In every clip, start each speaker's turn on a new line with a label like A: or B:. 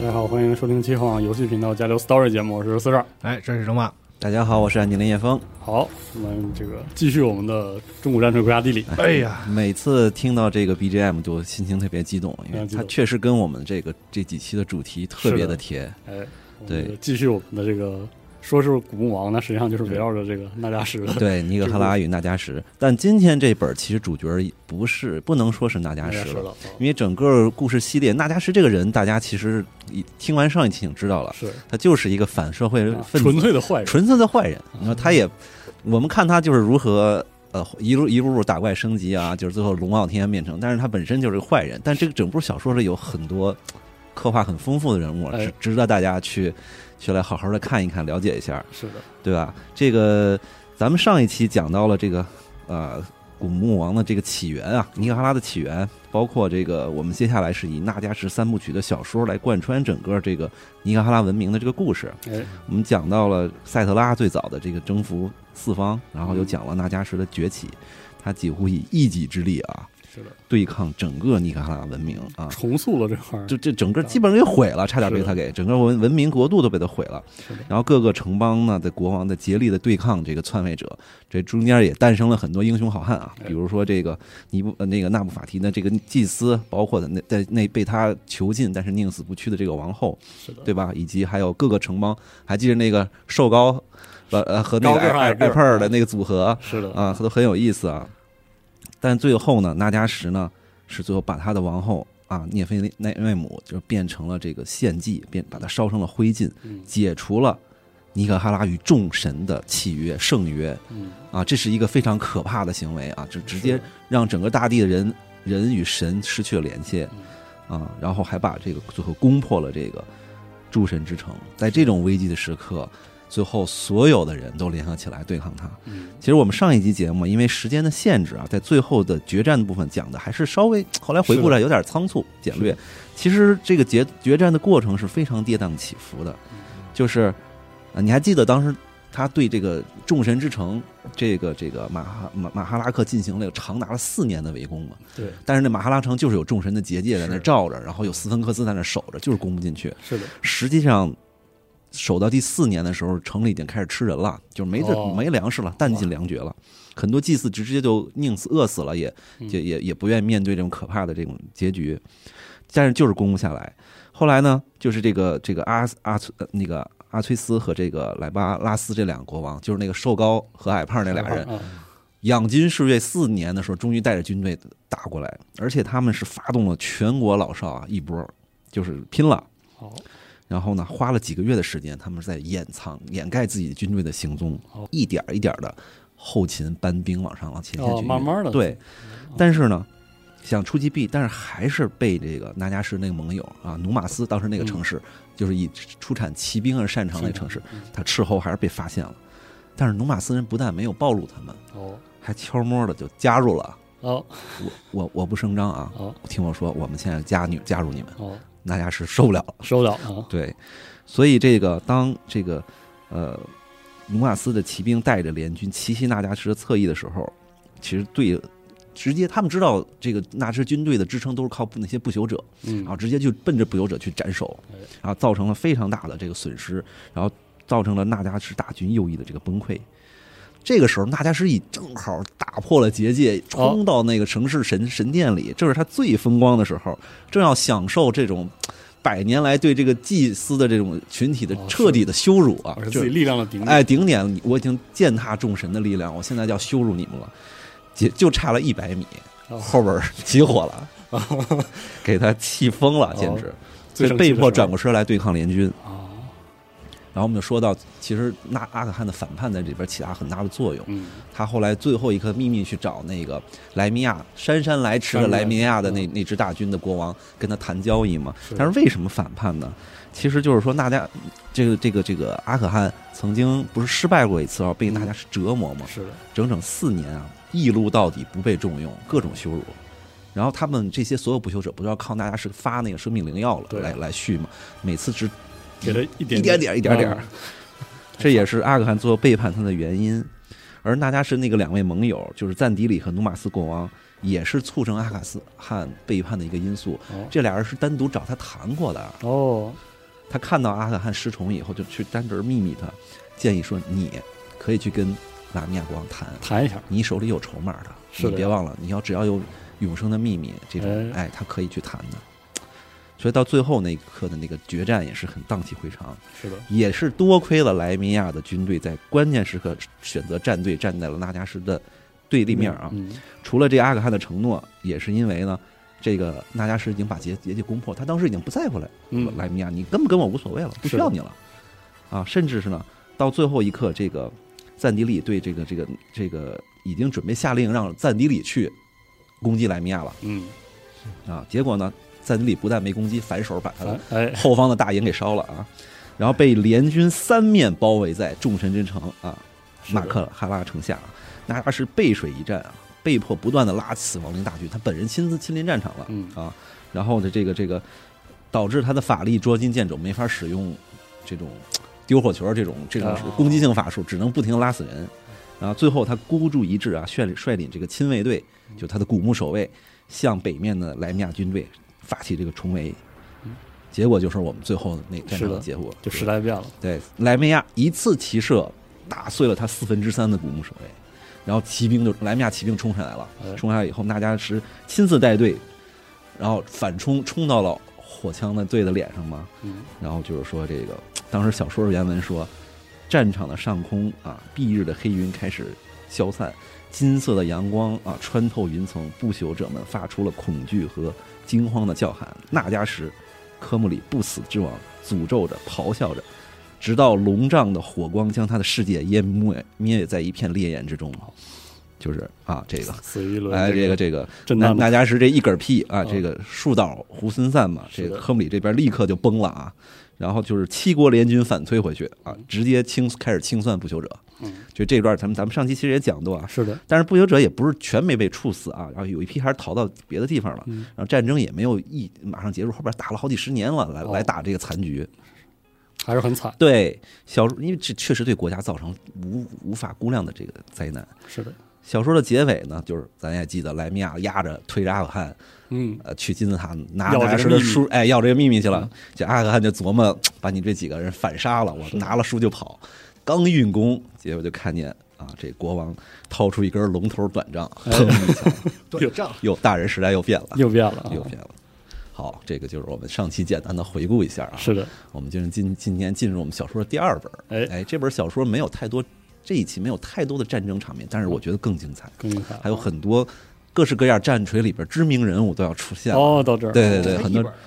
A: 大家好，欢迎收听七号网游戏频道交流 Story 节目，我是四十二。
B: 哎，这是龙马，
C: 大家好，我是安吉林叶峰。
A: 好，我们这个继续我们的中古战锤国家地 理。
B: 哎呀，
C: 每次听到这个 BGM 就心情特别激动，因为它确实跟我们这个这几期的主题特别的贴。
A: 哎，我们
C: 对
A: 这个继续我们的这个说是古墓王，那实际上就是围绕着这个纳加什的
C: 对，尼可哈拉与纳加什。但今天这本其实主角不是，不能说是纳
A: 纳
C: 加
A: 加
C: 什
A: 什
C: 了，
A: 了。
C: 因为整个故事系列，纳加什这个人，大家其实一听完上一期已经知道
A: 啊
C: 了，
A: 是
C: 他就是一个反社会
A: 啊
C: 分子，
A: 纯粹的坏人，
C: 纯粹的坏人。你说他也，我们看他就是如何呃一路一路路打怪升级啊，就是最后龙傲天变成，但是他本身就是个坏人。但这个整部小说里有很多刻画很丰富的人物，
A: 哎
C: 值值得大家去去来好好的看一看，了解一下，
A: 是的，
C: 对吧？这个咱们上一期讲到了这个呃古墓王的这个起源啊，尼可哈拉的起源。包括这个，我们接下来是以纳加什三部曲的小说来贯穿整个这个尼可哈拉文明的这个故事。
A: 哎，
C: 我们讲到了塞特拉最早的这个征服四方，然后又
A: 嗯
C: 讲了纳加什的崛起，他几乎以一己之力啊
A: 是的，
C: 对抗整个尼可哈拉文明啊，
A: 重塑了这块儿，
C: 就这整个基本上给毁了，差点被他给整个文文明国度都被他毁了
A: 是的。
C: 然后各个城邦呢的国王的竭力的对抗这个篡位者，这中间也诞生了很多英雄好汉啊
A: 哎，
C: 比如说这个尼布呃那个纳布法提的这个祭司，包括那在那被他囚禁但是宁死不屈的这个王后，
A: 是的，
C: 对吧？以及还有各个城邦，还记得那个瘦高，呃呃和那个
A: 高个儿
C: 艾
A: 矮个儿
C: 艾佩尔的那个组合
A: 是的，
C: 啊，都很有意思啊。但最后呢，纳加什呢是最后把他的王后啊涅菲奈奈姆就变成了这个献祭，变把它烧成了灰烬，
A: 嗯
C: 解除了尼可哈拉与众神的契约圣约
A: 嗯，
C: 啊，这是一个非常可怕的行为啊，就直
A: 是
C: 接
A: 的
C: 让整个大地的人人与神失去了联系
A: 嗯，
C: 啊，然后还把这个最后攻破了这个诸神之城。在这种危机的时刻，最后所有的人都联合起来对抗他。
A: 嗯，
C: 其实我们上一集节目因为时间的限制啊，在最后的决战的部分讲的还是稍微后来回顾来有点仓促简略。其实这个决决战的过程是非常跌宕起伏的，
A: 嗯
C: 就是啊，你还记得当时他对这个众神之城这个这个马哈马马哈拉克进行了长达了四年的围攻吗？
A: 对，
C: 但是那马哈拉城就是有众神的结界在那
B: 是
C: 罩着，然后有斯芬克斯在那守着，就是攻不进去。
A: 是的，
C: 实际上，守到第四年的时候，城里已经开始吃人了，就是没这、
A: 哦
C: 没粮食了，弹尽粮绝了。很多祭祀直接就宁死饿死了，也
A: 嗯
C: 也也也不愿意面对这种可怕的这种结局，但是就是攻不下来。后来呢，就是这个这个阿阿崔呃那个阿崔斯和这个莱巴拉斯这两个国王，就是那个瘦高和矮胖那俩 人，
A: 啊，
C: 养金士月四年的时候，终于带着军队打过来，而且他们是发动了全国老少啊一波，就是拼了。
A: 好，
C: 然后呢，花了几个月的时间，他们是在掩藏、掩盖自己军队的行踪
A: 哦，
C: 一点儿一点的后勤搬兵往上往前线
A: 哦
C: 去运、
A: 慢慢地
C: 对。但是呢，想出击 B，但是还是被这个纳加什那个盟友啊，努马斯当时那个城市，就是以出产骑兵而擅长的城市，
A: 嗯
C: 他斥候还是被发现了。但是努马斯人不但没有暴露他们，
A: 哦，
C: 还悄摸的就加入了。
A: 哦，
C: 我我我不声张啊，
A: 哦，
C: 听我说，我们现在加入加入你们，
A: 哦，
C: 纳加什受不了了。
A: 收到啊，
C: 对，所以这个当这个呃努瓦斯的骑兵带着联军奇袭纳加什的侧翼的时候，其实对直接他们知道这个纳什军队的支撑都是靠那些不朽者，
A: 嗯
C: 然，后啊直接就奔着不朽者去斩首
A: 哎，
C: 然后造成了非常大的这个损失，然后造成了纳加什大军右翼的这个崩溃。这个时候，纳加什已正好打破了结界，
A: 哦
C: 冲到那个城市神神殿里，这是他最风光的时候，正要享受这种嘖百年来对这个祭司的这种群体的
A: 哦是
C: 彻底的羞辱啊
A: 而！是
C: 就
A: 自己
C: 是
A: 力量的顶点，
C: 哎，顶点，我已经践踏众神的力量，我现在就要羞辱你们了，就就差了一百米，
A: 哦
C: 后边儿起火了，给他气疯了，简直，所以被迫转过身来对抗联军。
A: 啊，
C: 然后我们就说到，其实那阿卡汉的反叛在里边起到很大的作用。
A: 嗯，
C: 他后来最后一刻秘密去找那个莱米亚姗姗来迟的莱米亚的那那支大军的国王，跟他谈交易嘛。
A: 嗯是
C: 但是为什么反叛呢？其实就是说，纳加这个这个这个阿可汗曾经不是失败过一次啊，被纳加什折磨嘛，
A: 是的，
C: 整整四年啊，一路到底不被重用，各种羞辱。然后他们这些所有不朽者，不是要靠纳加什发那个生命灵药了
A: 对
C: 来来续嘛？每次只
A: 给他一点
C: 一点点一点点
A: 啊
C: 这也是阿克汗最后背叛他的原因。而纳加什那个两位盟友，就是赞迪里和努马斯国王，也是促成阿卡斯汗背叛的一个因素。
A: 哦
C: 这俩人是单独找他谈过的，
A: 哦，
C: 他看到阿克汗失宠以后，就去单独秘密他，建议说你可以去跟纳米亚国王谈，
A: 谈一下，
C: 你手里有筹码的，
A: 是的
C: 你别忘了，你要只要有永生的秘密这种，哎，他可以去谈的。所以到最后那一刻的那个决战也是很荡气回肠，
A: 是的，
C: 也是多亏了莱米亚的军队在关键时刻选择站队，站在了纳加什的对立面啊。
A: 嗯，
C: 除了这阿克汗的承诺，也是因为呢，这个纳加什已经把结结界攻破，他当时已经不在乎了
A: 嗯，
C: 莱米亚，你根本跟我无所谓了，不需要你了啊。甚至是呢，到最后一刻，这个赞迪里对这个这个这个已经准备下令让赞迪里去攻击莱米亚了
A: 嗯，
C: 啊，结果呢，赞迪里不但没攻击，反手把他的
A: 哎哎，
C: 后方的大营给烧了啊，然后被联军三面包围在众神之城啊
A: 是的
C: 马克哈拉城下啊，那拉什背水一战啊，被迫不断的拉起亡灵大军，他本人亲自亲临战场了
A: 嗯
C: 啊，然后呢，这个这个导致他的法力捉襟见肘，没法使用这种丢火球儿这种这种
A: 啊
C: 攻击性法术，只能不停地拉死人。然后最后他孤注一掷啊，率领率领这个亲卫队，就他的古墓守卫，向北面的莱米亚军队发起这个重围
A: 嗯。
C: 结果就是我们最后那战场
A: 是
C: 的
A: 的
C: 结果，
A: 就
C: 对
A: 时代变了，
C: 对，莱梅亚一次骑射打碎了他四分之三的古墓守卫，然后骑兵就莱梅亚骑兵冲上来了，
A: 哎
C: 冲上来以后，纳加什亲自带队，然后反冲冲到了火枪的队的脸上嘛，
A: 嗯，
C: 然后就是说这个，当时小说的原文说，战场的上空啊，蔽日的黑云开始消散，金色的阳光啊穿透云层，不朽者们发出了恐惧和惊慌的叫喊。纳加什，科穆里不死之王，诅咒着，咆哮着，直到笼罩的火光将他的世界淹没灭在一片烈焰之中。就是啊，这个。
A: 死于一轮，
C: 哎，这个这个，
A: 震
C: 那
A: 荡的
C: 那加什这一嗝屁啊，
A: 嗯
C: 这个树倒猢狲散嘛，
A: 是
C: 这
A: 的
C: 个科姆里这边立刻就崩了啊，然后就是七国联军反推回去啊，直接清开始清算不朽者。
A: 嗯，
C: 就这段，咱们咱们上期其实也讲过啊，
A: 是的，
C: 但是不朽者也不是全没被处死啊，然后有一批还是逃到别的地方了，
A: 嗯
C: 然后战争也没有一马上结束，后边打了好几十年了，来
A: 哦
C: 来打这个残局。
A: 还是很惨，
C: 对，小说因为这确实对国家造成无无法估量的这个灾难。
A: 是的，
C: 小说的结尾呢，就是咱也记得莱米亚压着推着阿富汗
A: 嗯，
C: 呃，去金字塔拿
A: 要
C: 拿
A: 这
C: 什
A: 个
C: 么
A: 秘密嗯
C: 书，哎，要这个秘密去了。这阿克汗就琢磨，把你这几个人反杀了，我拿了书就跑。刚运功，结果就看见啊，这国王掏出一根龙头短杖，砰一下，
B: 对账，
C: 又大人时代又变了，
A: 哎又变了啊，
C: 又变了。好，这个就是我们上期简单的回顾一下啊。
A: 是的，
C: 我们就是今今年进入我们小说的第二本。
A: 哎
C: 哎，这本小说没有太多，这一期没有太多的战争场面，但是我觉得更精彩，
A: 更厉害，
C: 还有很多各式各样战锤里边知名人物都要出现了。
A: 哦，到这儿，
C: 对对对
B: 才
C: 很
B: 一
C: 多
B: 本啊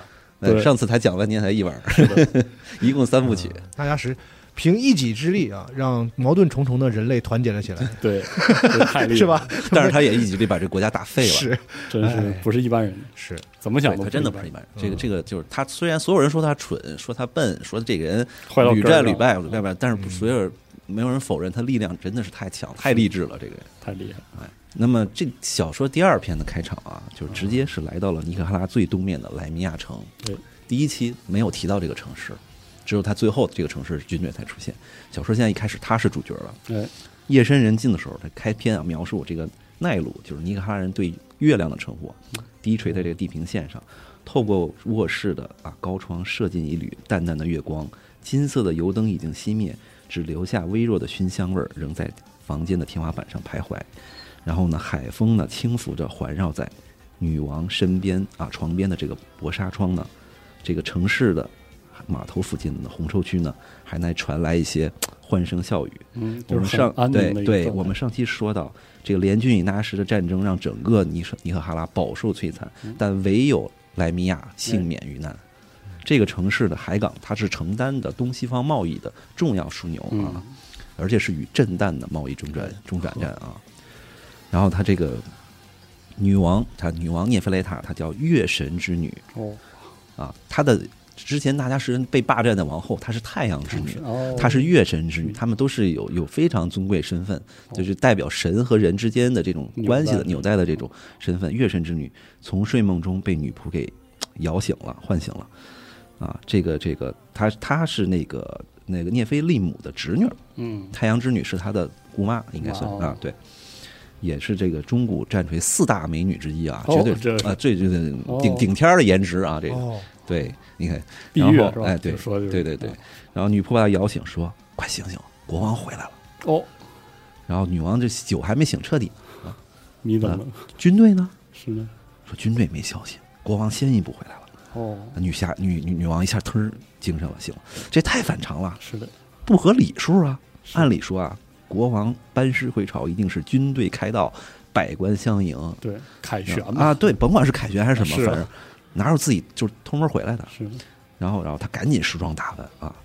C: 对，
A: 对
C: 上次才讲半天才一晚上， 一共三部曲。
A: 嗯
B: 大家是凭一己之力啊，让矛盾重重的人类团结了起来，
A: 对，这太厉害，
B: 是？吧？
C: 但是他也一己力把这国家打废了。
B: 是
A: 真是不是一般人，
B: 是，
A: 怎么
C: 哎对
A: 想都
C: 他真的不
A: 一
C: 是
A: 般嗯人，
C: 一般人，这个这个就是他。虽然所有人说他蠢，说他笨，说这个人
A: 坏到
C: 屡
A: 根儿
C: 战
A: 上嗯
C: 屡败，屡败败，但是不所有人没有人否认他力量真的是太强，太励志了。这个人。
A: 太厉害，
C: 那么这小说第二篇的开场啊，就直接是来到了尼克哈拉最东面的莱米亚城。
A: 对，
C: 第一期没有提到这个城市，只有他最后这个城市军队才出现。小说现在一开始他是主角了。
A: 哎，
C: 夜深人静的时候，他开篇啊描述这个奈鲁，就是尼克哈人对月亮的称呼，低垂在这个地平线上，透过卧室的啊高窗射进一缕淡淡的月光，金色的油灯已经熄灭，只留下微弱的熏香味儿仍在房间的天花板上徘徊。然后呢，海风呢轻拂着环绕在女王身边啊床边的这个薄纱窗呢，这个城市的码头附近的红绸区呢，还在传来一些欢声笑语。
A: 嗯，
C: 我
A: 就
C: 们
A: 是
C: 上
A: 很安
C: 对
A: 宁的一个
C: 对，
A: 状态
C: 我们上期说到这个联军与纳什的战争让整个尼什尼赫哈拉饱受摧残，
A: 嗯
C: 但唯有莱米亚幸免于难。这个城市的海港，它是承担的东西方贸易的重要枢纽啊，
A: 嗯
C: 而且是与震旦的贸易中转中转站啊。然后她这个女王，她女王涅菲雷塔，她叫月神之女
A: 哦
C: 啊，她的之前大家是被霸占的王后，她是太阳之女，
A: 哦，
C: 她是月神之女，她们都是有有非常尊贵身份，就是代表神和人之间的这种关系的纽
A: 哦纽
C: 带的这种身份。月神之女从睡梦中被女仆给摇醒了，唤醒了。啊，这个这个，她她是那个那个涅菲利姆的侄女，
A: 嗯
C: 太阳之女是她的姑妈，应该算
A: 哇哦
C: 啊，对，也是这个中古战锤四大美女之一啊，
A: 哦
C: 绝对
A: 这
C: 啊，最这这
A: 哦
C: 顶顶天儿的颜值啊，这个
B: 哦，
C: 对，你看，
A: 碧
C: 然
A: 玉
C: 后
A: 是吧？
C: 哎对
A: 就说就是啊
C: 对对对然后女仆把他摇醒，说：“快醒醒，国王回来了。
A: 哦，”
C: 然后女王这酒还没醒彻底，
A: 你怎么
C: 军队呢？
A: 是呢？
C: 说军队没消息，国王先一步回来了。
A: 哦，
C: 女侠女女女王一下腾儿精神了，醒了，这太反常了，
A: 是的，
C: 不合理数啊！
A: 是
C: 按理说啊，国王班师回朝一定是军队开道，百官相迎
A: 对凯旋嘛
C: 啊，对，甭管是凯旋还是什么，
A: 是啊
C: 反正哪有自己就是偷摸回来的？
A: 是
C: 然后，然后他赶紧梳妆打扮啊。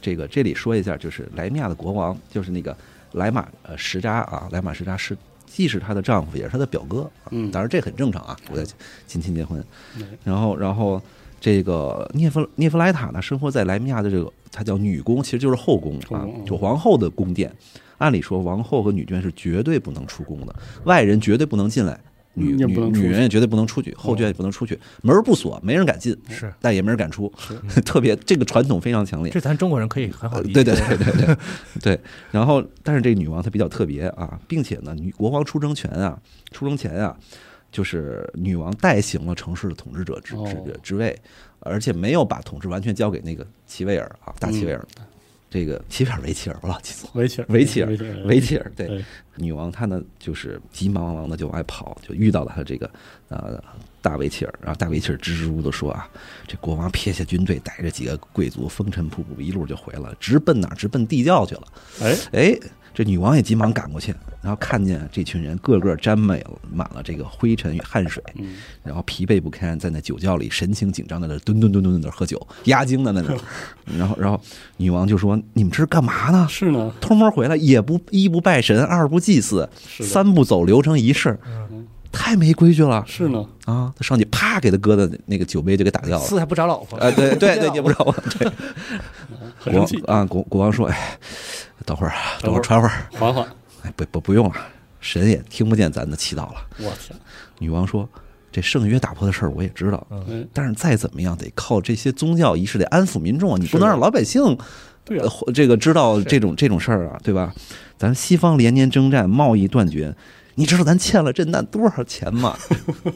C: 这个这里说一下，就是莱米亚的国王，就是那个莱马呃什扎啊，莱马什扎是既是她的丈夫，也是她的表哥。啊
A: 嗯
C: 当然这很正常啊，我在近亲结婚。
A: 没
C: 然后，然后这个涅夫涅夫莱塔呢，生活在莱米亚的这个，她叫女宫，其实就是后宫
A: 后
C: 啊
A: 宫嗯，
C: 就皇后的宫殿。按理说，王后和女眷是绝对不能出宫的，外人绝对不能进来，女
A: 嗯也
C: 女
A: 不能出
C: 女
A: 去嗯
C: 人也绝对不能出去，后眷也不能出去，门儿不锁，没人敢进，
B: 是，
C: 但也没人敢出， 特别这个传统非常强烈。
D: 这咱中国人可以很好
C: 呃
D: 理解。
C: 对对对对对对，然后但是这个女王她比较特别啊，并且呢，女国王出征前啊，出征前啊，就是女王代行了城市的统治者职职
A: 哦
C: 职位，而且没有把统治完全交给那个齐威尔啊，大齐威尔，
D: 嗯
C: 这个齐威尔维齐尔，我老记错，
A: 维切尔
C: 维切尔
A: 维切尔哎
C: 维齐尔对，
A: 对
C: 女王她呢就是急忙忙忙的就往外跑，就遇到了她这个呃大维切尔，然后大维切尔支支吾吾的说啊，这国王撇下军队，带着几个贵族风尘仆仆一路就回来了，直奔哪儿？直奔地窖去了。
A: 哎
C: 哎，这女王也急忙赶过去，然后看见这群人个个沾满了满了这个灰尘与汗水，
A: 嗯
C: 然后疲惫不堪，在那酒窖里神情紧张的那蹲蹲蹲蹲在那儿喝酒，压惊的在那儿。然后然后女王就说：“你们这是干嘛呢？
A: 是呢
C: 偷摸回来也不一不拜神，二不祭祀，
A: 是的
C: 三不走流程仪式，
A: 嗯
C: 太没规矩了
A: 是呢
C: 啊！他上去啪给他哥的那个酒杯就给打掉了。
D: 四还不找老婆，
C: 啊，对对 对，你也不知道，对
A: 很
C: 国
A: 生
C: 王
A: 气
C: 啊，国国王说，哎，等会儿啊，等
A: 等
C: 我
A: 会儿
C: 传会儿，
A: 缓缓
C: 哎，不不不用了，神也听不见咱的祈祷了。
A: 我 天
C: 女王说，这圣约打破的事儿我也知道，
A: 嗯
C: 但是再怎么样得靠这些宗教仪式得安抚民众啊，你不
A: 是
C: 能让老百姓
A: 对
C: 呃
A: 啊
C: 或这个知道这种这种事儿啊，对吧？咱西方连年征战，贸易断绝，你知道咱欠了这难多少钱 吗？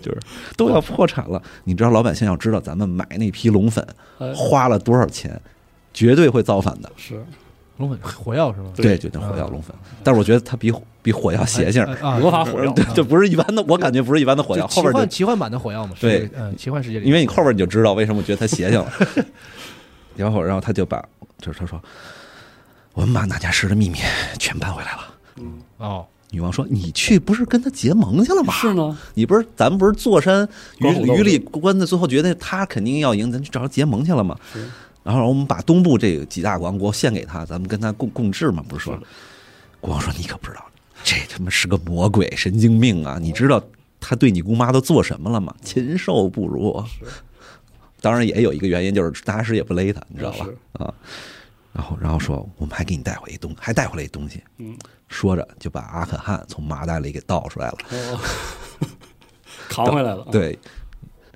C: 就是都要破产了。你知道老百姓要知道咱们买那批龙粉
A: 哎
C: 花了多少钱，绝对会造反的。
A: 是
D: 龙粉火药是吗？
A: 对哎
C: 对，绝对火药龙粉。但是我觉得它比火比火药邪性儿，
B: 啊
A: 魔法哎火药
C: 对，这不是一般的，我感觉不是一般的火药。
D: 就奇
C: 后边
D: 幻
C: 就
D: 奇幻版的火药嘛，是
C: 对
B: 呃
D: 嗯，奇幻世界里，
C: 因为你后边你就知道为什么我觉得它邪性了。 然后，然后他就把，就是他说，我们把哪家师的秘密全搬回来了。
D: 哦，
C: 女王说：“你去不是跟他结盟去了吗？
A: 是呢
C: 你不是咱们不是坐山
A: 刮胡
C: 鱼
A: 刀
C: 鱼里关的，最后觉得他肯定要赢，咱去找他结盟去了吗
A: 是？
C: 然后我们把东部这几大王国献给他，咱们跟他共共治嘛，不是说
A: 是？
C: 国王说你可不知道，这他妈是个魔鬼，神经病啊！你知道他对你姑妈都做什么了吗？
A: 嗯
C: 禽兽不如。当然也有一个原因就是大师也不勒他，你知道吧
A: 是？
C: 啊，然后然后说我们还给你带回一东，还带回来一东西。
A: 嗯
C: 说着就把阿可汗从麻袋里给倒出来了。
A: 哦 扛回来了啊
C: 对，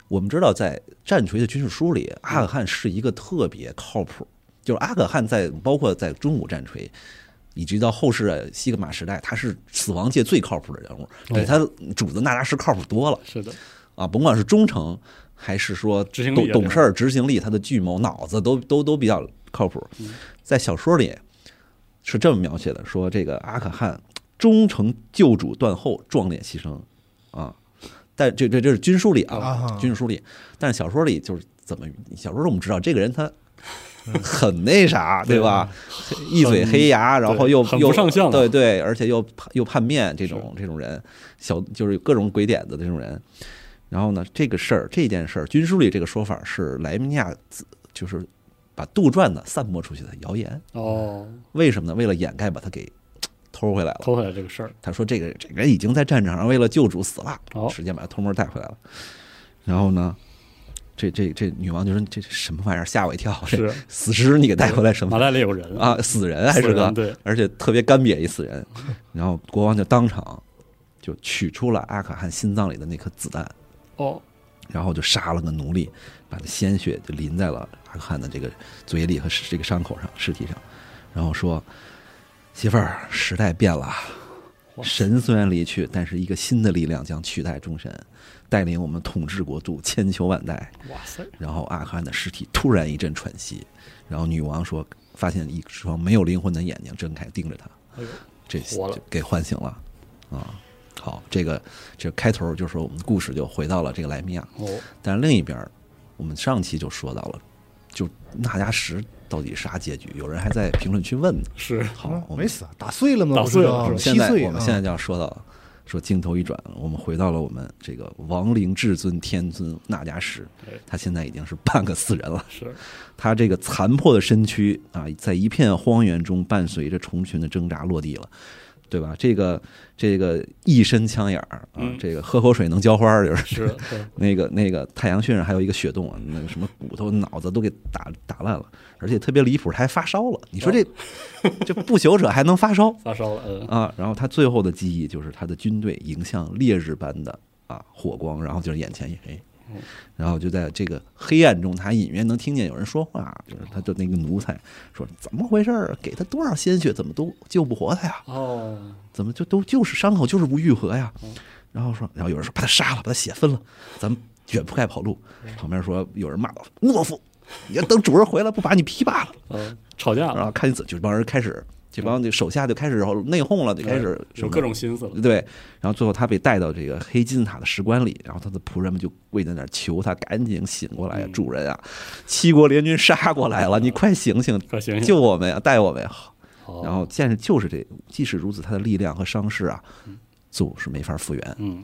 C: 我们知道在战锤的军事书里，阿可汗是一个特别靠谱，就是阿可汗在包括在中古战锤。以及到后世的西格玛时代，他是死亡界最靠谱的人物，比他主子纳扎什靠谱多了
A: 是的
C: 啊！甭管是忠诚，还是说
A: 执行力啊
C: 懂懂事儿、执行力，他的计谋、脑子都都都比较靠谱。
A: 嗯
C: 在小说里是这么描写的：说这个阿可汗忠诚救主断后，壮烈牺牲啊。但这这这是军书里
B: 啊
C: 啊
B: 哈，
C: 军事书里。但是小说里就是怎么？小说中我们知道这个人他
A: 嗯
C: 很那啥，对吧？
A: 啊
C: 一嘴黑牙，然后又
A: 很不
C: 又
A: 上相的啊
C: 对对，而且又叛又叛变这种这种人，小就是各种鬼点子这种人。然后呢，这个事儿这件事儿，军书里这个说法是莱米尼亚自就是把杜撰的散播出去的谣言。
A: 哦
C: 为什么呢？为了掩盖，把他给偷回来了。
A: 偷回来这个事儿
C: 他说这个这个人已经在战场上为了救主死了，
A: 哦
C: 直接把他偷摸带回来了。然后呢，这这这女王就说：“这这什么玩意儿？吓我一跳！这
A: 是
C: 死尸你给带回来什么
A: 麻袋里有人
C: 啊？死人还
A: 死
C: 是
A: 人
C: 个
A: 对
C: 而且特别干瘪一死人。”然后国王就当场就取出了阿卡汗心脏里的那颗子弹，
A: 哦
C: 然后就杀了个奴隶，把那鲜血就淋在了阿克汗的这个嘴里和尸这个伤口上、尸体上，然后说：“媳妇儿，时代变了，
A: 哇
C: 神虽然离去，但是一个新的力量将取代众神，带领我们统治国度千秋万代。
A: 哇塞，
C: 然后阿克汗的尸体突然一阵喘息，然后女王说，发现一双没有灵魂的眼睛睁开盯着他，
A: 哎呦，
C: 这
A: 活了
C: 就给唤醒了啊。好，这个这开头就说我们故事就回到了这个莱米亚，
A: 哦，
C: 但另一边儿，我们上期就说到了，就纳加什到底啥结局？有人还在评论区问呢。
A: 是
C: 好，我们
B: 没死啊，打碎了吗？
A: 打碎了是吧
B: 不是啊
C: 哦现
B: 七
C: 在
B: 岁啊，
C: 我们现在就要说到，说镜头一转，我们回到了我们这个亡灵至尊天尊纳迦什
A: 哎，
C: 他现在已经是半个死人了。
A: 是，
C: 他这个残破的身躯啊，在一片荒原中，伴随着虫群的挣扎落地了。对吧？这个这个一身枪眼儿啊，
A: 嗯
C: 这个喝口水能浇花儿，就是
A: 是，对
C: 那个那个太阳穴上还有一个血洞，那个什么骨头、脑子都给打打烂了，而且特别离谱，他还发烧了。你说这、
A: 哦
C: 这不朽者还能发烧
A: 发烧了，嗯，
C: 啊？然后他最后的记忆就是他的军队迎向烈日般的啊火光，然后就是眼前一黑
A: 嗯，
C: 然后就在这个黑暗中，他隐约能听见有人说话，就是他的那个奴才说怎么回事儿？给他多少鲜血，怎么都救不活他呀？
A: 哦，
C: 怎么就都就是伤口就是不愈合呀
A: 嗯？
C: 然后说，然后有人说把他杀了，把他血分了，咱们卷铺盖跑路。
A: 嗯
C: 旁边说有人骂道：“懦夫，你要等主人回来不把你劈罢了。
A: 嗯，吵架”
C: 然
A: 了，
C: 后看你怎，就这帮人开始，这帮这手下就开始内讧了，就开始
A: 嗯哎
C: 嗯
A: 有各种心思了，
C: 对。然后最后他被带到这个黑金字塔的石棺里，然后他的仆人们就跪在那儿求他赶紧醒过来呀，
A: 嗯
C: 主人啊，七国联军杀过来了，你快醒醒，
A: 快醒醒，
C: 救我们呀，带我们呀！
A: 好
C: 然后，但是就是这，即使如此，他的力量和伤势啊，就是没法复原。
A: 嗯，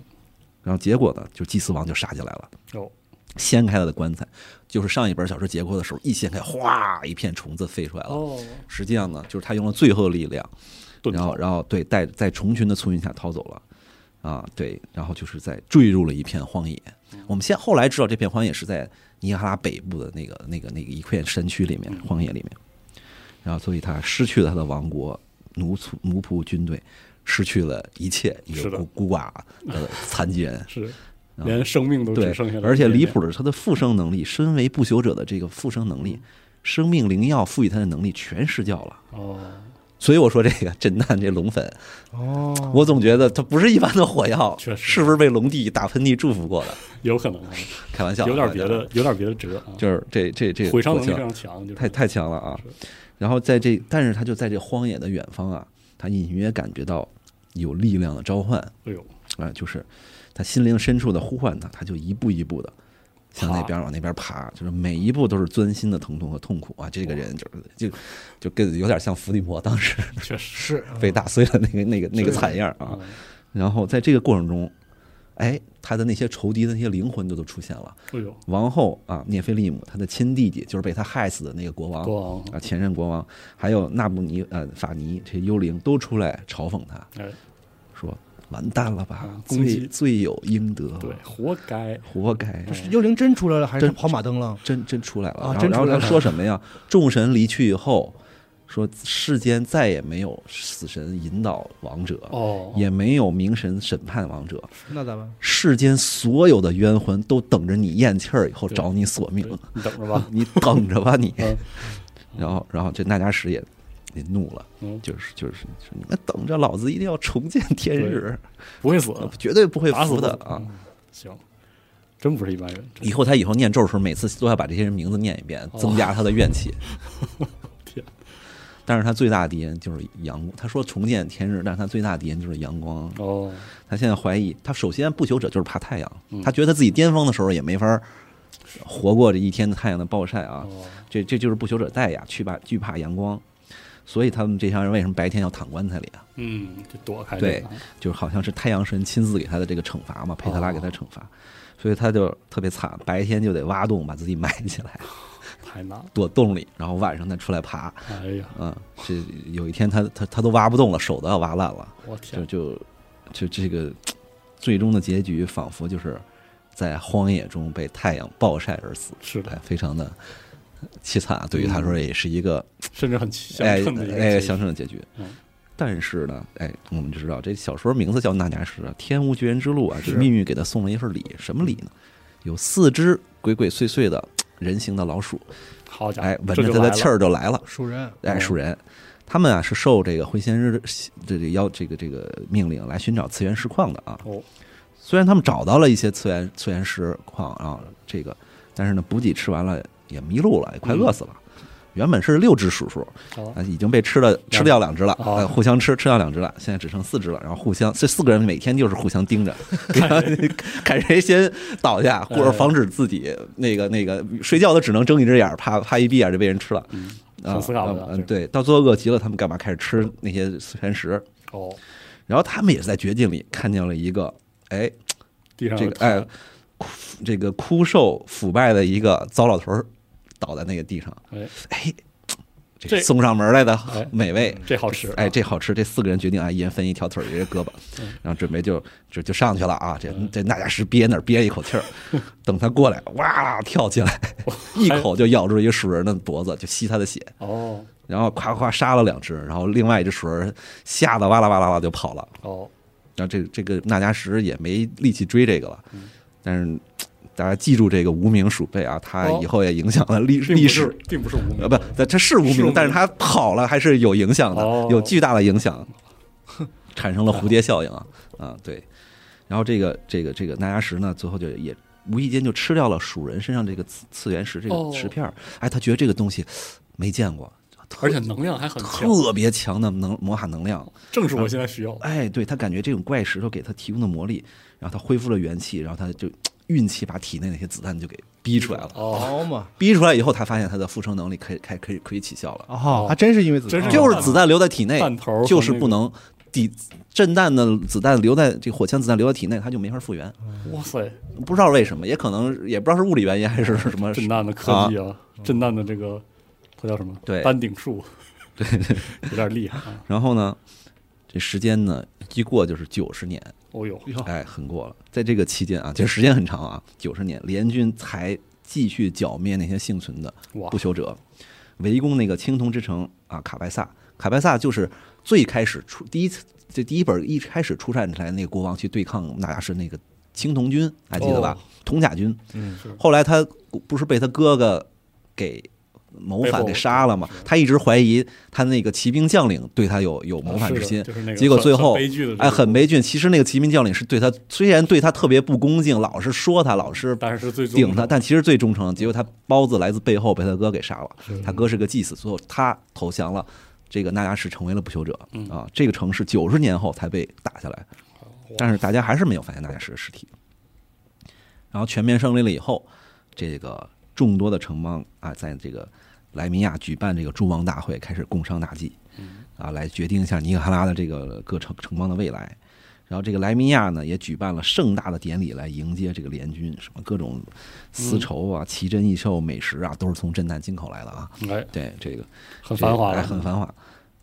C: 然后结果呢，就祭司王就杀进来了，
A: 哦，
C: 掀开他的棺材，就是上一本小说结构的时候，一掀开，哗，一片虫子飞出来了。
A: 哦，
C: 实际上呢，就是他用了最后的力量，
A: 遁
C: 然后
A: 逃，
C: 然后对，带在虫群的簇拥下逃走了。啊，对，然后就是在坠入了一片荒野。
A: 嗯
C: 我们现后来知道这片荒野是在尼加拉北部的那个那个那个一片山区里面，
A: 嗯
C: 荒野里面。然后，所以他失去了他的王国，奴仆奴仆军队失去了一切，一
A: 是
C: 个
A: 的。
C: 孤孤寡的残疾人
A: 是，
C: 然后
A: 连生命都
C: 对
A: 只剩下，了，
C: 而且离，谱的是，他的复生能力，身为不朽者的这个复生能
A: 嗯
C: 力，生命灵药赋予他的能力全失掉了。
A: 哦，
C: 所以我说这个震旦这龙粉，
B: 哦，
C: 我总觉得它不是一般的火药，
A: 哦确实
C: 是不是被龙帝打喷嚏祝福过的？
A: 有可能啊
C: 开玩笑，
A: 有点
C: 开玩
A: 别
C: 笑，
A: 的，有点别的辙啊，
C: 就是这这这
A: 毁伤
C: 火
A: 能力
C: 气
A: 非常强，就是
C: 太太强了啊
A: 是！
C: 然后在这，但是他就在这荒野的远方啊，他隐约感觉到有力量的召唤啊、
A: 哎呦，
C: 就是他心灵深处的呼唤他，他就一步一步的。向那
A: 爬
C: 边往那边爬，就是每一步都是钻心的疼痛和痛苦啊！这个人就是就就跟有点像伏地魔当时
A: 确实，
B: 是
C: 被打碎了那个那个那个惨样啊！
A: 嗯
C: 然后在这个过程中，哎，他的那些仇敌的那些灵魂就都出现了。
A: 哎呦，
C: 王后啊，涅菲利姆，她的亲弟弟就是被他害死的那个国王
A: 国王，
C: 啊，前任国王，还有纳布尼呃法尼这些幽灵都出来嘲讽他，
A: 哎，
C: 说完蛋了吧
A: 啊，攻击
C: 罪罪有应得，
A: 对，活该，
C: 活该。
A: 哎
B: 幽灵真出来了还是
C: 真
B: 跑马灯了？
C: 真真出来了，
B: 啊
C: 然后
B: 真
C: 然后
B: 出来
C: 他
B: 了
C: 说什么呀？众神离去以后，说世间再也没有死神引导王者，
A: 哦，
C: 啊也没有明神审判王者，
B: 那咋办？
C: 世间所有的冤魂都等着你咽气儿以后
A: 对
C: 找你索
A: 对
C: 命，，
A: 你等着吧
C: 你等着吧你。
A: 嗯
C: 然后，然后这纳迦什也也怒了，
A: 嗯，
C: 就是就是说你们等着，老子一定要重见天日，
A: 不会死，
C: 绝对啊不会
A: 打死
C: 服
A: 不
C: 的
A: 死
C: 啊！，
A: 嗯行，真不是一般人，真
C: 以后他以后念咒的时候，每次都要把这些人名字念一遍，
A: 哦
C: 增加他的怨气。
A: 天
C: 但是他最大的敌人就是阳光，他说重见天日，但是他最大的敌人就是阳光。
A: 哦，
C: 他现在怀疑，他首先不朽者就是怕太阳
A: 嗯，
C: 他觉得自己巅峰的时候也没法儿活过这一天的太阳的暴晒啊，
A: 哦，
C: 这这就是不朽者代呀，惧怕惧怕阳光，所以他们这帮人为什么白天要躺棺材里啊？
A: 嗯，就躲开
C: 对
A: 这个啊，
C: 就是好像是太阳神亲自给他的这个惩罚嘛，佩特拉给他惩罚，所以他就特别惨，白天就得挖洞把自己埋起来，
A: 太难了，
C: 躲洞里，然后晚上再出来爬。
A: 哎呀，
C: 嗯，这有一天他他他都挖不动了，手都要挖烂了，
A: 我
C: 就
A: 天，
C: 就就这个最终的结局仿佛就是在荒野中被太阳暴晒而死，
A: 是
C: 哎
A: 的，，
C: 非常的凄惨啊。对于他说也是一个
A: 甚至很嗯相
C: 哎
A: 恨的一个
C: 哎
A: 结局
C: 相称的结局
A: 嗯。
C: 但是呢，哎，我们就知道这小说名字叫《纳迦什》，天无绝人之路啊，这
A: 是
C: 命运给他送了一份礼，什么礼呢？有四只鬼鬼祟祟的嘖人形的老鼠，
A: 好家伙，
C: 哎，闻
A: 啊这
C: 着
A: 就
C: 他
A: 来
C: 的
A: 了
C: 气儿就来了，
B: 鼠人
C: 哎，鼠人。他们啊是受这个灰仙日的这这要这个这个命令来寻找次元石矿的啊。
A: 哦，
C: 虽然他们找到了一些次元次元石矿啊，这个但是呢补给吃完了也迷路了，也快饿死了。原本是六只鼠鼠，
A: 好
C: 啊，已经被吃了吃掉两只了，
A: 哦
C: 呃互相吃吃掉两只了，现在只剩四只了，然后互相这四个人每天就是互相 盯着，看谁先倒下，故
A: 嗯
C: 而防止自己那个那个睡觉都只能睁一只眼儿，怕怕一闭眼就被人吃了。
A: 嗯，
C: 啊
A: 很思考的
C: 嗯
A: 啊
C: 嗯
A: 这个
C: 对，到最后饿极了，他们干嘛开始吃那些全食？
A: 哦，
C: 然后他们也是在绝境里看见了一个，哎，
A: 地上
C: 这
A: 有
C: 个哎
A: 土，
C: 枯这个枯瘦腐败的一个糟老头儿倒在那个地上，
A: 哎，
C: 哎，
A: 这
C: 送上门来的
A: 哎
C: 美味，
A: 这好啊吃，
C: 哎，这好吃！这四个人决定啊，一人分一条腿儿，一人胳膊，
A: 嗯
C: 然后准备就就就上去了啊！这这那家石憋那儿憋一口 气儿，等他过来，哇，跳起来，一口就咬住一个鼠人的脖子，就吸他的血，
A: 哦
C: 然后夸夸杀了两只，然后另外一只鼠人吓得哇啦哇啦哇啦就跑了。
A: 哦，
C: 然后这这个纳迦什也没力气追这个了，
A: 嗯
C: 但是嘖大家记住这个无名鼠辈啊，他
A: 哦
C: 以后也影响了历
A: 并
C: 历
A: 不
C: 史
A: 是，并不是无名，
C: 呃，不，他他是无
A: 是无
C: 名
A: 名，
C: 但是他跑了还是有影响的
A: 哦，
C: 有巨大的影响，产生了蝴蝶效应啊啊对。然后这个这个这个纳迦石呢，最后就也无意间就吃掉了鼠人身上这个次次元石这
A: 哦
C: 个石片儿，哎，他觉得这个东西没见过，
A: 而且能量还很强，
C: 特别强的能魔法能量，
A: 正是我现在需要的。
C: 哎，对他感觉这种怪石头给他提供的魔力，然后他恢复了元气，然后他就运气把体内那些子弹就给逼出来了。
A: 哦，
D: 好嘛，
C: 逼出来以后，他发现他的复生能力可以开可以可以起效了，
B: 哦，还真是因为子
A: 真是
C: 就是子弹留在体内
A: 弹头和那，个
C: 哎就是不能抵震弹的子弹留在这火枪子弹留在体内，它就没法复原。
A: 哇塞，
C: 不知道为什么，也可能也不知道是物理原因还是什么。
A: 震荡的科技啊，震荡的这个它叫什么？
C: 对
A: 丹顶树， 对，有点厉害啊！
C: 然后呢，这时间呢一过就是九十年，
A: 哦呦，
C: 哎，很过了。在这个期间啊，其实时间很长啊，九十年，联军才继续剿灭那些幸存的
A: 哇
C: 不朽者，围攻那个青铜之城啊，卡拜萨。卡拜萨就是最开始出第一次，这第一本一开始出战起来那个国王去对抗纳亚什那个青铜军，还记得吧？
A: 哦
C: 铜甲军。
D: 嗯
A: 是
C: 后来他不是被他哥哥给谋
A: 被
C: 反
A: 俘
C: 给杀了吗？他一直怀疑他那个骑兵将领对他有有谋反
A: 啊是
C: 之
A: 的
C: 心，
A: 就是那个
C: 结果
A: 很
C: 最
A: 很
C: 后
A: 悲剧的这
C: 哎，
A: 个
C: 很悲剧。其实那个骑兵将领是对他，虽然对他特别不恭敬，老是说他，老是
A: 但是最终
C: 顶他，但其实最忠诚。结果他包子来自背后被他哥给杀了，他哥是个祭司，最后他投降了。这个纳迦什成为了不朽者
A: 嗯
C: 啊！这个城市九十年后才被打下来，但是大家还是没有发现纳迦什的尸体。然后全面胜利了以后，这个众多的城邦啊，在这个莱米亚举办这个诸王大会，开始共商大计，啊，来决定一下尼可哈拉的这个各城城邦的未来。然后这个莱米亚呢，也举办了盛大的典礼来迎接这个联军，什么各种丝绸啊、奇珍异兽、美食啊，都是从震旦进口来的啊。
A: 哎，
C: 对，这个
A: 很繁华
C: 这个哎
A: 了，
C: 很繁华。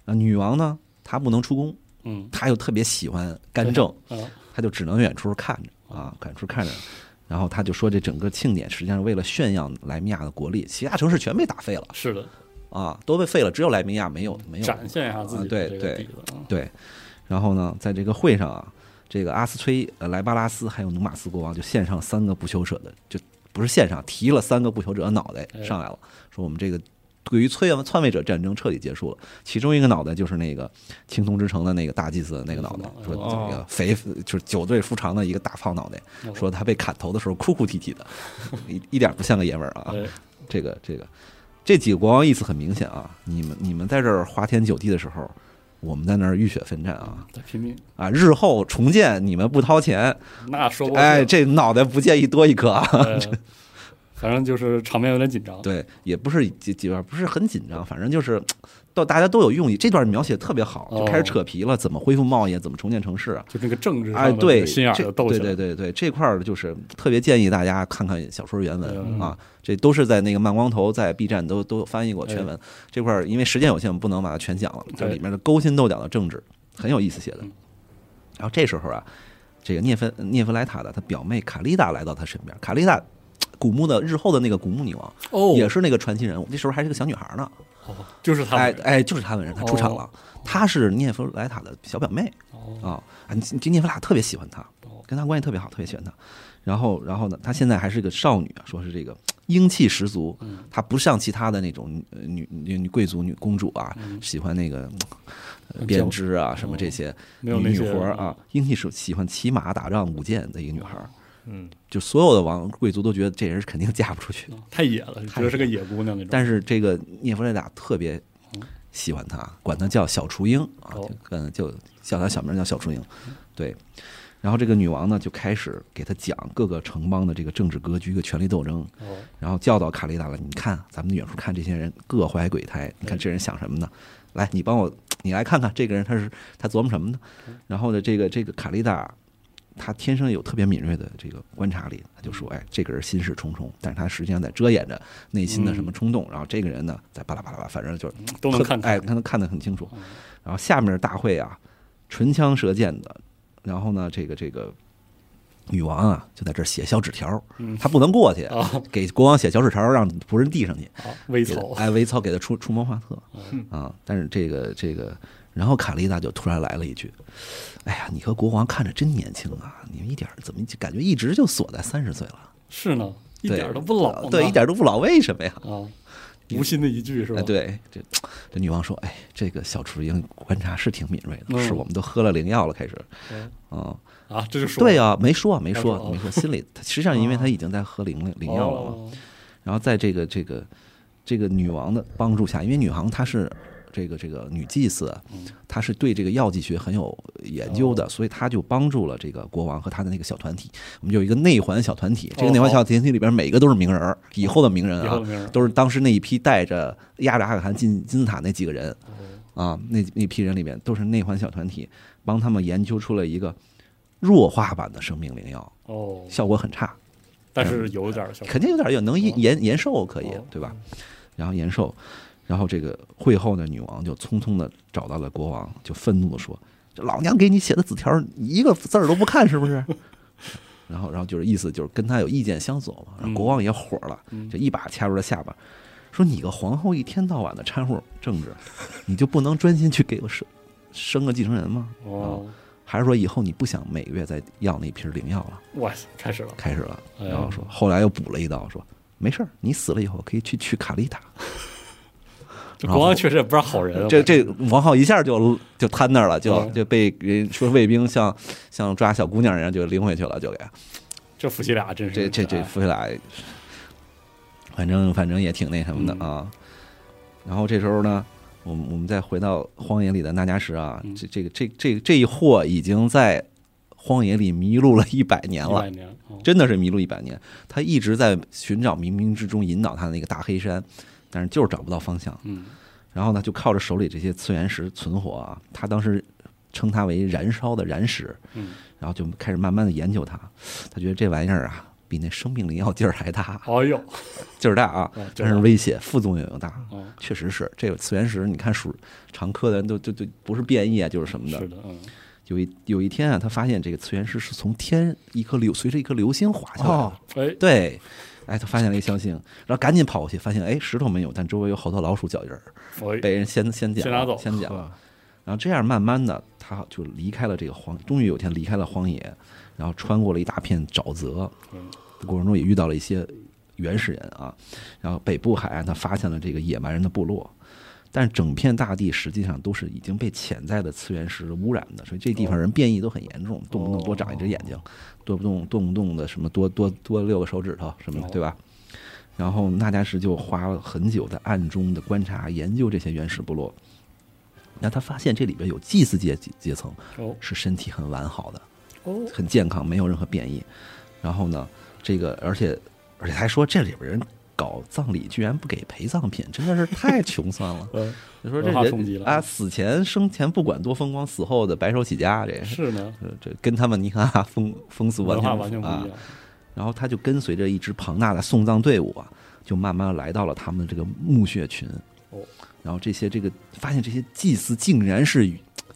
C: 啊，女王呢，她不能出宫，
A: 嗯
C: 她又特别喜欢干政，
A: 啊，
C: 他就只能远处看着啊，远处看着。然后他就说，这整个庆典实际上是为了炫耀莱米亚的国力，其他城市全被打废了
A: 是的，
C: 啊，都被废了，只有莱米亚没有没有。
A: 展现一下自己的
C: 哎啊对
A: 这个
C: 对
A: 底子啊，
C: 对，然后呢，在这个会上啊，这个阿斯崔、呃莱巴拉斯还有努马斯国王就献上三个不朽者的，就不是献上，提了三个不朽者的脑袋
A: 哎
C: 上来了，说我们这个对于篡篡位者战争彻底结束了。其中一个脑袋就是那个青铜之城的那个大祭司的那个脑袋，说
D: 哦
C: 这个肥就是九对夫长的一个大胖脑袋，
A: 哦
C: 说他被砍头的时候哭哭啼啼的， 一一点不像个爷们儿 啊。
A: 哎，
C: 这个这个这几个国王意思很明显啊，你们你们在这儿花天酒地的时候，我们在那儿浴血奋战啊
A: 在拼命，
C: 啊！日后重建你们不掏钱，
A: 那说不
C: 哎，
A: 定
C: 这脑袋不介意多一颗啊。
A: 呃反正就是场面有点紧张，
C: 对，也不是几几段不是很紧张，反正就是到大家都有用意。这段描写特别好，就开始扯皮了，怎么恢复贸易，怎么重建城市啊？
A: 就那个政治上
C: 哎，
A: 的那
C: 对，
A: 个心眼儿
C: 这
A: 就斗起
C: 对
A: 来
C: 对
A: 了，
C: 对对，这块儿就是特别建议大家看看小说原文
A: 嗯
C: 啊，这都是在那个慢光头在 B 站都都翻译
A: 哎
C: 过全文。这块儿因为时间有限，我们不能把它全讲了，这
A: 对
C: 里面的勾心斗角的政治很有意思写的
A: 哎嗯。
C: 然后这时候啊，这个涅芬涅芬莱塔的她表妹卡丽达来到她身边，卡丽达。古墓的日后的那个古墓女王、
A: 哦
C: 也是那个传奇人物，那时候还是个小女孩呢。
A: 哦就是他
C: 哎
A: 们
C: 哎，就是她本人，她出场了。她是涅夫莱塔的小表妹。
A: 哦
C: 啊，啊你这涅夫拉特别喜欢她
A: 哦，
C: 跟她关系特别好，特别喜欢她。然后，然后呢，她现在还是个少女啊，说是这个英气十足，
A: 嗯
C: 她不像其他的那种呃女女女贵族、女公主啊，
A: 嗯
C: 喜欢那个呃
A: 嗯
C: 编
A: 较
C: 织啊什么这
A: 哦
C: 些
A: 没
C: 女
A: 有那
C: 女
A: 些嗯
C: 活儿啊，英气是喜欢骑马、打仗、舞剑的一个女孩儿，
D: 嗯，
C: 就所有的王贵族都觉得这人是肯定嫁不出去，
A: 嗯，太野了，觉得是个野姑娘那种。
C: 但是这个涅弗雷达特别喜欢她，管她叫小雏鹰啊，
A: 哦
C: 就嗯就叫她小名叫小雏鹰，对。然后这个女王呢，就开始给她讲各个城邦的这个政治格局、一个权力斗争，
A: 哦，
C: 然后教导卡丽达了。你看，咱们远处看这些人各怀鬼胎，你看这人想什么呢？来，你帮我，你来看看这个人他是他琢磨什么呢？然后呢，这个这个卡丽达，他天生有特别敏锐的这个观察力，他就说，哎，这个人心事重重，但是他实际上在遮掩着内心的什么冲动。然后这个人呢，在巴拉巴拉巴拉，反正就是
A: 嗯都能
C: 特
A: 看出
C: 哎，
A: 来
C: 他能看得很清楚
A: 嗯。
C: 然后下面的大会啊，唇枪舌剑的，然后呢，这个这个女王啊，就在这儿写小纸条，
A: 嗯
C: 她不能过去，
A: 啊，
C: 给国王写小纸条，让仆人递上去。
A: 好微
C: 给他
A: 草，
C: 哎，微操给他出出谋划策
A: 嗯
C: 啊！但是这个这个，然后卡丽娜就突然来了一句：“哎呀，你和国王看着真年轻啊！你们一点儿怎么就感觉一直就锁在三十岁了？
A: 是呢，一
C: 对
A: 点都不老呢，
C: 对，一点儿都不老，为什么呀？
A: 啊，无心的一句是吧？
C: 哎，，对，这这女王说：哎，这个小雏鹰观察是挺敏锐的，
A: 嗯
C: 是我们都喝了灵药了，开始
A: 嗯
C: 啊，
A: 啊，这就说
C: 对啊，没说没
A: 他
C: 说
A: 说哦
C: 没说，心里他实际上因为他已经在喝灵灵药了嘛，
A: 哦
C: 然后在这个这个这个女王的帮助下，因为女王她是这个这个女祭司啊
A: 嗯，
C: 她是对这个药剂学很有研究
A: 哦
C: 的，所以她就帮助了这个国王和他的那个小团体。我们有一个内环小团体，这个
A: 哦
C: 内环
A: 好嗯
C: 小团体里边每个都是名人儿，以后的名人
A: 以
C: 啊
A: 后的，名人
C: 都是当时那一批带着压着阿卡汗进金字塔那几个人
A: 嗯
C: 啊，那那批人里面都是内环小团体帮他们研究出了一个弱化版的生命灵药，
A: 哦，
C: 效果很差。
A: 但是有点小
C: 肯定有点用，能延
A: 哦
C: 延延寿可以
A: 哦，
C: 对吧？然后延寿，然后这个会后呢，女王就匆匆的找到了国王，就愤怒的说：“这老娘给你写的纸条，你一个字儿都不看，是不是？” 然后，然后就是意思就是跟他有意见相左嘛。然后国王也火了，
A: 嗯
C: 就一把掐住了下巴，说：“你个皇后一天到晚的掺和政治，你就不能专心去给我生生个继承人吗？
A: 哦，
C: 还是说以后你不想每个月再要那瓶灵药了？”
A: 哇，开始了，
C: 开始了，
A: 哎
C: 然后说，后来又补了一刀，说没事儿，你死了以后可以去娶卡丽塔。
A: 这
C: 然
A: 国
C: 后
A: 王确实也不是好人啊，
C: 这这王浩一下就就瘫那儿了，就
A: 嗯
C: 就被人说卫兵像像抓小姑娘一样就拎回去了，就给
A: 这夫妻俩真
C: 这
A: 是啊
C: 这这夫妻俩，反正反正也挺那什么
A: 嗯
C: 的啊。然后这时候呢，我们我们再回到荒野里的那加什啊，
A: 嗯
C: 这这个这这这一货已经在荒野里迷路了一百年
A: 一
C: 了
A: 百。年，哦
C: 真的是迷路一百年。他一直在寻找冥冥之中引导他的那个大黑山，但是就是找不到方向。
A: 嗯
C: 然后呢，就靠着手里这些次元石存活啊，他当时称它为燃烧的燃石，
A: 嗯，
C: 然后就开始慢慢的研究它。他觉得这玩意儿啊，比那生命灵药劲儿还大，
A: 哎呦，
C: 劲儿大啊
A: 哦，劲
C: 真
A: 儿大
C: 是威胁，副作用又大。
A: 哦，
C: 确实是这个次元石，你看属常科的人都就就不是变异啊，就是什么的
A: 是。的，嗯，
C: 有一有一天啊，他发现这个次元石是从天一颗流随着一颗流星滑下来的。
B: 哦，
A: 哎，
C: 对，哎，他发现了一个星星，然后赶紧跑过去，发现哎石头没有，但周围有好多老鼠脚印儿，
A: 我
C: 被人先先捡
A: 先
C: 了
A: 拿走
C: 先捡了。
D: 呵
C: 然后这样慢慢的，他就离开了这个荒，终于有一天离开了荒野，然后穿过了一大片沼泽，
A: 嗯
C: 过程中也遇到了一些原始人啊，然后北部海岸他发现了这个野蛮人的部落。但整片大地实际上都是已经被潜在的次元石污染的，所以这地方人变异都很严重，动不动多长一只眼睛，动不动动不动的什么多多多六个手指头什么的，
A: 哦
C: 对吧？然后那加什就花了很久在暗中的观察研究这些原始部落，那他发现这里边有祭祀阶阶层
A: 哦
C: 是身体很完好的，
A: 哦，。
C: 很健康，没有任何变异。然后呢，这个而且而且还说这里边人搞葬礼居然不给陪葬品，真的是太穷酸了
A: 呃，
C: 就 说这
A: 文化冲击
C: 人
A: 了
C: 啊，死前生前不管多风光，死后的白手起家，这
A: 是呢，
C: 呃这跟他们你看啊风风俗
A: 文
C: 完
A: 化完
C: 全
A: 全不
C: 啊
A: 一。样，
C: 然后他就跟随着一支庞大的送葬队伍啊，就慢慢来到了他们的这个墓穴群。
A: 哦，
C: 然后这些这个发现这些祭司竟然是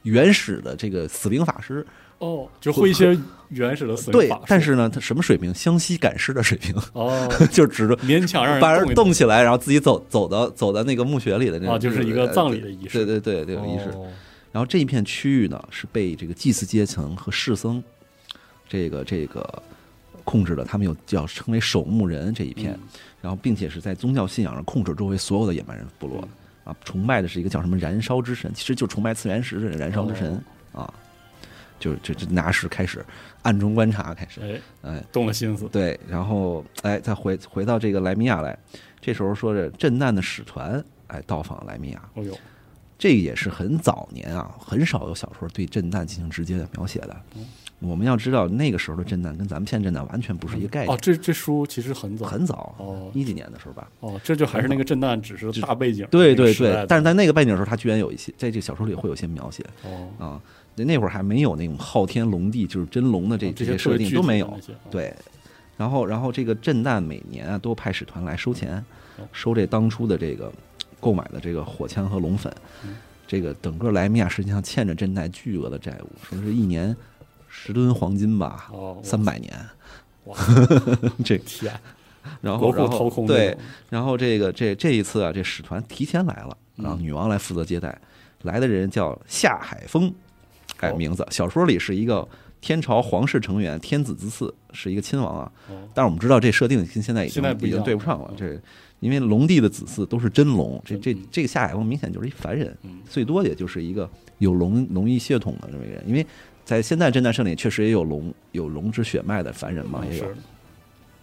C: 原始的这个死灵法师，
A: 哦，就会一些原始的死
C: 对
A: 法术，
C: 但是呢，他什么水平？湘西赶尸的水平，
A: 哦，
C: 就指着
A: 勉强 让人
C: 把人
A: 一
C: 动起来，然后自己走走到走到那个墓穴里的那种，呃
A: 啊，就是一个葬礼的仪
C: 对
A: 式，
C: 对对对，有仪式。
D: 哦
C: 然后这一片区域呢，是被这个祭祀阶层和士僧，这个这个控制了他们有叫称为守墓人这一片，然后并且是在宗教信仰上控制周围所有的野蛮人部落的啊，崇拜的是一个叫什么燃烧之神，其实就崇拜次元石的燃烧之神、啊，就就就拿石开始暗中观察开始，
A: 哎，
C: 哎，
A: 动了心思，
C: 对，然后哎，再回回到这个莱米亚来，这时候说着震难的使团哎到访莱米亚，
A: 哦呦，
C: 这也是很早年啊，很少有小说对震旦进行直接的描写的。我们要知道，那个时候的震旦跟咱们现在震旦完全不是一个概
A: 哦，
C: 念，
A: 这这书其实很早，
C: 很早，
A: 哦
C: 一几年的时候吧。
A: 哦，这就还是那个震旦，只是大背景，
C: 对
A: 那个
C: 对
A: 时代
C: 对
A: 的，
C: 但是在那个背景的时候，他居然有一些在这个小说里会有一些描写
A: 哦，
C: 啊。那那会儿还没有那种昊天龙帝，就是真龙的这
A: 哦这
C: 些
A: 些
C: 设定都没有，
A: 特别具体的那些
C: 对，然后然后这个震旦每年啊都派使团来收钱
A: 哦，
C: 收这当初的这个购买的这个火枪和龙粉
A: 嗯。
C: 这个整个莱米亚实际上欠着震旦巨额的债务，说是一年十吨黄金吧，
A: 哦，
C: 三百年。
A: 哇，
C: 这个
A: 天，
C: 然
A: 国
C: 后
A: 库
C: 然
A: 啊掏
C: 后
A: 空
C: 对
A: 这，种，
C: 然后这个这这一次啊，这使团提前来了，
A: 嗯
C: 然后女王来负责接待，来的人叫夏海峰，改
A: 哦
C: 名字。小说里是一个天朝皇室成员，天子之嗣，是一个亲王啊。
A: 哦
C: 但是我们知道这设定跟现在已经
A: 现在不
C: 已
A: 一样
C: 经对不上了
A: 了，
C: 这因为龙帝的子嗣都是真龙，这这
A: 嗯
C: 这个夏海峰明显就是一凡人，
A: 嗯
C: 最多也就是一个有龙龙裔血统的这么一个人，因为。在现在侦探社里，确实也有龙有龙之血脉的凡人嘛，也有
A: 嗯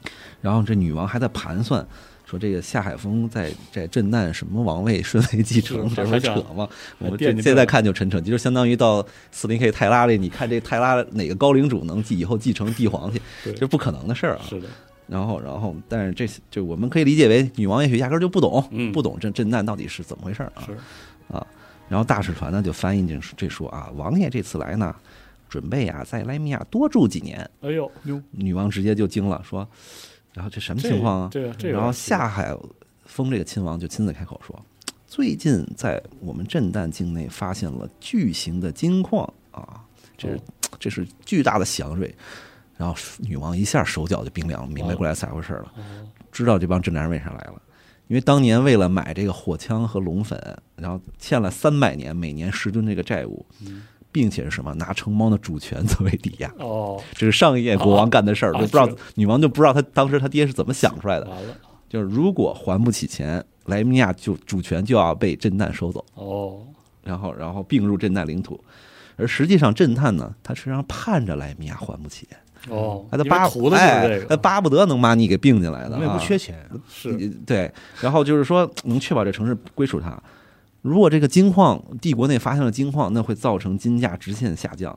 A: 是。
C: 然后这女王还在盘算，说这个夏海峰在在震旦什么王位顺位继 承，
A: 是
C: 这不
A: 还
C: 扯
A: 想
C: 吗？我们
A: 惦
C: 这
A: 记这
C: 现在看就沉沉，就是相当于到四零 K 泰拉这，你看这泰拉哪个高领主能继以后继承帝皇去？
A: 对
C: 这不可能的事儿啊！
A: 是的，
C: 然后，然后，但是这就我们可以理解为女王也许压根儿就不懂，
A: 嗯
C: 不懂这震旦到底是怎么回事儿啊
A: 是
C: 啊！然后大使团呢就翻译这这书啊，王爷这次来呢，准备啊在莱米亚多住几年。
A: 哎呦，
C: 女王直接就惊了，说：“然后这什么
A: 这
C: 情况啊？”
A: 这个这个
C: 然后
A: 是
C: 夏海峰这个亲王就亲自开口说：“最近在我们震旦境内发现了巨型的金矿啊，这是
A: 哦
C: 这是巨大的祥瑞。”然后女王一下手脚就冰凉了，明白过来咋回事了，
A: 哦
C: 知道这帮震旦人为啥来了。因为当年为了买这个火枪和龙粉，然后欠了三百年，每年十吨这个债务，
A: 嗯
C: 并且是什么拿城邦的主权作为抵押，
A: 哦，
C: 这是上一届国王干的事
A: 啊
C: 儿，都不知道
A: 是
C: 女王就不知道他当时他爹是怎么想出来的。
A: 完了，
C: 就是如果还不起钱，莱米亚就主权就要被震旦收走，
A: 哦，
C: 然后然后并入震旦领土。而实际上，震旦呢，他实际上盼着莱米亚还不起，
A: 哦，
C: 他他
A: 因为
C: 巴
A: 图的
C: 哎
A: 就是这
C: 他
A: 个，
C: 巴不得能把你给并进来
D: 我
C: 的
D: 们也
C: 啊
D: 不缺钱，
A: 是
C: 对，然后就是说能确保这城市归属他。如果这个金矿帝国内发现了金矿，那会造成金价直线下降，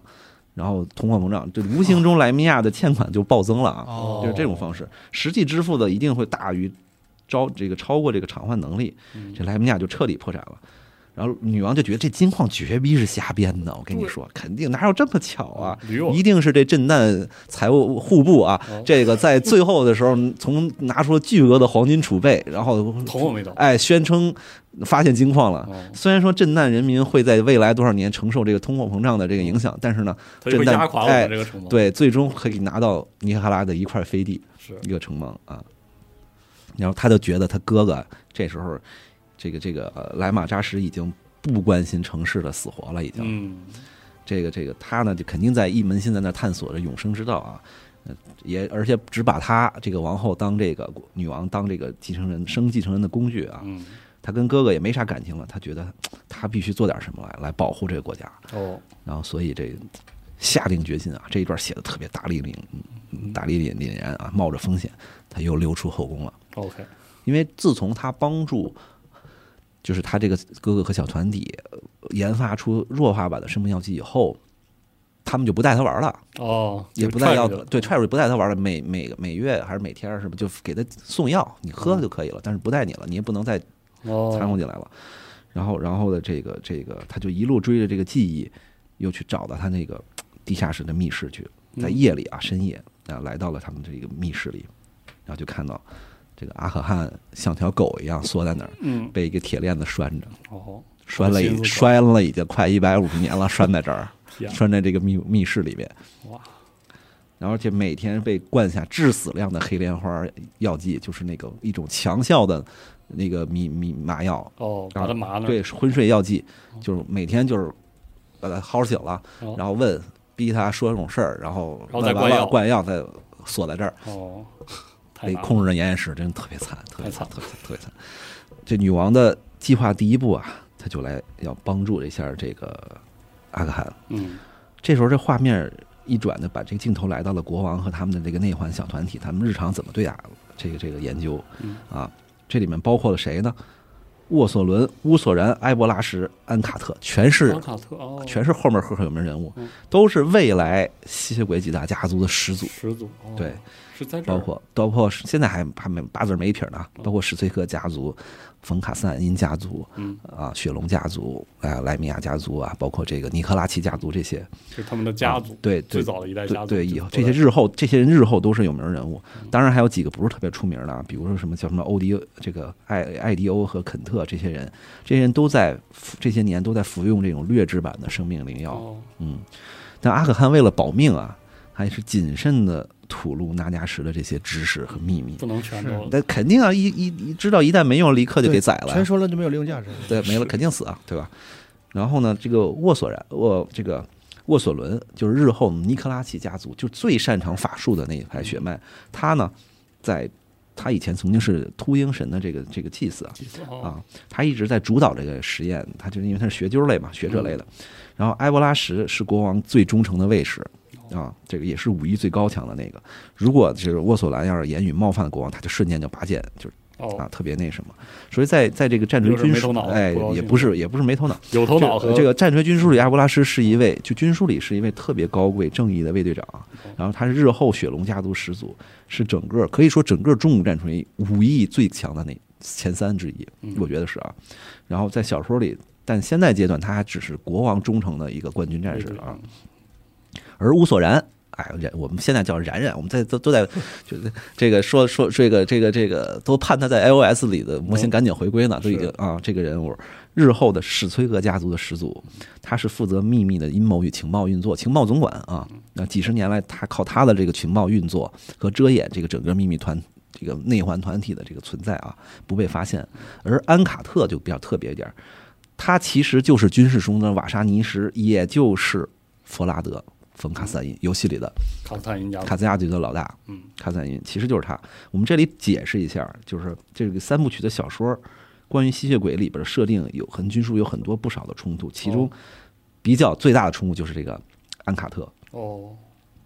C: 然后通货膨胀，这无形中莱米亚的欠款就暴增了啊。
D: 哦
C: 就是这种方式，实际支付的一定会大于招这个超过这个偿还能力，
A: 嗯
C: 这莱米亚就彻底破产了。然后女王就觉得这金矿绝逼是瞎编的，我跟你
A: 对
C: 说，肯定哪有这么巧啊
A: 嗯驴我！
C: 一定是这震旦财务户部啊
A: 哦，
C: 这个在最后的时候从拿出了巨额的黄金储备，然后
A: 捅我没捅，
C: 哎宣称发现金矿了。
A: 哦，
C: 虽然说震旦人民会在未来多少年承受这个通货膨胀的这个影响，但是呢，
A: 他就会
C: 震旦
A: 压垮我
C: 哎
A: 们这个城邦，，
C: 对，最终可以拿到尼赫拉的一块飞地。
A: 是
C: 一个城邦啊。然后他就觉得他哥哥这时候，这个这个呃莱马扎什已经不关心城市的死活了，已经。
A: 嗯，
C: 这个这个他呢，就肯定在一门心在那探索着永生之道啊。呃也而且只把他这个王后当这个女王当这个继承人生继承人的工具啊，
A: 嗯，
C: 他跟哥哥也没啥感情了，他觉得他必须做点什么来来保护这个国家，
A: 哦，
C: 然后所以这下定决心啊，这一段写的特别大义凛嗯大义凛凛然啊，冒着风险，他又溜出后宫了。
A: OK，
C: 因为自从他帮助，就是他这个哥哥和小团体呃研发出弱化版的生命药剂以后，他们就不带他玩了，
A: 哦，
C: 也
A: 就
C: 不再
A: 踹
C: 要
A: 出去了
C: 对踹出去不带他玩了，每每每月还是每天儿什么就给他送药，你喝就可以了，但是不带你了，你也不能再掺和
A: 哦，
C: 进来了。然后，然后的这个这个，他就一路追着这个记忆，又去找到他那个地下室的密室去，在
A: 嗯
C: 夜里啊，深夜啊，来到了他们这个密室里，然后就看到这个阿可汗像条狗一样缩在那儿，
A: 嗯，
C: 被一个铁链子拴着，
A: 哦，
C: 拴了
A: 心
C: 已
A: 思
C: 拴了已经快一百五十年了，拴在这儿，
A: 天，
C: 拴在这个密密室里边，
A: 哇，
C: 然后而且每天被灌下致死量的黑莲花药剂，就是那个一种强效的那个迷迷麻药，
A: 哦，把他麻那儿，
C: 对，昏睡药剂，就是每天就是把他薅醒了
A: 哦，
C: 然后问，逼他说这种事儿，然后
A: 然后
C: 问
A: 再
C: 完
A: 灌
C: 了
A: 药
C: 灌药，再锁在这儿，
A: 哦，太
C: 被
A: 难了
C: 控制的严严实，真的特别惨，特别
A: 太惨
C: 特别惨，特别惨。这女王的计划第一步啊，她就来要帮助一下这个阿克汗。
A: 嗯
C: 这时候这画面一转呢，把这个镜头来到了国王和他们的这个内环小团体，他们日常怎么对啊这个这个研究
A: 嗯
C: 啊，这里面包括了谁呢？沃索伦、乌索然、埃博拉什、安卡特，全是
A: 马卡特哦，
C: 全是后面赫赫有名人物
A: 嗯，
C: 都是未来吸血鬼几大家族的始祖。
A: 十组，哦
C: 对，
A: 是在这
C: 包
A: 儿，
C: 括包括现在还还没八字没一撇呢，包括史崔克家族、冯卡散因家族
A: 嗯，
C: 啊、雪龙家族啊、莱米亚家族啊，包括这个尼克拉奇家族这些
A: 是他们的家族，
C: 对
A: 最
C: 对
A: 早的一代家族，
C: 对对，以
A: 就
C: 后
A: 都
C: 这些
A: 在
C: 日后这些人日后都是有名人物，当然还有几个不是特别出名的啊，比如说什么叫什么欧迪这个艾艾迪欧和肯特这些人，这些人都在服这些年都在服用这种劣质版的生命灵药，
A: 哦，
C: 嗯，但阿可汗为了保命啊，还是谨慎的吐露纳加什的这些知识和秘密。
A: 不能全都
C: 那肯定啊，一一一知道一旦没用，立刻就给宰了啊
B: 全，说了就没有利用价值。
C: 对，没了肯定死啊，对吧？然后呢，这个沃索然沃这个沃索伦就是日后尼克拉奇家族就最擅长法术的那一派血脉，他呢，在他以前曾经是秃鹰神的这个这个祭司啊，
A: 几次哦
C: 啊，他一直在主导这个实验，他就是因为他是学究类嘛，学者类的。然后埃博拉什是国王最忠诚的卫士啊，这个也是武艺最高强的那个。如果就是沃索兰要是言语冒犯国王，他就瞬间就拔剑，就是啊，
A: 哦，
C: 特别那什么。所以在在这个战锤
A: 就是
C: 军
A: 没头
C: 书，
A: 脑
C: 哎
A: 国王，
C: 也
A: 那
C: 不
A: 种
C: 是也不是没头脑，
A: 有头脑和
C: 这个战锤军书里，埃博拉什是一位，就军书里是一位特别高贵正义的卫队长，啊
A: 哦
C: 然后他是日后雪龙家族始祖，是整个可以说整个中古战锤武艺最强的那前三之一
A: 嗯，
C: 我觉得是啊。然后在小说里，但现在阶段他还只是国王忠诚的一个冠军战士
A: 对对嗯
C: 啊，而乌索然。哎，冉，我们现在叫冉冉，我们在都都在，就是这个说说这个这个这个，都盼他在 iOS 里的模型赶紧回归呢，都已经啊，这个人物日后的史崔格家族的始祖，他是负责秘密的阴谋与情报运作，情报总管啊。那几十年来，他靠他的这个情报运作和遮掩这个整个秘密团这个内环团体的这个存在啊，不被发现。而安卡特就比较特别一点儿，他其实就是军事中的瓦沙尼什，也就是弗拉德。冯卡萨因游戏里的
A: 卡斯坦因家族
C: 卡，兹亚族的老大，
A: 嗯，
C: 卡赞因其实就是他。我们这里解释一下，就是这个三部曲的小说，关于吸血鬼里边的设定有和军书有很多不少的冲突，其
A: 哦
C: 中比较最大的冲突就是这个安卡特
A: 哦，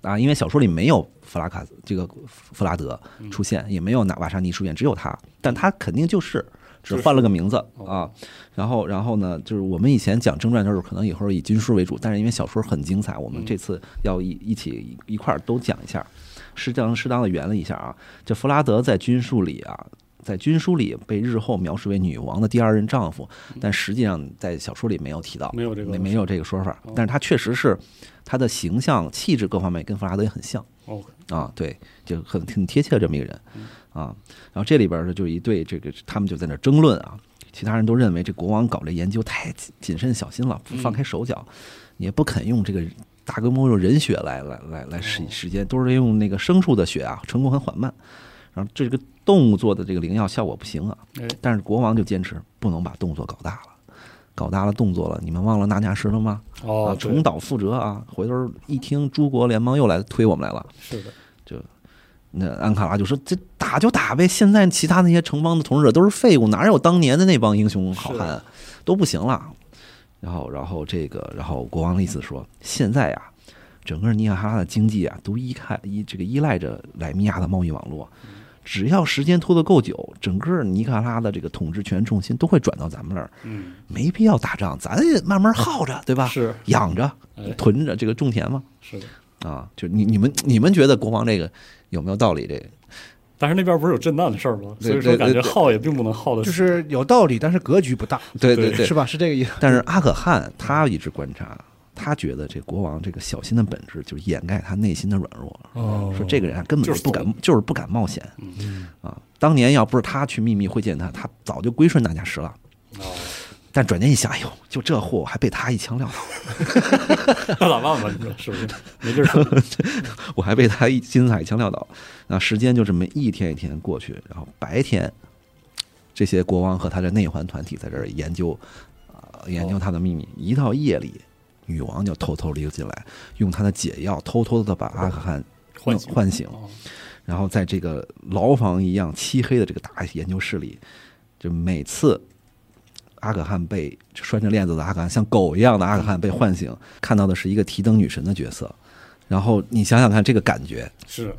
C: 啊，因为小说里没有弗拉卡这个弗拉德出现，也没有纳瓦沙尼出现，只有他，但他肯定就是。只换了个名字
A: 哦
C: 啊，然后，然后呢，就是我们以前讲正传的时候，可能以后以军书为主，但是因为小说很精彩，我们
A: 嗯
C: 这次要一一起一一块儿都讲一下，适当适当的圆了一下啊。这弗拉德在军书里啊，在军书里被日后描述为女王的第二任丈夫，但实际上在小说里没有提到，
A: 没有这个
C: 啊没没有这个说法
A: 哦，
C: 但是他确实是他的形象、气质各方面跟弗拉德也很像。
A: 哦，
C: 啊，对，就很挺贴切的这么一个人
A: 嗯
C: 啊。然后这里边儿呢，就一对这个，他们就在那儿争论啊。其他人都认为这国王搞这研究太谨谨慎小心了，不放开
A: 嗯
C: 手脚，也不肯用这个大规模用人血来来来来实
A: 哦
C: 实践，都是用那个牲畜的血啊，成功很缓慢。然后这个动物做的这个灵药效果不行啊，
A: 哎，
C: 但是国王就坚持不能把动作搞大了，搞大了动作了，你们忘了纳迦什了吗？啊，
A: 哦，对
C: 重蹈覆辙啊！回头一听诸国联邦又来推我们来了。
A: 是的，
C: 那安卡拉就说：“这打就打呗，现在其他那些城邦的统治者都是废物，哪有当年的那帮英雄好汉，啊都不行了。”然后，然后这个，然后国王的意思说：“现在啊，整个尼亚哈拉的经济啊，都依靠依这个依赖着莱米亚的贸易网络。
A: 嗯
C: 只要时间拖得够久，整个尼卡拉的这个统治权重心都会转到咱们那儿，
A: 嗯，
C: 没必要打仗，咱也慢慢耗着，对吧？
A: 是
C: 养着
A: 哎、
C: 囤着，这个种田嘛。
A: 是的，
C: 啊，就你你们你们觉得国王这个有没有道理？这个
A: 但是那边不是有震荡的事儿吗？所
C: 对
A: 以说
C: 对
A: 感觉
C: 对对
A: 耗也并不能耗的，
B: 就是有道理，但是格局不大，
C: 对
A: 对
C: 对
B: 是，吧？是这个意思。
C: 但是阿可汗他一直观察，他觉得这国王这个小心的本质就是掩盖他内心的软弱，
D: 哦，
C: 说这个人啊根本
A: 就
C: 就是不敢，就是不敢冒险
A: 嗯，
C: 啊。当年要不是他去秘密会见他，他早就归顺大家什了。
A: 哦，
C: 但转念一想，哎呦，就这货还被他一枪撂倒，
A: 那咋办吧？你说是不是？没地儿说，
C: 我还被他一金字塔一枪撂倒。啊，时间就这么一天一天过去，然后白天，这些国王和他的内环团体在这儿研究，啊，研
A: 哦
C: 究他的秘密。一到夜里，女王就偷偷溜进来，用她的解药偷偷的把阿可汗
A: 唤醒
C: 唤醒
A: 哦
C: 然后在这个牢房一样漆黑的这个大研究室里，就每次阿可汗被拴着链子的阿可汗，像狗一样的阿可汗被唤醒，看到的是一个提灯女神的角色。然后你想想看，这个感觉
A: 是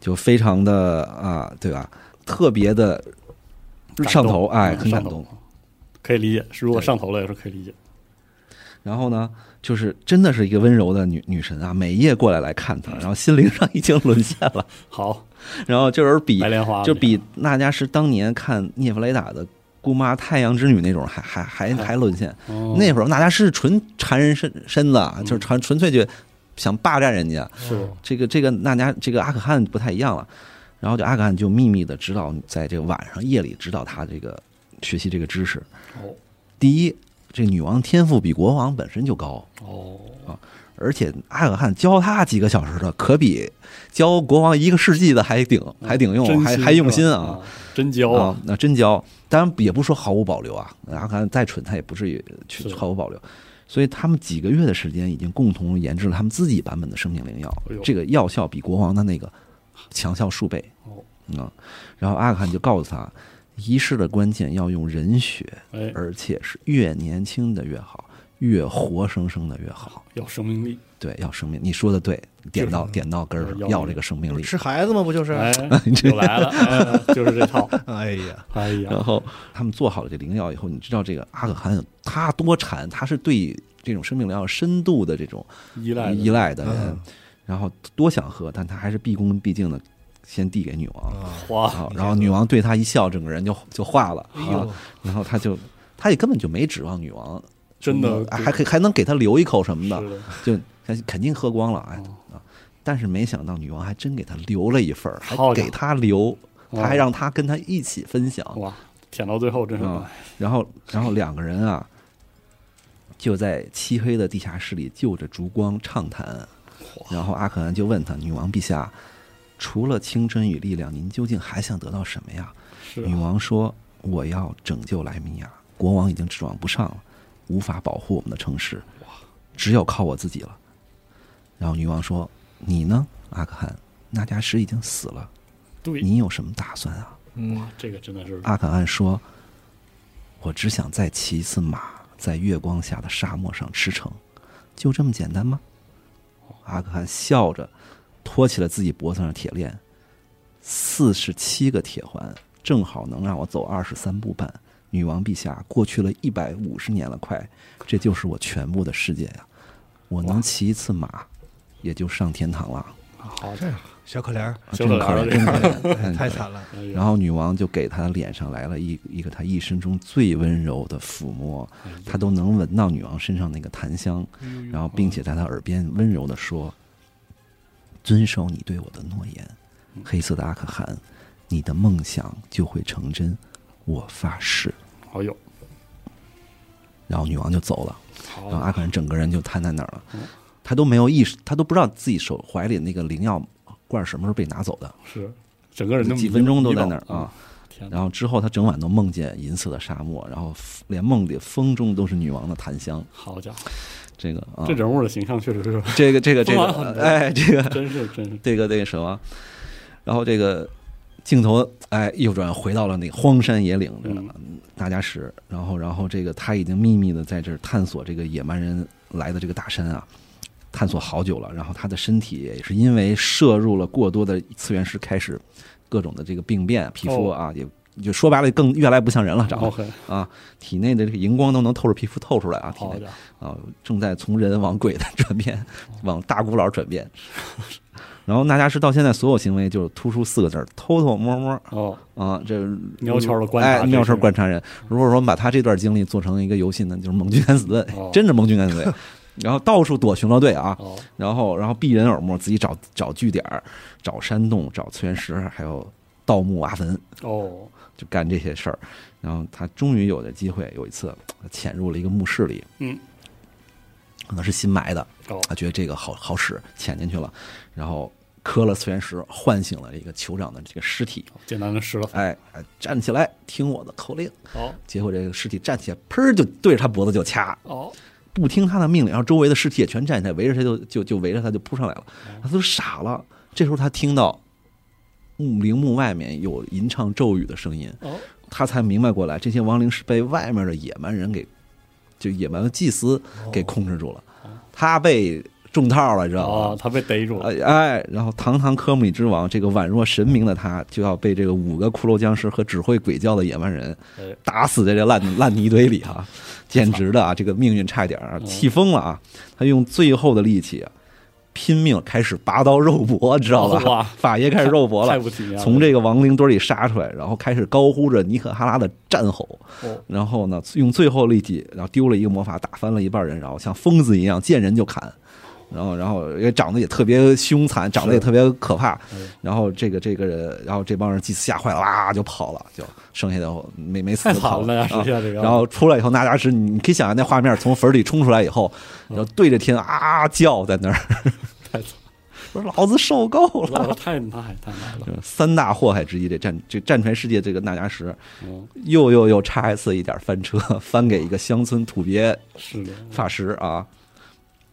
C: 就非常的啊，对吧？特别的
A: 感
C: 上
A: 动
C: 头，哎，
A: 嗯
C: 很感
A: 上
C: 动。
A: 头可以理解。是如果
C: 对
A: 上头了也是可以理解。
C: 然后呢，就是真的是一个温柔的女女神啊，每夜过来来看他，然后心灵上已经沦陷了。
A: 好，
C: 然后就是比
A: 白莲花
C: 就比那加什当年看涅弗雷达的姑妈太阳之女那种还还还
A: 还
C: 还沦陷。
A: 那
C: 那会儿那加什是纯缠人身身子
A: 嗯
C: 啊，就是纯纯粹就想霸占人家。
A: 是
C: 这个这个那加这个阿可汗不太一样了，然后就阿可汗就秘密的指导，在这个晚上夜里指导他这个学习这个知识。
A: 哦
C: 第一，这女王天赋比国王本身就高。
A: 哦
C: 而且阿可汗教他几个小时的，可比教国王一个世纪的还顶还顶用，
A: 真
C: 还
A: 心
C: 还用
A: 是
C: 心
A: 吧哦
C: 啊！，
A: 真教
C: 啊
A: 啊，，
C: 那真教，当然也不说毫无保留啊。阿甘再蠢，他也不至于去
A: 是
C: 毫无保留。所以他们几个月的时间，已经共同研制了他们自己版本的生命灵药
A: 哎呦，
C: 这个药效比国王的 那个强效数倍
A: 哦
C: 啊。然后阿克汗就告诉他，仪式的关键要用人血，
A: 哎，
C: 而且是越年轻的越好，越活生生的越好。
A: 有生命力，
C: 对，要生命，你说的对，点到点到根儿上，
A: 要
C: 要
A: 命
C: 这个生命力。
B: 吃孩子嘛，不就是？
A: 哎，又来了，哎就是这套。
B: 哎呀，
A: 哎
C: 然
A: 呀，
C: 后他们做好了这灵药以后，你知道这个阿可汗他多馋，他是对这种生命灵药深度的这种
A: 依赖的
C: 依赖的人
B: 嗯，
C: 然后多想喝，但他还是毕恭毕敬的先递给女王。
B: 啊，
A: 花，
C: 好，然后女王对他一笑，整个人就就化了
B: 哎
C: 啊
B: 呦。，
C: 然后他就他也根本就没指望女王
A: 真的
C: 嗯还可以还能给他留一口什么的，
A: 是的，哦
C: 就肯肯定喝光了，哎啊！但是没想到女王还真给他留了一份儿，还
A: 好家伙
C: 给他留，
A: 哦
C: 他还让他跟他一起分享。
A: 哇，舔到最后真是哎
C: 嗯然后，然后两个人啊，就在漆黑的地下室里就着烛光畅谈。然后阿可汗就问他：“女王陛下，除了青春与力量，您究竟还想得到什么呀？”
A: 是
C: 女王说：“我要拯救莱米亚，国王已经指望不上了，无法保护我们的城市，只有靠我自己了。”然后女王说：“你呢，阿可汗？那加什已经死了，
A: 对，
C: 你有什么打算啊
D: 嗯，
A: 这个真的是？”
C: 阿可汗说：“我只想再骑一次马，在月光下的沙漠上驰骋，就这么简单吗？”阿可汗笑着托起了自己脖子上的铁链，四十七个铁环，正好能让我走二十三步半。女王陛下，过去了一百五十年了，快，这就是我全部的世界呀、我能骑一次马，也就上天堂了。
A: 好的，
B: 这小可怜儿，
C: 啊
A: 行
C: 真可
A: 了来
C: 怜，
A: 了
C: 真可
A: 这
C: 怜，嗯真可
B: 太
C: 怜
B: 惨了，
A: 哎呀
C: 然后女王就给他脸上来了一一个他一生中最温柔的抚摸，他都能闻到女王身上那个檀香，然后并且在他耳边温柔地说：“遵守你对我的诺言，黑色的阿可汗，你的梦想就会成真，我发誓。
A: 好有，”
C: 然后女王就走了，然后
A: 好
C: 阿可汗整个人就瘫在那儿了
A: 哦嗯，
C: 他都没有意识，他都不知道自己手怀里那个灵药罐什么时候被拿走的，
A: 是整个人都
C: 几分钟都在
A: 迷嗯
C: 那
A: 惘
C: 儿啊。。
A: 天哪，
C: 然后之后，他整晚都梦见银色的沙漠，然后连梦里风中都是女王的檀香。
A: 好家伙，
C: 这个啊
A: 这，人物的形象确实是，
C: 这个这个这
A: 丰满很
C: 个，
A: 多
C: 哎，这个
A: 真是真是，
C: 这个那个什么，然后这个镜头哎右转回到了那个荒山野岭这个
A: 嗯
C: 大家什，然后然后这个他已经秘密的在这儿探索这个野蛮人来的这个大山啊，探索好久了，然后他的身体也是因为摄入了过多的次元石，开始各种的这个病变，皮肤啊也。就说白了，更越来越不像人了，长
A: 然后
C: 得
A: 很
C: 啊，体内的这个荧光都能透着皮肤透出来啊，体
A: 好
C: 内
A: 家伙，
C: 啊正在从人往鬼的转变，往大古老转变。 然后那加什到现在所有行为就突出四个字儿：偷偷摸摸
A: 哦，
C: 啊，这
A: 鸟悄的观察
C: 哎，
A: 这
C: 妙圈
A: 是
C: 观察人。如果说我们把他这段经历做成一个游戏呢，就是盟军敢死队，
A: 哦
C: 真是盟军 敢死队。然后到处躲巡逻队啊，
A: 哦，
C: 然后然后避人耳目，自己找找据点儿，找山洞，找次元石，还有盗墓挖坟。
A: 哦，
C: 就干这些事儿。然后他终于有了机会，有一次呃潜入了一个墓室里，
A: 嗯，
C: 可能是新埋的，
A: 哦，
C: 他觉得这个好好使，潜进去了，然后磕了次元石，唤醒了这个酋长的这个尸体，
A: 简单的吃了，
C: 哎，哎站起来，听我的口令。
A: 哦
C: 结果这个尸体站起来，砰儿就对着他脖子就掐，
A: 哦，
C: 不听他的命令，然后周围的尸体也全站起来，围着他就就就围着他就扑上来了，他都傻了。这时候他听到木陵墓外面有吟唱咒语的声音，
A: 哦，
C: 他才明白过来，这些亡灵是被外面的野蛮人给，就野蛮的祭司给控制住了，他被中套了，知道吧？
A: 哦，他被逮住了，
C: 哎哎，然后堂堂科姆里之王，这个宛若神明的他，就要被这个五个骷髅僵尸和只会鬼叫的野蛮人
A: 哎
C: 打死在这烂烂泥堆里啊！简直的啊，这个命运差点儿啊
A: 嗯
C: 气疯了啊！他用最后的力气啊，拼命开始拔刀肉搏，知道吧？
A: 哇，
C: 法爷开始肉搏
A: 太
C: 了，
A: 不体面了，
C: 从这个亡灵堆里杀出来，然后开始高呼着尼可哈拉的战吼，
A: 哦
C: 然后呢，用最后力气，然后丢了一个魔法，打翻了一半人，然后像疯子一样见人就砍，然后然后也长得也特别凶残，长得也特别可怕
A: 嗯，
C: 然后这个这个人，然后这帮人祭司吓坏了，哇就跑了，就剩下的没没死
A: 太
C: 就跑
A: 惨了呀，
C: 啊
A: 实现这个，
C: 然后出来以后，那家是你你可以想象那画面，从坟里冲出来以后，
A: 嗯
C: 然后对着天啊叫，在那儿，
A: 太惨
C: 我说老子受够了。
A: 哇太奶太奶了，
C: 三大祸害之一，这战这战船世界这个纳迦什，
A: 嗯，
C: 又又又差一次一点翻车，翻给一个乡村土鳖
A: 是的，
C: 法师啊。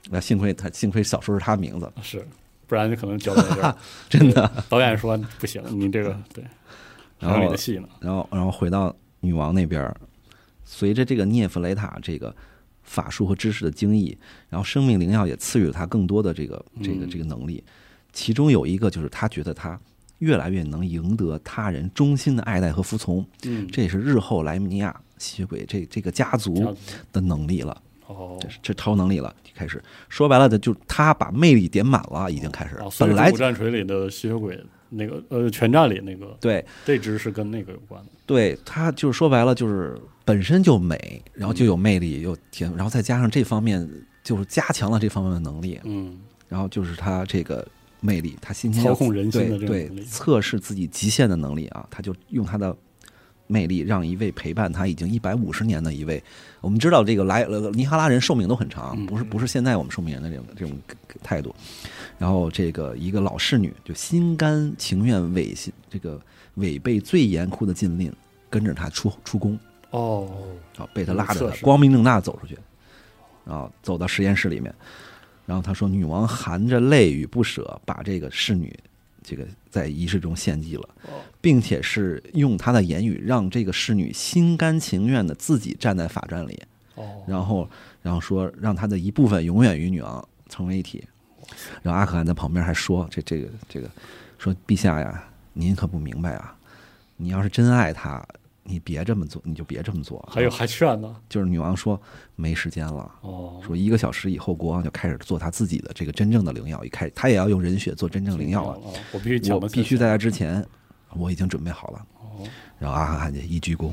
C: 那幸亏他，幸亏小说是他名字，
A: 是，不然就可能交代这 儿。
C: 真的。
A: 导演说不行，你 这个对，
C: 然
A: 还有你
C: 后
A: 的，戏呢，
C: 然后，然后回到女王那边儿，随着这个涅弗雷塔这个法术和知识的精益，然后生命灵药也赐予了他更多的这个这个
A: 嗯
C: 这个能力。其中有一个就是他觉得他越来越能赢得他人衷心的爱戴和服从，
A: 嗯，
C: 这也是日后莱米尼亚吸血鬼这这个家
A: 这样
C: 族
A: 子
C: 的能力了。
A: 哦
C: 这，是这超能力了，开始说白了的，就是他把魅力点满了，已经开始
A: 哦，。所以
C: 本来
A: 古战锤里的吸血鬼那个呃全战里那个
C: 对
A: 这只是跟那个有关的，
C: 对，他就是说白了就是本身就美，然后就有魅力，又甜，然后再加上这方面就是加强了这方面的能力，
A: 嗯，
C: 然后就是他这个魅力，他今天要
A: 操控人心的这种
C: 对
A: 能
C: 对
A: 力
C: 测试自己极限的能力啊，他就用他的。魅力让一位陪伴他已经一百五十年的一位，我们知道这个莱呃尼哈拉人寿命都很长，
A: 嗯
C: 不是不是现在我们寿命人的这种这种态度。然后这个一个老侍女就心甘情愿违信这个违背最严酷的禁令，跟着他出出宫，
A: 哦，
C: 啊，被他拉着
A: 测
C: 他
A: 试
C: 光明正大走出去，然后走到实验室里面，然后他说，女王含着泪与不舍，把这个侍女这个在仪式中献祭了，
A: 哦
C: 并且是用她的言语让这个侍女心甘情愿的自己站在法战里，
A: 哦，
C: 然后然后说让她的一部分永远与女王成为一体。然后阿可汗在旁边还说：“这这个这个，说陛下呀，您可不明白啊，你要是真爱她，你别这么做，你就别这么做。”
A: 还有还劝呢，
C: 就是女王说没时间了，
A: 哦，
C: 说一个小时以后，国王就开始做他自己的这个真正的灵药，一开他也要用人血做真正灵药了。
A: 哦，我必须讲
C: 我
A: 的
C: 必须在他之前，我已经准备好了。
A: 哦，
C: 然后阿汗汗就一鞠躬，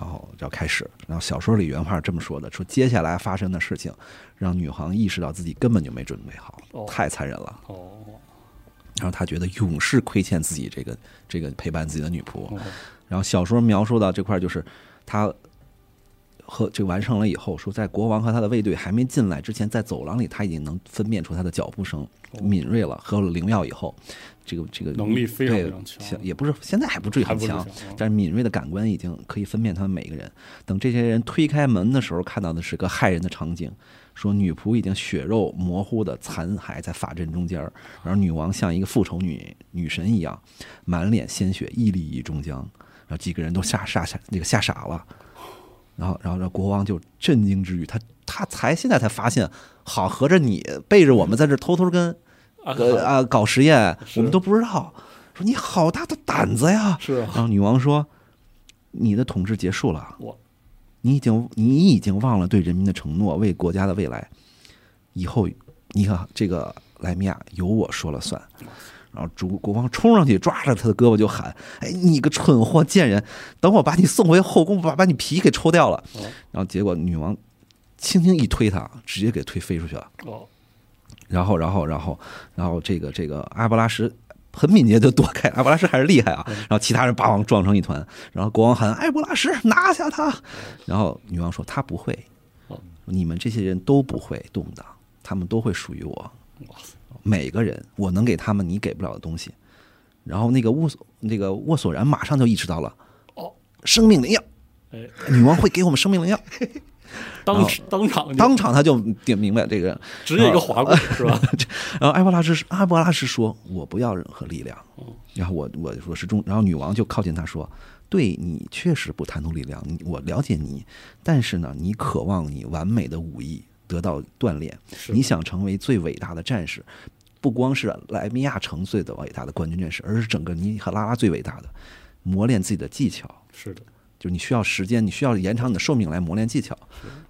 C: 然后要开始。然后小说里原话是这么说的：说接下来发生的事情，让女皇意识到自己根本就没准备好
A: 哦，
C: 太残忍了。
A: 哦，
C: 然后她觉得永世亏欠自己这个这个陪伴自己的女仆。
A: 哦
C: 然后小说描述到这块儿就是他和这个完成了以后，说在国王和他的卫队还没进来之前，在走廊里他已经能分辨出他的脚步声，敏锐了。喝了灵药以后，这个这个
A: 哦
C: 嗯
A: 能力非常
C: 对
A: 非常强
C: 像也不是现在还不至于
A: 还
C: 很
A: 不是
C: 强，
A: 想哦
C: 但是敏锐的感官已经可以分辨他们每个人。等这些人推开门的时候，看到的是个骇人的场景。说女仆已经血肉模糊的残骸在法阵中间儿，然后女王像一个复仇女女神一样，满脸鲜血，屹立于中央。然后几个人都吓吓吓那个吓傻了，然后然后让国王就震惊之余，他他才现在才发现，好合着你背着我们在这偷偷跟
A: 啊
C: 呃啊搞实验，
A: 是
C: 我们都不知道。说你好大的胆子 呀！
A: 是啊
C: 然后女王说：“你的统治结束了
A: 我，
C: 你已经你已经忘了对人民的承诺，为国家的未来。以后你看这个莱米亚由我说了算。”然后主国王冲上去抓着他的胳膊就喊：“哎，你个蠢货贱人，等我把你送回后宫，把把你皮给抽掉了。
A: 哦
C: 然后结果女王轻轻一推他，直接给推飞出去了。
A: 哦，
C: 然后，然后，然后，然后这个这个阿布拉什很敏捷就躲开，阿布拉什还是厉害啊。
A: 嗯
C: 然后其他人把王撞成一团，然后国王喊：“哎艾布拉什，拿下他！”然后女王说：“他不会
A: 哦，
C: 你们这些人都不会动荡，他们都会属于我。
A: 哇塞，
C: 每个人，我能给他们你给不了的东西。”然后那个沃索那个沃索然马上就意识到了，
A: 哦，
C: 生命灵药，
A: 哎，
C: 女王会给我们生命灵药。然
A: 当
C: 后
A: 当场就
C: 啊当场啊他就点明白这个。
A: 直接一个划过是 吧？
C: 然后艾伯拉斯阿伯拉斯说：“我不要任何力量。”然后我我我是中，然后女王就靠近他说：“对你确实不贪图力量，你我了解你，但是呢，你渴望你完美的武艺得到锻炼，
A: 是
C: 你想成为最伟大的战士，不光是莱米亚城最的伟大的冠军战士，而是整个尼赫拉拉最伟大的。磨练自己的技巧，
A: 是的，
C: 就是你需要时间，你需要延长你的寿命来磨练技巧。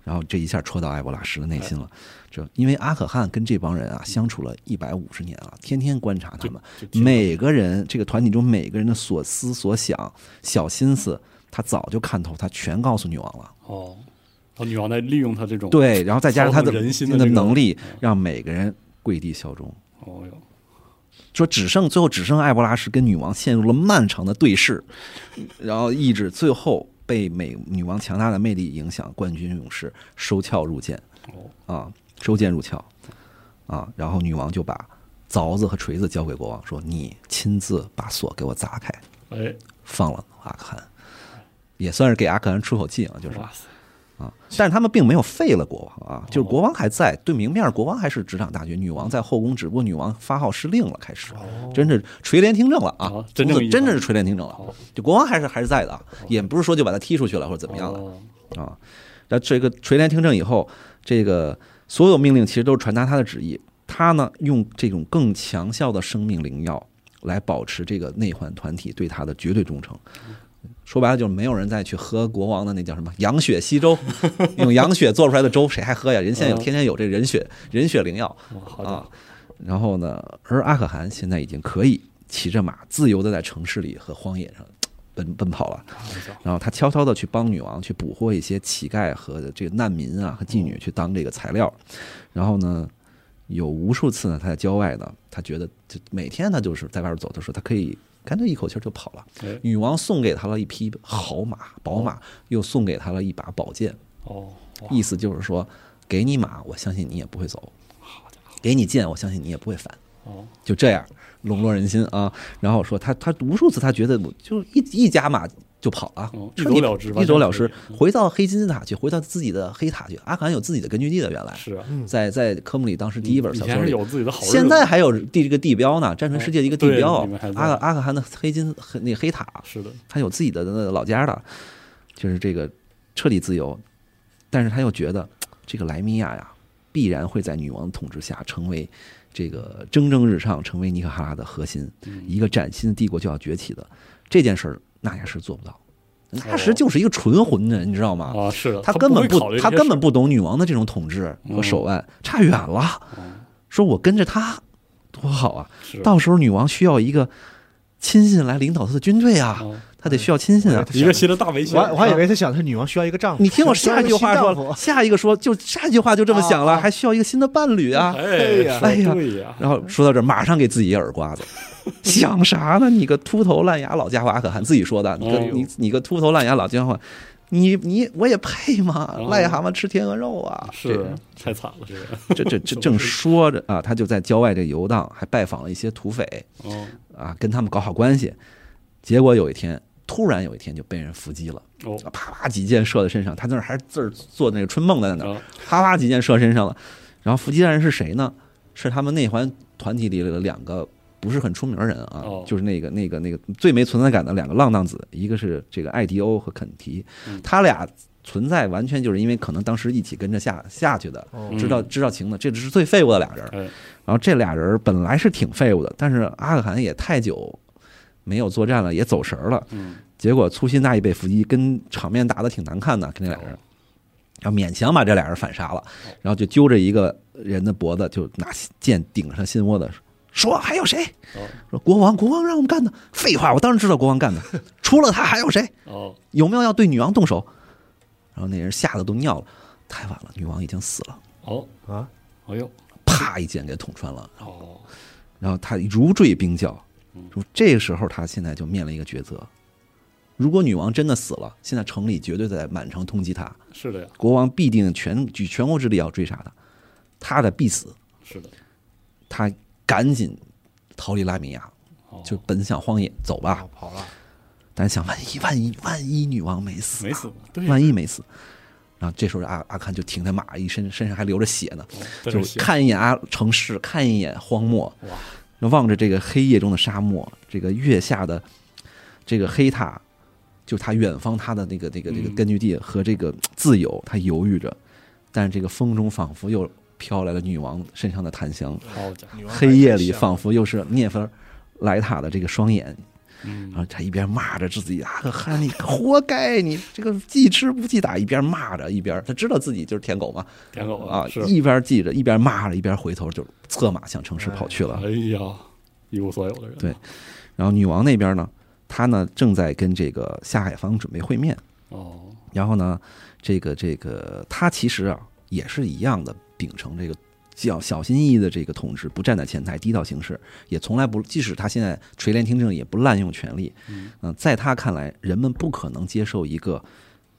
C: 然后这一下戳到艾博拉什的内心了，这因为阿可汗跟这帮人啊相处了一百五十年了，天天观察他们，
A: 就挺
C: 每个人这个团体中每个人的所思所想、小心思，他早就看透，他全告诉女王了。
A: 哦，然后女王在利用他这种，
C: 对，然后再加上他的
A: 操纵哦人心的
C: 的
A: 这个
C: 能力，让每个人跪地效忠。
A: 哦哟，
C: 说只剩最后只剩艾博拉什跟女王陷入了漫长的对视，然后意志最后被美女王强大的魅力影响，冠军勇士收鞘入剑
A: 哦，
C: 啊，收剑入鞘啊，然后女王就把凿子和锤子交给国王，说你亲自把锁给我砸开，
A: 哎，
C: 放了阿克汗，也算是给阿克汗出口气啊，就是
A: 哇塞，
C: 啊，但是他们并没有废了国王啊，就是国王还在，对明面国王还是执掌大局，女王在后宫，只不过女王发号施令了，开始真是垂帘听政了啊
A: 哦，真
C: 真
A: 正
C: 的
A: 意义
C: 真
A: 上
C: 的是垂帘听政了
A: 哦，
C: 就国王还是还是在的啊，也不是说就把他踢出去了或者怎么样了
A: 哦
C: 啊。然后这个垂帘听政以后，这个所有命令其实都是传达他的旨意，他呢用这种更强效的生命灵药来保持这个内患团体对他的绝对忠诚。说白了就是没有人再去喝国王的那叫什么羊血稀粥，用羊血做出来的粥谁还喝呀？人现在有
A: 嗯
C: 天天有这人血人血灵药
A: 哦好的，
C: 啊。然后呢，而阿可汗现在已经可以骑着马自由的在城市里和荒野上奔奔跑了。
A: 开玩笑
C: 然后他悄悄的去帮女王去捕获一些乞丐和这个难民啊和妓
A: 哦
C: 女去当这个材料，然后呢，有无数次呢他在郊外呢，他觉得就每天他就是在外边走的时候，他可以干脆一口气儿就跑了。
A: 哎，
C: 女王送给他了一匹好马宝马，又送给他了一把宝剑，
A: 哦，哇
C: 意思就是说，给你马，我相信你也不会走；给你剑，我相信你也不会反。
A: 哦，
C: 就这样笼络人心啊。然后说他他无数次他觉得我就一一加码就跑了
A: 嗯，
C: 彻底
A: 一走了之吧
C: 一走了之
A: 这样，
C: 回到黑金字塔去，回到自己的黑塔去。阿卡汗有自己的根据地的，原来
A: 是啊，
B: 嗯
C: 在在科目里当时第一本
A: 以
C: 小
A: 前
C: 说
A: 是
C: 里。
A: 有自己的好日子，
C: 现在还有地这个地标呢，战锤世界的一个地
A: 对
C: 标
A: 里面还，在
C: 阿阿卡汗的黑金黑那黑塔，
A: 是的，
C: 他有自己的那老家的，就是这个彻底自由，但是他又觉得这个莱米亚呀，必然会在女王统治下成为这个蒸蒸日上，成为尼可哈拉的核心，
A: 嗯
C: 一个崭新的帝国就要崛起的这件事儿，纳亚什做不到。
A: 哦
C: 纳亚什就是一个纯混的人，你知道吗？
A: 啊，是的，
C: 他
A: 不
C: 根本
A: 会
C: 不
A: 考虑，这
C: 他
A: 些
C: 根
A: 事嗯
C: 本不懂女王的这种统治和手腕，差远了。说我跟着他多好啊！
A: 哦是
C: 到时候女王需要一个亲信来领导她的军队啊，
A: 哦
C: 她得需要亲信啊。
A: 一个新的大啊维修
B: 我，还我还以为他想的是女王需要一个丈夫，
C: 你听我下一句话
B: 需要一个新 丈夫
C: 说，下一个说就下一句话就这么想
B: 啊
C: 了，
B: 啊
C: 还需要一个新的伴侣啊。
A: 哎
B: 呀
A: 说
C: 哎呀
A: 对呀，
C: 然后说到这儿，马上给自己一耳 刮子，想啥呢？你个秃头烂牙老家伙，阿可汗自己说的，你个
A: 哎呦
C: 你你个秃头烂牙老家伙，你你我也配
B: 啊
C: 吗？
A: 哦
C: 癞蛤蟆吃天鹅肉啊！
A: 是太惨了，这个，
C: 这这这 正说着啊，他就在郊外这游荡，还拜访了一些土匪
A: 哦
C: 啊，跟他们搞好关系。结果有一天，突然有一天就被人伏击了，
A: 哦
C: 啊啪啪几箭射在身上，他在那儿还自儿做那个春梦在那儿，
A: 啊
C: 啪啪几箭射身上了。然后伏击的人是谁呢？是他们内环团体里的两个不是很出名的人啊，
A: 哦
C: 就是那个那个那个最没存在感的两个浪荡子，一个是这个艾迪欧和肯提，他俩存在完全就是因为可能当时一起跟着下下去的，
B: 哦
C: 知道知道情的，这只是最废物的俩人。
A: 哎
C: 然后这俩人本来是挺废物的，但是阿克汗也太久没有作战了，也走神儿了。
A: 嗯
C: 结果粗心大意被伏击，跟场面打得挺难看的，跟这俩
A: 哦
C: 人，然后勉强把这俩人反杀了，然后就揪着一个人的脖子，就拿剑顶上心窝子，说还有谁？
A: 哦
C: 说国王，国王让我们干的。 废话，我当然知道国王干的，除了他还有谁？
A: 哦
C: 有没有要对女王动手？然后那人吓得都尿了，太晚了，女王已经死了，
A: 哦
B: 啊，
A: 哎呦
C: 啪一剑给捅穿了，
A: 哦
C: 然后他如坠冰窖。说这个时候他现在就面临一个抉择：如果女王真的死了，现在城里绝对在满城通缉他，
A: 是的呀，
C: 国王必定全举全国之力要追杀他，他的必死。
A: 是的，
C: 他赶紧逃离拉米亚，
A: 哦
C: 就奔向荒野走吧
B: 哦。跑了，
C: 但是想万一万一万一女王没死啊
A: 没，死，对呀，
C: 万一没死，然后这时候阿阿堪就停在马一身身上还流着血呢，
A: 真
C: 就是是
A: 写
C: 看一眼阿城市，看一眼荒漠，
A: 哇，
C: 那望着这个黑夜中的沙漠，这个月下的这个黑塔，就他远方他的那个那个那个
A: 嗯
C: 根据地和这个自由，他犹豫着，但是这个风中仿佛又飘来了女王身上的檀香，
A: 好家伙，
C: 黑夜里仿佛又是涅芬莱塔的这个双眼，
A: 嗯
C: 然后他一边骂着自己啊，汉你活该，你这个记吃不记打，一边骂着一边他知道自己就是舔狗嘛
A: 舔狗
C: 啊
A: 是，，
C: 一边记着一边骂着，一边回头就策马向城市跑去了。
A: 哎呀，一无所有的人，
C: 啊
A: 啊
C: 对然后女王那边呢，她呢正在跟这个夏海芳准备会面。
A: 哦，
C: 然后呢，这个这个她其实啊也是一样的，秉承这个较小心翼翼的这个统治，不站在前台，低调行事，也从来不，即使她现在垂帘听政，也不滥用权力。
A: 嗯，
C: 嗯、在她看来，人们不可能接受一个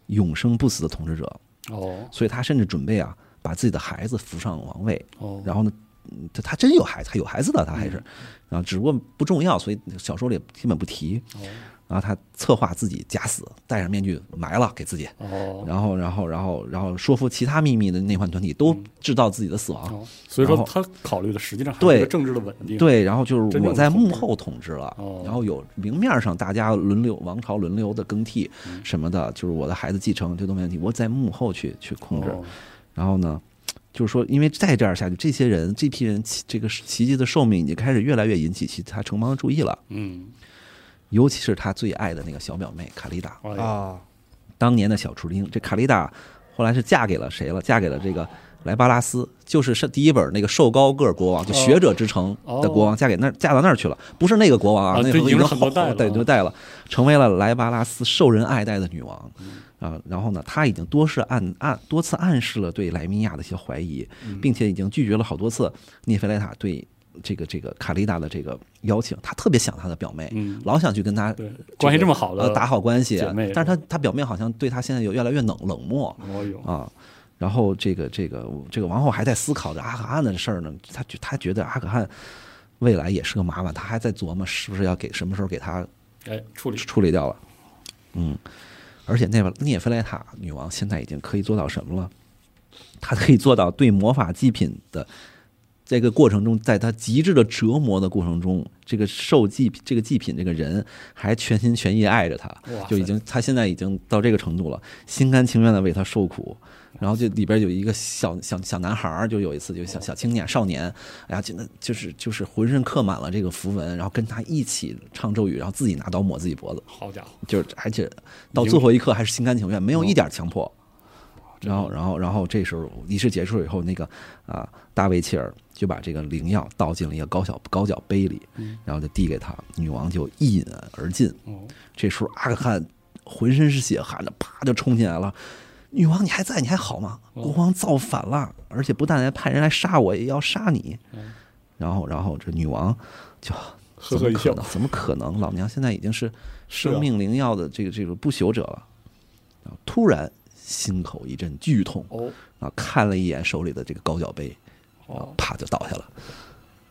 C: 永生不死的统治者，
A: 哦
C: 所以她甚至准备啊把自己的孩子扶上王位，
A: 哦，
C: 然后呢，嗯她她真有孩子，她有孩子的，她还是
A: 嗯，
C: 然后只不过不重要，所以小说里也基本不提。
A: 哦
C: 然后她策划自己假死，戴上面具埋了给自己，
A: 哦
C: 然后然后然后然后说服其他秘密的内环团体都制造自己的死亡。
A: 嗯哦，所以说
C: 然后
A: 他考虑的实际上还是一
C: 对
A: 个政治的稳定，
C: 对，然后就是
A: 真正
C: 我
A: 的
C: 在
A: 统治
C: 幕后统治了
A: 哦，
C: 然后有明面上大家轮流王朝轮流的更替
A: 嗯
C: 什么的，就是我的孩子继承这都没问题，我在幕后去去控制。
A: 哦，
C: 然后呢，就是说，因为再这样下去，这些人这批人奇这个奇迹的寿命已经开始越来越引起其他城邦的注意了，
A: 嗯，
C: 尤其是他最爱的那个小表妹卡丽达，
A: 哎呀，
D: 啊，
C: 当年的小雏鹰。这卡丽达后来是嫁给了谁了？嫁给了这个莱巴拉斯，就是是第一本那个瘦高个儿国王，就
A: 哦
C: 学者之城的国王，嫁给那儿嫁到那儿去了，不是那个国王
A: 啊
C: 那
A: 这
C: 时候
A: 已经
C: 经
A: 是很多代了
C: 对，
A: 啊
C: 就代了，成为了莱巴拉斯受人爱戴的女王。啊，然后呢，她已经多次暗暗多次暗示了对莱米亚的一些怀疑，
A: 嗯
C: 并且已经拒绝了好多次涅菲莱塔对这个这个卡丽达的这个邀请。她特别想她的表妹，
A: 嗯，
C: 老想去跟她
A: 对，关系这么好
C: 呃
A: 的
C: 打，好关系
A: 姐妹，
C: 但是她她表妹好像对她现在有越来越冷冷漠
A: 哦哟，
C: 啊。然后这个这个这个王后还在思考着阿可汗的事儿呢，她觉她觉得阿可汗未来也是个麻烦，她还在琢磨是不是要给什么时候给他
A: 哎，处理
C: 处理掉了。嗯，而且那边涅菲莱塔女王现在已经可以做到什么了？她可以做到对魔法祭品的这个过程中，在她极致的折磨的过程中，这个受祭这个祭品这个人还全心全意爱着她，
A: 哇塞
C: 就已经她现在已经到这个程度了，心甘情愿的为她受苦。然后就里边有一个小小小男孩儿，就有一次就小小青年少年，哎呀，真的就是就是浑身刻满了这个符文，然后跟他一起唱咒语，然后自己拿刀抹自己脖子，
A: 好家伙，
C: 就是而且到最后一刻还是心甘情愿，没有一点强迫。然后，然后，然后这时候仪式结束以后，那个啊，大卫切尔就把这个灵药倒进了一个高小高脚杯里，
A: 嗯
C: 然后就递给他，女王就一饮而尽。
A: 哦，
C: 这时候阿克汗浑身是血，喊着啪就冲进来了。女王，你还在？你还好吗？
A: 哦
C: 国王造反了，而且不但来派人来杀我，也要杀你。
A: 嗯
C: 然后，然后这女王就
A: 呵
C: 怎
A: 呵
C: 么
A: 一
C: 可
A: 笑
C: 能？，怎么可能？老娘现在已经是
A: 是啊
C: 生命灵药的这个这个不朽者了。然后突然心口一阵剧痛，
A: 哦
C: 啊，看了一眼手里的这个高脚杯，然后
A: 哦，
C: 啪就倒下了。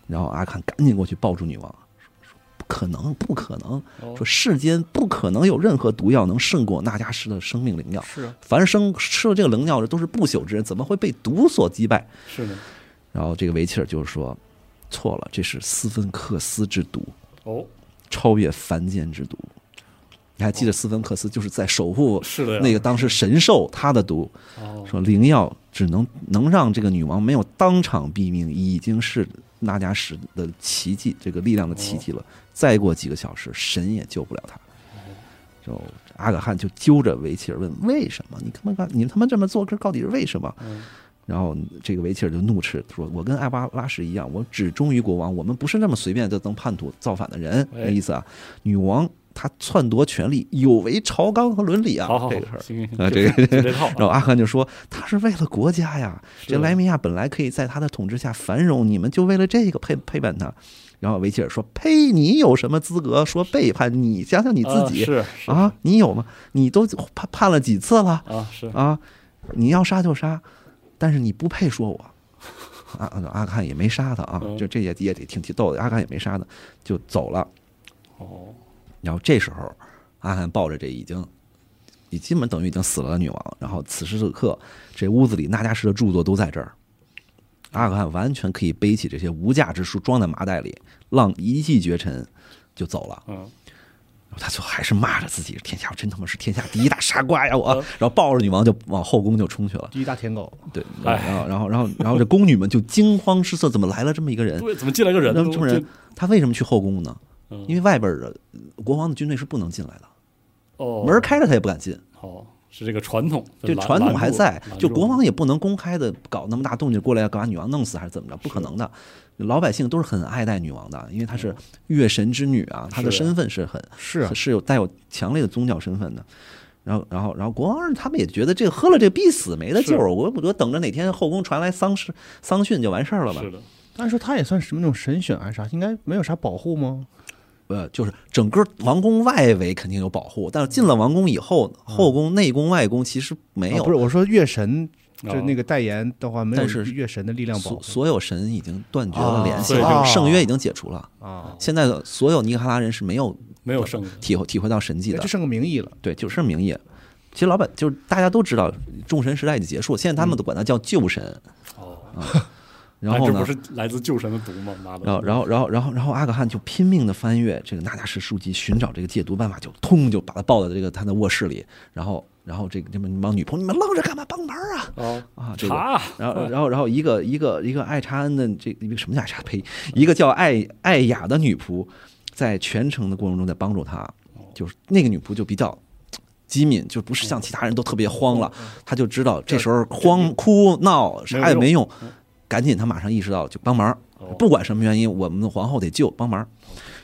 C: 然后阿坎赶紧过去抱住女王，说：“说不可能，不可能！
A: 哦
C: 啊说世间不可能有任何毒药能胜过那迦氏的生命灵药。
A: 是啊，
C: 凡生吃了这个灵药的都是不朽之人，怎么会被毒所击败？”
A: 是的，
C: 然后这个维切尔就说：“错了，这是斯芬克斯之毒。”
A: 哦，
C: 超越凡间之毒。你还记得斯芬克斯就是在守护
A: 是的呀，
C: 那个当时神兽他的毒，
A: 哦，
C: 说灵药只能能让这个女王没有当场毙命，已经是那迦什的奇迹，这个力量的奇迹了。
A: 哦
C: 再过几个小时，神也救不了她。就阿可汗就揪着维齐尔问：“为什么？你他妈干你他妈这么做，这到底是为什么？”
A: 嗯
C: 然后这个维切尔就怒斥说：“我跟艾巴拉什一样，我只忠于国王，我们不是那么随便就能叛徒造反的人。”
A: 哎
C: 那意思啊，女王她篡夺权力，有违朝纲和伦理啊，
A: 好好好
C: 这个事儿。
A: 行行
C: 啊
A: 就
C: 这
A: 就这套
C: 然后
A: 啊，
C: 阿汗就说：“他是为了国家呀，
A: 是
C: 这莱米亚本来可以在他的统治下繁荣，你们就为了这个背背叛他。”然后维切尔说：“呸，你有什么资格说背叛？你想想你自己
A: 啊是是
C: 啊，你有吗？你都判判了几次了？
A: 啊是
C: 啊，你要杀就杀，但是你不配说我。阿阿阿汗也没杀他啊，
A: 嗯
C: 就这也也得挺挺逗的。阿汗也没杀他，就走了。
A: 哦
C: 然后这时候，阿汗抱着这已经你基本等于已经死了的女王。然后此时此刻，这屋子里那迦氏的著作都在这儿，阿克汗完全可以背起这些无价之书，装在麻袋里，浪一骑绝尘就走了。
A: 嗯，
C: 他最后还是骂着自己：“天下我真他妈是天下第一大傻瓜呀！我。”
A: 嗯
C: 然后抱着女王就往后宫就冲去了。
B: 第一大舔狗，
C: 对，
A: 哎
C: 然后然后然后然后这宫女们就惊慌失色，怎么来了这么一个人？
A: 对，怎么进来个人
C: 那
A: 呢？
C: 么这么人，他为什么去后宫呢？
A: 嗯
C: 因为外边的国王的军队是不能进来的，
A: 哦，
C: 门儿开了他也不敢进。
A: 哦，是这个传统，
C: 这
A: 拦
C: 传统还在
A: 拦住，了
C: 就国王也不能公开的搞那么大动静过来要把女王弄死还是怎么着，不可能的。老百姓都是很爱戴女王的，因为她是月神之女啊，她的
A: 嗯是
C: 身份是很
B: 是啊
C: 是有带有强烈的宗教身份的。然后，然后，然后，国王他们也觉得这个喝了这必死，没得救。
A: 是
C: 我我等着哪天后宫传来丧事丧讯就完事儿了吧
A: 是？的，
D: 按说他也算是那种神选还是啥，应该没有啥保护吗？
C: 呃，就是整个王宫外围肯定有保护，但是进了王宫以后，
A: 嗯
C: 后宫、内宫、外宫其实没
A: 啊
C: 有。
B: 啊不是我说月神，
A: 哦
B: 就那个代言的话，没有
C: 但是
B: 月神的力量保
C: 所
B: 护
C: 所有神已经断绝了
B: 啊
C: 联系
A: 所以
C: 了，
B: 就
C: 圣约已经解除了。
B: 啊，
C: 现在的所有尼加拉人是没有
A: 哦没有圣人，
C: 体会体会到神迹
B: 那
C: 的
B: 就，剩个名义了，
C: 对，就是名义。其实老百就是大家都知道，众神时代已经结束，现在他们都管它叫旧神。
A: 哦，
C: 然后
A: 这
C: 呢
A: 不，是来自旧神的毒吗？妈的，
C: 然后然后然后然后然后阿克汗就拼命的翻阅这个那迦氏书籍，寻找这个戒毒办法，就通就把他抱到这个他的卧室里，然后然后这个这么一帮女朋友，你们愣着干嘛？帮忙啊！
A: 哦
C: 啊，这个
A: 查
C: 然后，然后，然后一个一个一个爱查恩的这一个什么叫爱查呸，一个叫艾艾雅的女仆，在全程的过程中在帮助他，就是那个女仆就比较机敏，就不是像其他人都特别慌了，她就知道这时候慌哭闹啥也嗯没用，赶紧她马上意识到就帮忙
A: 哦，
C: 不管什么原因，我们的皇后得救，帮忙。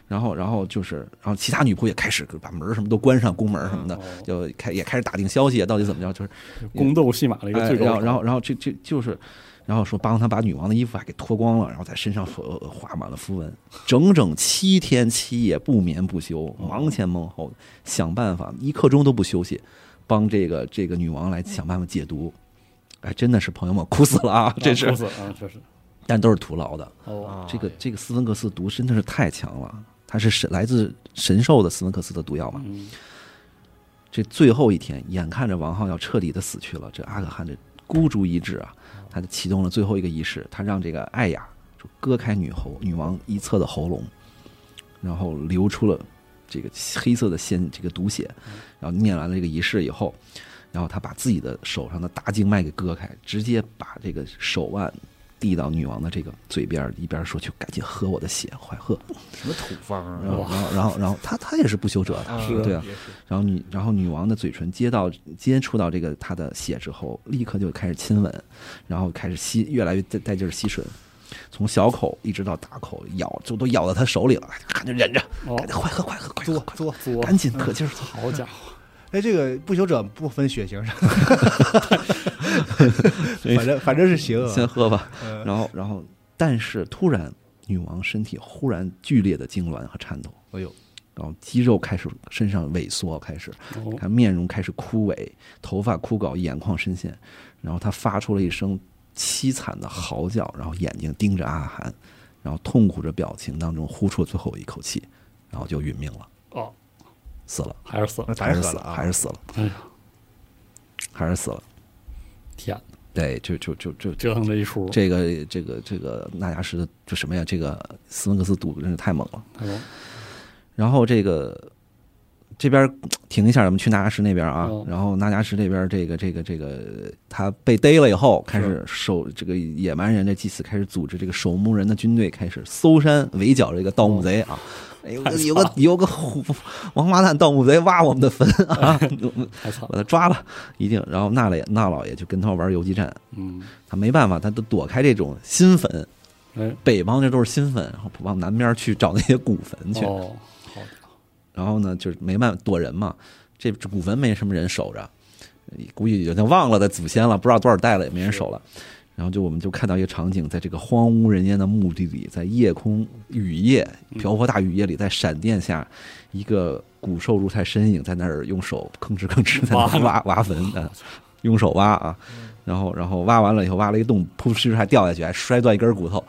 C: 然后，然后就是，然后其他女仆也开始把门儿什么都关上，宫门儿什么的
A: 嗯，
C: 就开也开始打听消息啊，到底怎么着，就是
A: 宫斗戏码的一个
C: 哎
A: 最高
C: 然
A: 潮、
C: 后然后然后这这就是，然后说帮他把女王的衣服还给脱光了，然后在身上呃画满了符文，整整七天七夜不眠不休，
A: 哦
C: 忙前忙后想办法，一刻钟都不休息，帮这个这个女王来想办法解毒。哎，真的是朋友们苦死了啊！这
A: 啊
C: 是
A: 哭，死啊，这是
C: 但都是徒劳的。
A: 哦，
D: 啊
C: 这个这个斯芬克斯毒真的是太强了，它是神来自神兽的斯芬克斯的毒药嘛。
A: 嗯，
C: 这最后一天，眼看着王浩要彻底的死去了，这阿可汗这孤注一掷啊，他就启动了最后一个仪式，他让这个艾雅就割开女喉女王一侧的喉咙，然后流出了这个黑色的鲜这个毒血，然后念完了这个仪式以后，然后他把自己的手上的大静脉给割开，直接把这个手腕。递到女王的这个嘴边儿，一边说：“去赶紧喝我的血，快喝！”
D: 什么土方啊
C: 然后，然后，然后，然后他他也是不修哲的，
A: 是
C: 对啊，然后女，然后女王的嘴唇接到接触到这个她的血之后，立刻就开始亲吻，然后开始吸，越来越带带劲儿吸吮，从小口一直到大口咬，就都咬到她手里了，赶紧忍着，
A: 哦
C: 赶紧快喝快喝快喝
B: 作
C: 快
B: 作
A: 作
C: 喝，赶紧可劲儿喝。
A: 好家伙，
B: 哎，这个不朽者不分血 型，反正反正是邪恶
C: 先喝吧。
B: 嗯
C: 然后，然后，但是突然，女王身体忽然剧烈的痉挛和颤抖，
B: 哎呦，
C: 然后肌肉开始身上萎缩，开始
A: 哦
C: 她面容开始枯萎，头发枯槁，眼眶深陷，然后她发出了一声凄惨的嚎叫，然后眼睛盯着阿汗，然后痛苦着表情当中呼出最后一口气，然后就殒命了，
A: 哦，
C: 死了，
A: 还是死了，
B: 那太
C: 还是
B: 狠
C: 死
B: 了啊！
C: 还是死了，
A: 哎呀，
C: 还是死了。
A: 天，
C: 对，就就就就
A: 折腾这一出，
C: 这个这个这个纳迦什的就什么呀？这个斯文克斯赌真是太猛了。
A: 哎呦
C: 然后这个这边儿停一下，咱们去纳迦什那边啊。
A: 嗯
C: 然后纳迦什这边儿这个这个这个他被逮了以后，开始手这个野蛮人的祭司开始组织这个守墓人的军队，开始搜山围剿这个盗墓贼啊。有个有个有个虎王八蛋盗墓贼挖我们的坟啊，
A: 太惨了，
C: 把他抓了，一定。然后那老爷那老爷就跟他玩游击战，
A: 嗯，
C: 他没办法，他都躲开这种新坟，
A: 哎，
C: 北方这都是新坟，然后往南边去找那些古坟去。
A: 哦，好家伙，
C: 然后呢，就是没办法躲人嘛，这这古坟没什么人守着，估计已经忘了的祖先了，不知道多少代了也没人守了。然后就我们就看到一个场景，在这个荒无人烟的墓地里，在夜空雨夜瓢泼大雨夜里，在闪电下，一个骨瘦如柴身影在那儿用手吭哧吭哧在那儿挖挖坟啊，用手挖啊，然后然后挖完了以后挖了一洞，噗嗤还掉下去，还摔断一根骨头，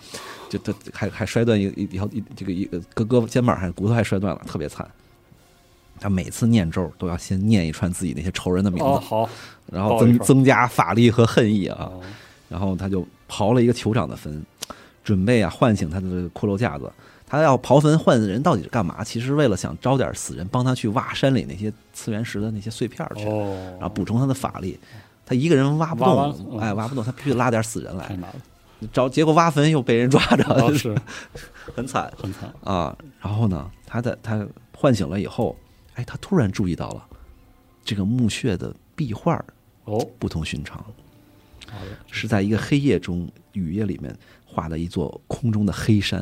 C: 就就呃还还摔断一一条一这个一个胳胳膊肩膀还骨头还摔断了，特别惨。他每次念咒都要先念一串自己那些仇人的名字，
A: 哦，好，
C: 然后
A: 报一
C: 增
A: 串
C: 增加法力和恨意啊。
A: 哦
C: 然后他就刨了一个酋长的坟，准备啊唤醒他的这个骷髅架子。他要刨坟换人到底是干嘛？其实为了想招点死人帮他去挖山里那些次元石的那些碎片儿去，
A: 哦，
C: 然后补充他的法力。他一个人挖不
A: 挖
C: 动，
A: 完嗯
C: 哎，挖不动，他必须拉点死人
A: 太
C: 来。
A: 难了，
C: 找结果挖坟又被人抓着，
A: 哦
C: 就是
A: 是
C: 很惨
A: 很惨，
C: 啊。然后呢，他在他唤醒了以后，哎，他突然注意到了这个墓穴的壁画儿
A: 哦，
C: 不同寻常。
A: 好的，
C: 是在一个黑夜中雨夜里面画的一座空中的黑山。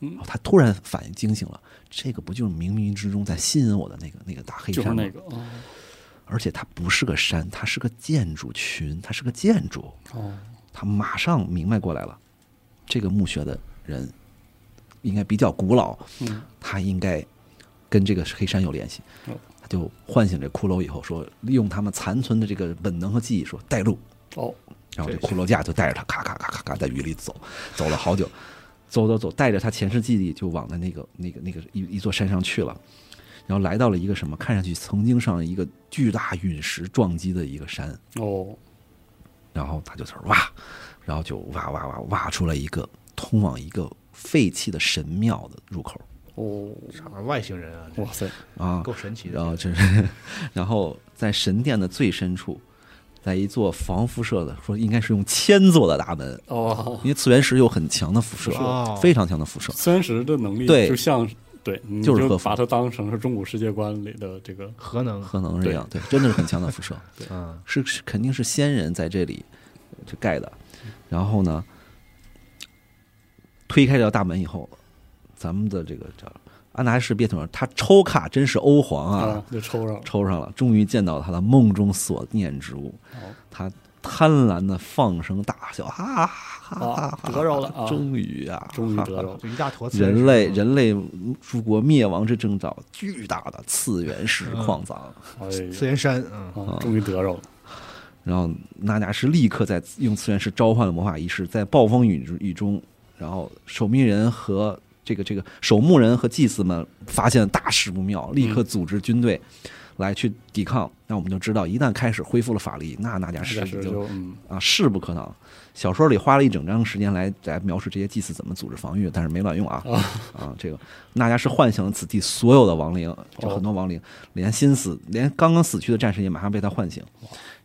A: 嗯
C: 然后他突然反应惊醒了，这个不就是冥冥之中在吸引我的那个那个大黑
A: 就是
C: 山吗？
A: 那个，哦
C: 而且它不是个山，它是个建筑群，它是个建筑。
A: 哦，
C: 他马上明白过来了，这个墓穴的人应该比较古老，
A: 嗯，
C: 他应该跟这个黑山有联系
A: 哦。
C: 他就唤醒这骷髅以后，说利用他们残存的这个本能和记忆，说带路。
A: 哦，
C: 然后这骷髅架就带着他咔咔咔咔咔在雨里走，走了好久，走走走，带着他前世记忆就往他那个那个那个一一座山上去了，然后来到了一个什么看上去曾经上一个巨大陨石撞击的一个山，
A: 哦，
C: 然后他就是哇，然后就哇哇哇挖出了一个通往一个废弃的神庙的入口
A: 哦，
B: 啥玩意儿外星人啊，这
A: 哇塞，
C: 啊，
B: 够神奇
C: 然
B: 的。
C: 后这是， 然后在神殿的最深处，在一座防辐射的，说应该是用铅做的大门，
A: 哦，
C: 因为次元石有很强的辐射，
B: 哦
C: 非常强的辐 射，
A: 三十的能力
C: 对
A: 就像对，你
C: 就是
A: 就
C: 和服
A: 把它当成是中古世界观里的这个
B: 核能，
C: 可能是这样，对，真的是很强的辐 射，
B: 嗯，
C: 是是肯定是先人在这里这盖的。
A: 嗯
C: 然后呢，推开这道大门以后，咱们的这个叫安达士别同他抽卡真是欧皇啊，
A: 啊，就抽上了，
C: 抽上了，终于见到他的梦中所念之物，
A: 哦
C: 他贪婪的放声大笑，哈哈哈哈
A: 啊，得着了 啊
C: 终于啊，
A: 终于得着 了，
B: 就一大坨磁
C: 人
B: 石
C: 类人类诸国灭亡之征兆，巨大的次元石矿藏。
A: 哎
B: 次
A: 呀，
B: 元山，嗯，
A: 啊，终于得着了，
C: 然后纳迦是立刻在用次元石召唤了魔法仪式，在暴风雨雨中，然后守命人和这个这个守墓人和祭司们发现大事不妙，立刻组织军队来去抵抗。那我们就知道，一旦开始恢复了法力，那纳迦
A: 是
C: 是
A: 是
C: 就
A: 就嗯，
C: 啊势不可挡。小说里花了一整章时间来来描述这些祭司怎么组织防御，但是没卵用啊
A: 啊
C: 啊！这个纳迦是唤醒了此地所有的亡灵，就很多亡灵，连新死连刚刚死去的战士也马上被他唤醒。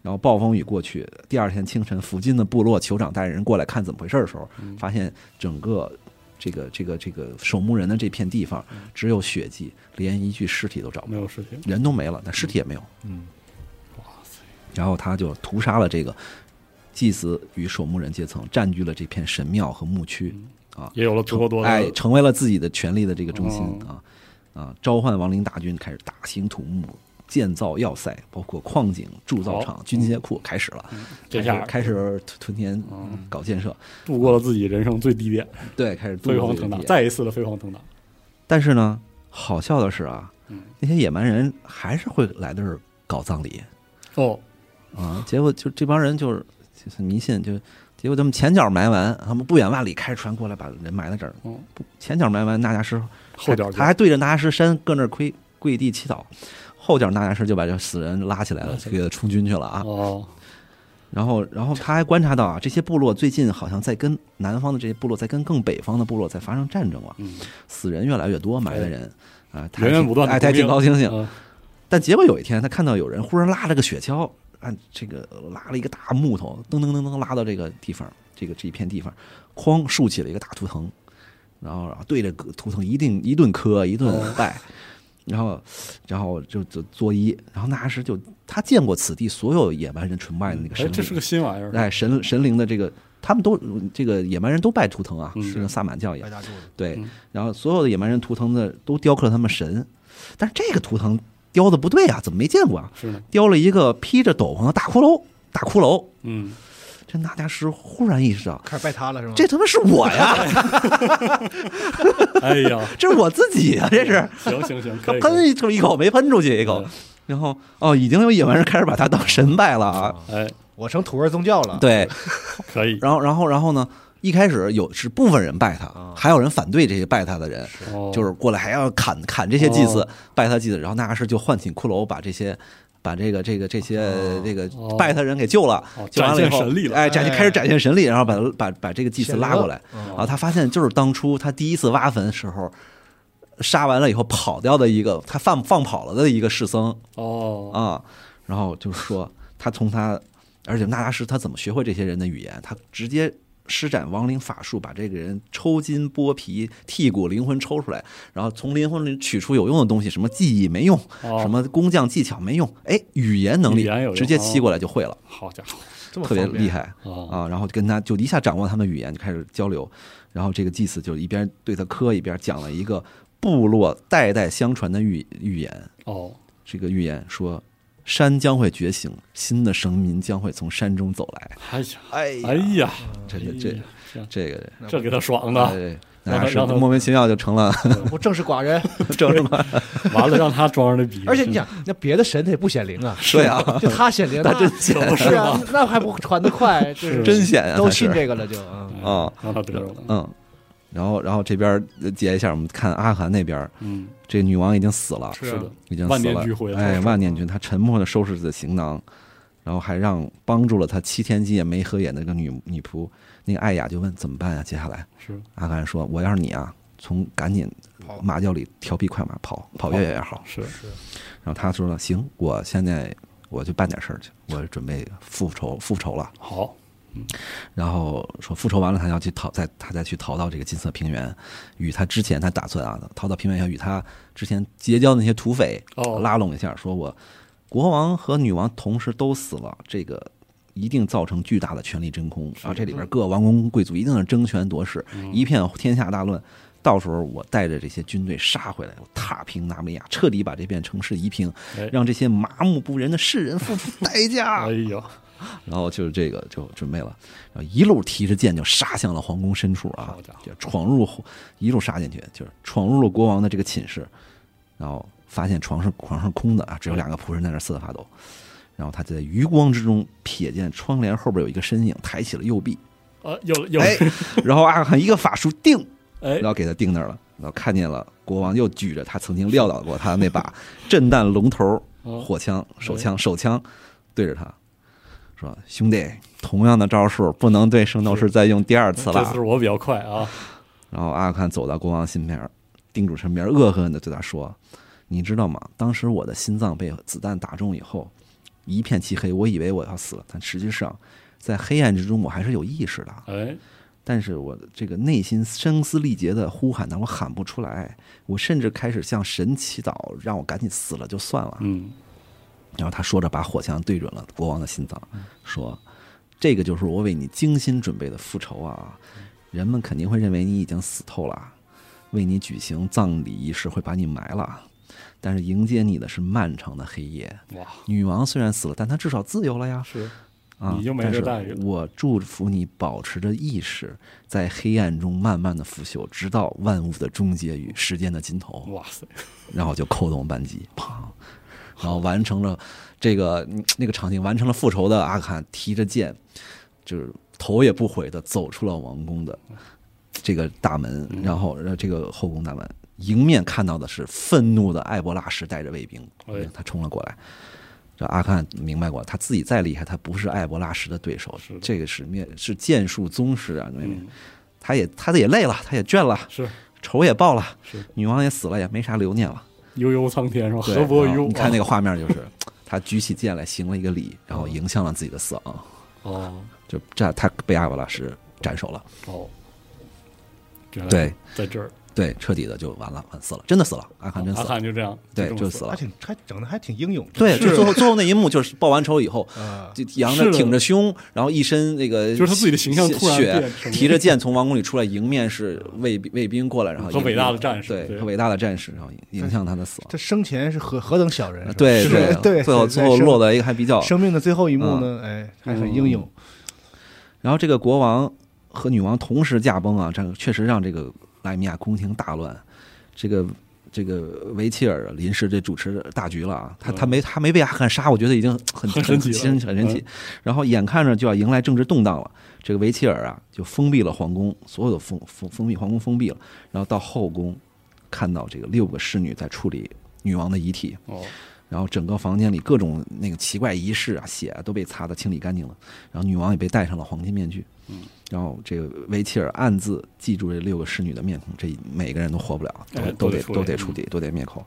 C: 然后暴风雨过去，第二天清晨，附近的部落酋长带人过来看怎么回事的时候，发现整个这个这个这个守墓人的这片地方只有血迹，连一具尸体都找不
A: 没
C: 着，
A: 有事情，
C: 人都没了，但尸体也没有。
B: 嗯，
A: 哇塞，
C: 然后他就屠杀了这个祭司与守墓人阶层，占据了这片神庙和墓区，
A: 也有了足够嗯多的，
C: 哎，成为了自己的权力的这个中心
A: 哦
C: 啊啊！召唤亡灵大军开始大兴土木，建造要塞，包括矿井、铸造厂
A: 好、嗯
C: 军械库开始了，
A: 这下
C: 开始开始屯田
A: 嗯
C: 搞建设，
A: 度过了自己人生最低点，
C: 对，开始度
A: 飞
C: 过
A: 黄
C: 这个
A: 腾达，
C: 地
A: 再一次的飞黄腾达，
C: 但是呢，好笑的是啊
A: 嗯，
C: 那些野蛮人还是会来这儿搞葬礼，
A: 哦，
C: 啊，结果就这帮人就是就是迷信，就结果他们前脚埋完，他们不远万里开船过来把人埋在这儿，
A: 哦
C: 不前脚埋完纳迦师，
A: 后脚就
C: 他还对着纳迦师山搁那儿跪跪地祈祷，后脚纳迦师就把这死人拉起来了，
A: 拉
C: 就
A: 起
C: 给他充军去了啊。
A: 哦，
C: 然后，然后他还观察到啊，这些部落最近好像在跟南方的这些部落在跟更北方的部落在发生战争了，
A: 嗯，
C: 死人越来越多，埋的人啊，他还
A: 哎源源
C: 挺
A: 不断的
C: 哎，他还
A: 工
C: 挺
A: 兵
C: 高兴兴。
A: 嗯
C: 但结果有一天，他看到有人忽然拉着个雪橇，按这个呃拉了一个大木头，噔噔噔噔拉到这个地方，这个这一片地方，哐竖起了一个大图腾，然后然后对着个图腾一定一顿磕一顿
A: 嗯
C: 拜，然后然后就就作揖，然后那时就他见过此地所有野蛮人崇拜的那个
A: 哎，
C: 神
A: 这是
C: 灵，
A: 个新玩意儿，
C: 哎神神灵的这个。他们都这个野蛮人都拜图腾啊，
A: 嗯
C: 是个萨满教也
B: 白大柱子，
C: 对
A: 嗯，
C: 然后所有的野蛮人图腾的都雕刻了他们神，但是这个图腾雕的不对啊，怎么没见过啊？
A: 是呢，
C: 雕了一个披着斗篷的大骷髅，大骷髅。
A: 嗯，
C: 这纳迦师忽然意识到，
B: 开始拜他了是吗？
C: 这他妈是我 呀，
A: 哎呀，
C: 这是我自己呀，这是
A: 行行行，
C: 他
A: 可以，可
C: 喷
A: 以
C: 一口一口没喷出去一口
A: 嗯，
C: 然后哦，已经有野蛮人开始把他当神拜了啊。
A: 哎，啊
B: 我成土味宗教了，，
C: 对，
A: 可以，
C: 然后然后然后呢，一开始有是部分人拜他
D: 啊，
C: 还有人反对这些拜他的人，
A: 哦
C: 就是过来还要砍砍这些祭祀
A: 哦，
C: 拜他祭祀。然后那个是就唤醒骷髅，把这些把这个这个这些这个
A: 哦
C: 拜他人给救了，
A: 哦
C: 救完
A: 展
C: 了以
A: 现
C: 后
A: 神力了，
C: 哎，展现
D: 哎
C: 开始展现神力，然后把把把这个祭祀拉过来。
D: 嗯
A: 哦
C: 然后他发现，就是当初他第一次挖坟时候。杀完了以后跑掉的一个，他放放跑了的一个士僧，
A: 哦，
C: 啊，然后就说他从他，而且那拉什他怎么学会这些人的语言？他直接施展亡灵法术，把这个人抽筋剥皮、剔骨、灵魂抽出来，然后从灵魂里取出有用的东西，什么技艺没用，
A: 哦
C: 什么工匠技巧没用，哎，语言能力
A: 语言有用哦
C: 直接吸过来就会了，
A: 好家伙
D: 这么
C: 特别
D: 方便
C: 厉害。
A: 啊，
C: 啊，然后就跟他就一下掌握他们的语言，就开始交流。然后这个祭司就一边对他磕，一边讲了一个部落代代相传的语语言。
A: 哦，
C: 这个预言说，山将会觉醒，新的神民将会从山中走来。
A: 哎呀，
C: 哎
A: 哎呀，
C: 这个这
A: 哎呀
C: 这个，
A: 这给他爽的，
C: 哎，
A: 让
C: 那
A: 他
C: 是
A: 让他
C: 莫名其妙就成了
B: 我正是寡人，
C: 正什么？
A: 完了让他装着逼，
B: 而且你想，那别的神他也不显灵啊，
C: 对啊，
B: 就他显灵，
C: 他真
B: 显是啊，那还不传得快？ 就是
C: 真险啊！
B: 都
C: 他
B: 信
C: 是
B: 这个了就啊
A: 嗯，
C: 哦
A: 让他得着了，
C: 嗯，然后然后这边呃截一下，我们看阿汗那边，
A: 嗯，
C: 这个女王已经死了，
A: 是的，
C: 已经
A: 万
C: 死
A: 年
C: 了
A: 俱。灰了，
C: 哎，万年军，他沉默的收拾着行囊，然后还让帮助了他七天七夜没合眼的那个女女仆，那个艾雅就问怎么办啊？接下来
A: 是
C: 阿甘说：“我要是你啊，从赶紧
B: 跑
C: 马厩里调皮快马跑，跑越远越好。
A: 是，
C: 然后他说了：“行，我现在我就办点事儿去，我准备复仇复仇了。
A: 好，”
C: 然后说复仇完了，他要去逃，再他再去逃到这个金色平原，与他之前他打算啊，逃到平原要与他之前结交的那些土匪
A: 哦
C: 拉拢一下，说我国王和女王同时都死了，这个。一定造成巨大的权力真空啊！这里边各王公贵族一定是争权夺势，
A: 嗯
C: 一片天下大乱。到时候我带着这些军队杀回来，我踏平纳美亚，彻底把这片城市夷平
A: 哎，
C: 让这些麻木不仁的世人付出代价
A: 哎。呀，
C: 然后就是这个就准备了，然后一路提着剑就杀向了皇宫深处啊
A: 好家伙，
C: 就闯入一路杀进去，就是闯入了国王的这个寝室，然后发现床是床上空的啊，只有两个仆人在那儿瑟瑟发抖。然后他在余光之中瞥见窗帘后边有一个身影，抬起了右臂，
A: 啊，有了有了，
C: 哎，然后阿汗一个法术定
A: 哎
C: 然，后给他定那儿了，然后看见了国王又举着他曾经撂倒过他的那 把震弹龙头
A: 哦
C: 火枪、手枪、手枪，对着他说：“兄弟，同样的招数不能对圣斗士再用第二次
A: 嗯这
C: 了
A: 次。我比较快啊，”
C: 然后阿坎走到国王身边，定住身边，恶狠狠地对他说：“你知道吗？当时我的心脏被子弹打中以后，一片漆黑，我以为我要死了，但实际上在黑暗之中我还是有意识的。
A: 哎，
C: 但是我这个内心声嘶力竭的呼喊，但我喊不出来。我甚至开始向神祈祷，让我赶紧死了就算了。
A: 嗯，
C: 然后他说着，把火枪对准了国王的心脏，说：“这个就是我为你精心准备的复仇啊！人们肯定会认为你已经死透了，为你举行葬礼仪式会把你埋了。但是迎接你的是漫长的黑夜。
A: 哇，
C: 女王虽然死了，但她至少自由了呀。
A: 是，
C: 啊，
A: 你就没
C: 但
A: 这
C: 是
A: 待遇了
C: 我祝福你保持着意识，在黑暗中慢慢的腐朽，直到万物的终结与时间的尽头。
A: 哇塞，
C: 然后就扣动扳机，砰，然后完成了这个嗯那个场景，完成了复仇的阿坎提着剑，就是头也不回的走出了王宫的这个大门，
A: 嗯
C: 然后呃这个后宫大门。迎面看到的是愤怒的艾博拉什带着卫兵
A: 哎，
C: 他冲了过来。这阿汗明白过，他自己再厉害，他不是艾博拉什的对手
A: 是的。
C: 这个是面是剑术宗师啊，妹妹
A: 嗯，
C: 他也他也累了，他也倦了，
A: 是
C: 仇也报了，
A: 是，
C: 女王也死了，也没啥留念了。
A: 悠悠苍天是吧？
C: 对
A: 何伯
C: 然后
A: 忧，
C: 你看那
A: 个，
C: 个画面就是，他举起剑来行了一个礼，然后迎向了自己的死亡，
A: 哦
C: 就这样他被艾博拉什斩首了。
A: 哦，原来
C: 对
A: 在这儿，
C: 对，彻底的就完了，完死了，真的死了，阿汗真死
A: 阿
C: 了，
A: 汉就这样，
C: 对，
A: 这么
C: 就
A: 死
C: 死
D: 还
C: 了。
D: 挺还整的还挺英勇的，
C: 对，
A: 是
C: 就最后最后那一幕就是报完仇以后，
B: 嗯
D: 啊，
C: 就扬着
A: 是的
C: 挺着胸，然后一身那个
A: 就是他自己的形象
C: 血
A: 突然
C: 血
A: 变成了
C: 提着剑从王宫里出来，迎面是卫兵卫兵过来，然后
A: 和
C: 迎
A: 伟大的战士
C: 对，
A: 对
C: 和伟大的战士，然后迎向他的死亡。
B: 这生前是何何等小人，是吧
C: 对
B: 是吧 对，
C: 最后
B: 在
C: 最后
B: 生
C: 落嗯在一个还比较。
B: 生命的最后一幕呢，哎，还很英勇，
C: 然后这个国王和女王同时驾崩啊，这样确实让这个莱米亚宫廷大乱。这个这个维切尔啊临时这主持大局了啊，他他
A: 嗯
C: 没他没被阿富汗杀，我觉得已经很
A: 很神奇了
C: 很很神奇。然后眼看着就要迎来政治动荡了，这个维切尔啊就封闭了皇宫，所有的封封封闭皇宫封闭了，然后到后宫看到这个六个侍女在处理女王的遗体，
A: 哦，
C: 然后整个房间里各种那个奇怪仪式啊、血啊都被擦得清理干净了，然后女王也被戴上了黄金面具。
A: 嗯，
C: 然后这个维切尔暗自记住这六个侍女的面孔，这每个人都活不了，
A: 哎
C: 都
A: 都
C: 得
A: 得
C: 都得
A: 处
C: 处理，都得灭口。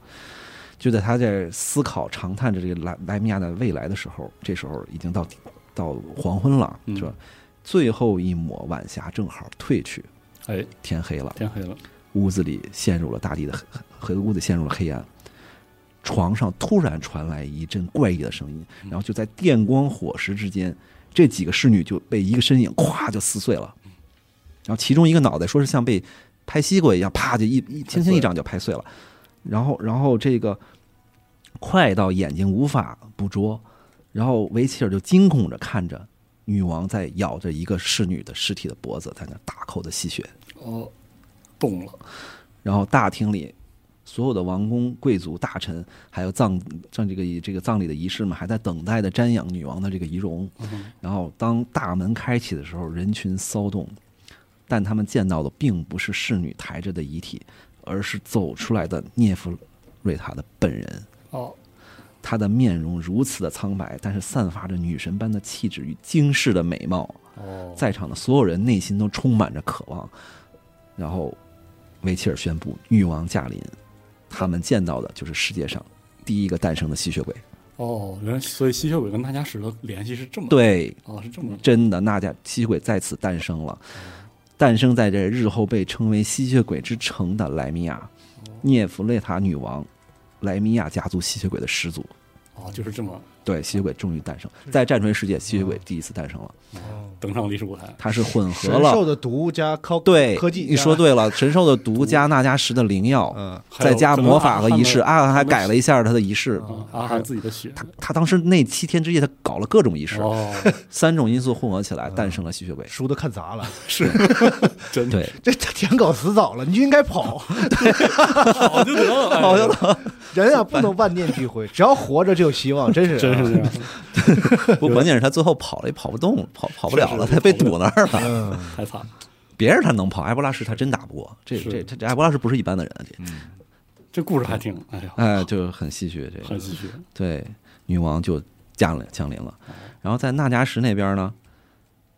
C: 就在他在思考、长叹着这个莱莱米亚的未来的时候，这时候已经到到黄昏了，
A: 嗯
C: 是吧？最后一抹晚霞正好退去，
A: 哎，
C: 天黑了，
A: 天黑了，
C: 屋子里陷入了大地的黑，黑屋子陷入了黑暗。床上突然传来一阵怪异的声音，然后就在电光火石之间，这几个侍女就被一个身影咵就撕碎了，然后其中一个脑袋说是像被拍西瓜一样，啪就一一轻轻一掌就拍碎了，然后然后这个快到眼睛无法捕捉，然后维齐尔就惊恐着看着女王在咬着一个侍女的尸体的脖子，在那大口的吸血，
A: 哦，动了，
C: 然后大厅里所有的王公贵族大臣，还有葬葬这个这个葬礼的仪式嘛，还在等待的瞻仰女王的这个仪容。然后当大门开启的时候，人群骚动，但他们见到的并不是侍女抬着的遗体，而是走出来的涅夫瑞塔的本人。
A: 哦，
C: 她的面容如此的苍白，但是散发着女神般的气质与惊世的美貌。
A: 哦，
C: 在场的所有人内心都充满着渴望。然后，维切尔宣布女王驾临，他们见到的就是世界上第一个诞生的吸血鬼。
A: 哦，原来所以吸血鬼跟大家使的联系是这么，
C: 对，
A: 哦，是这么，
C: 真的，那家吸血鬼在此诞生了，诞生在这日后被称为吸血鬼之城的莱米亚，
B: 哦
C: 涅弗雷塔女王，莱米亚家族吸血鬼的始祖。
A: 哦，就是这么
C: 对，吸血鬼终于诞生，在战锤世界，吸血
B: 哦
C: 鬼第一次诞生了，
A: 嗯哦登上历史舞台，
C: 它是混合
B: 神
C: 哦了
B: 兽的毒加靠
C: 对
B: 科技，
C: 你说，对了，神兽的毒加那加什的灵药，
B: 嗯，
A: 还有
C: 再加
A: 可能
C: 魔法和仪式，
A: 阿
C: 阿汉还
A: 他们
C: 改了一下他的仪式。
A: 啊阿汉自己的血，
C: 他他当时那七天之夜，他搞了各种仪式，
A: 哦， 啊
C: 三种因素混合起来诞生了吸血鬼。
B: 书都看砸了，
A: 真的
C: 对，
B: 这这舔狗死早了，你就应该跑。
A: 好就得 了，哎好就得，
B: 人啊，不能万念俱灰，只要活着就有希望，真是、啊、
A: 真是这样，
C: 不，关键是他最后跑了也跑不动，跑跑不了了，
A: 是是
C: 他被堵那儿了。
B: 嗯，
A: 太惨了，
C: 别人他能跑，埃博拉是他真打不过。这
A: 是嗯
C: 这这这埃博拉是不是一般的人啊？这
A: 这故事还挺，哎呀，
C: 哎，就很戏谑。这个
A: 很唏嘘，
C: 对，女王就降临降临了。
A: 哦
C: 然后在纳加什那边呢，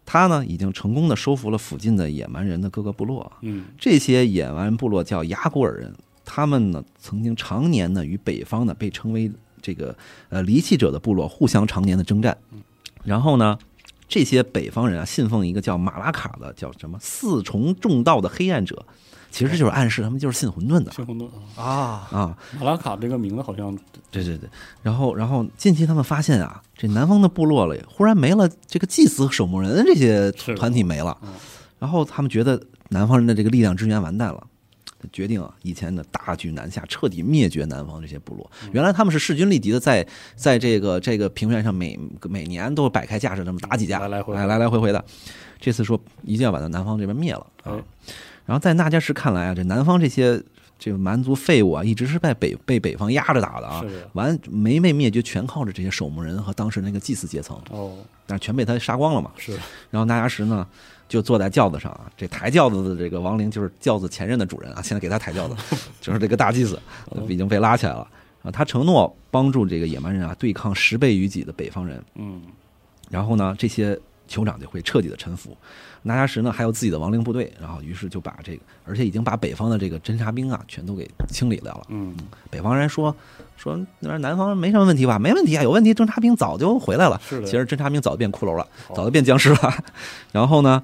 C: 他呢已经成功的收服了附近的野蛮人的各个部落。
A: 嗯，
C: 这些野蛮部落叫雅古尔人，他们呢曾经常年呢与北方呢被称为这个呃离弃者的部落互相常年的征战。然后呢，这些北方人啊信奉一个叫马拉卡的叫什么四重正道的黑暗者，其实就是暗示他们就是信混沌的
A: 血红盾啊。
B: 啊，
C: 啊。
A: 马拉卡这个名字好像
C: 对对对，然后然后近期他们发现啊，这南方的部落里忽然没了这个祭司、守墓人这些
A: 是
C: 团体没了
A: 嗯，
C: 然后他们觉得南方人的这个力量之源完蛋了。决定啊，以前的大举南下，彻底灭绝南方这些部落。
A: 嗯
C: 原来他们是势均力敌的，在在这个这个平原上每每年都摆开架势，这么打几架，
A: 嗯来来回回
C: 哎来来回回的。这次说一定要把咱南方这边灭了啊
A: 哎！
C: 然后在纳加什看来啊，这南方这些这个蛮族废物啊，一直是被北被北方压着打的啊
A: 是的，
C: 完没被灭绝，全靠着这些守墓人和当时那个祭祀阶层，
A: 哦，
C: 但是全被他杀光了嘛。
A: 是
C: 然后纳加什呢，就坐在轿子上啊，这抬轿子的这个亡灵就是轿子前任的主人啊，现在给他抬轿子，就是这个大祭司呃已经被拉起来了。啊，他承诺帮助这个野蛮人啊对抗十倍于己的北方人，
A: 嗯，
C: 然后呢，这些酋长就会彻底的臣服。纳加什呢，还有自己的亡灵部队，然后于是就把这个，而且已经把北方的这个侦察兵啊，全都给清理掉了。
A: 嗯，
C: 北方人说说那边南方没什么问题吧？没问题啊，有问题侦察兵早就回来了。
A: 是的
C: 其实侦察兵早就变骷髅了，
A: 好
C: 早就变僵尸了。 然后呢，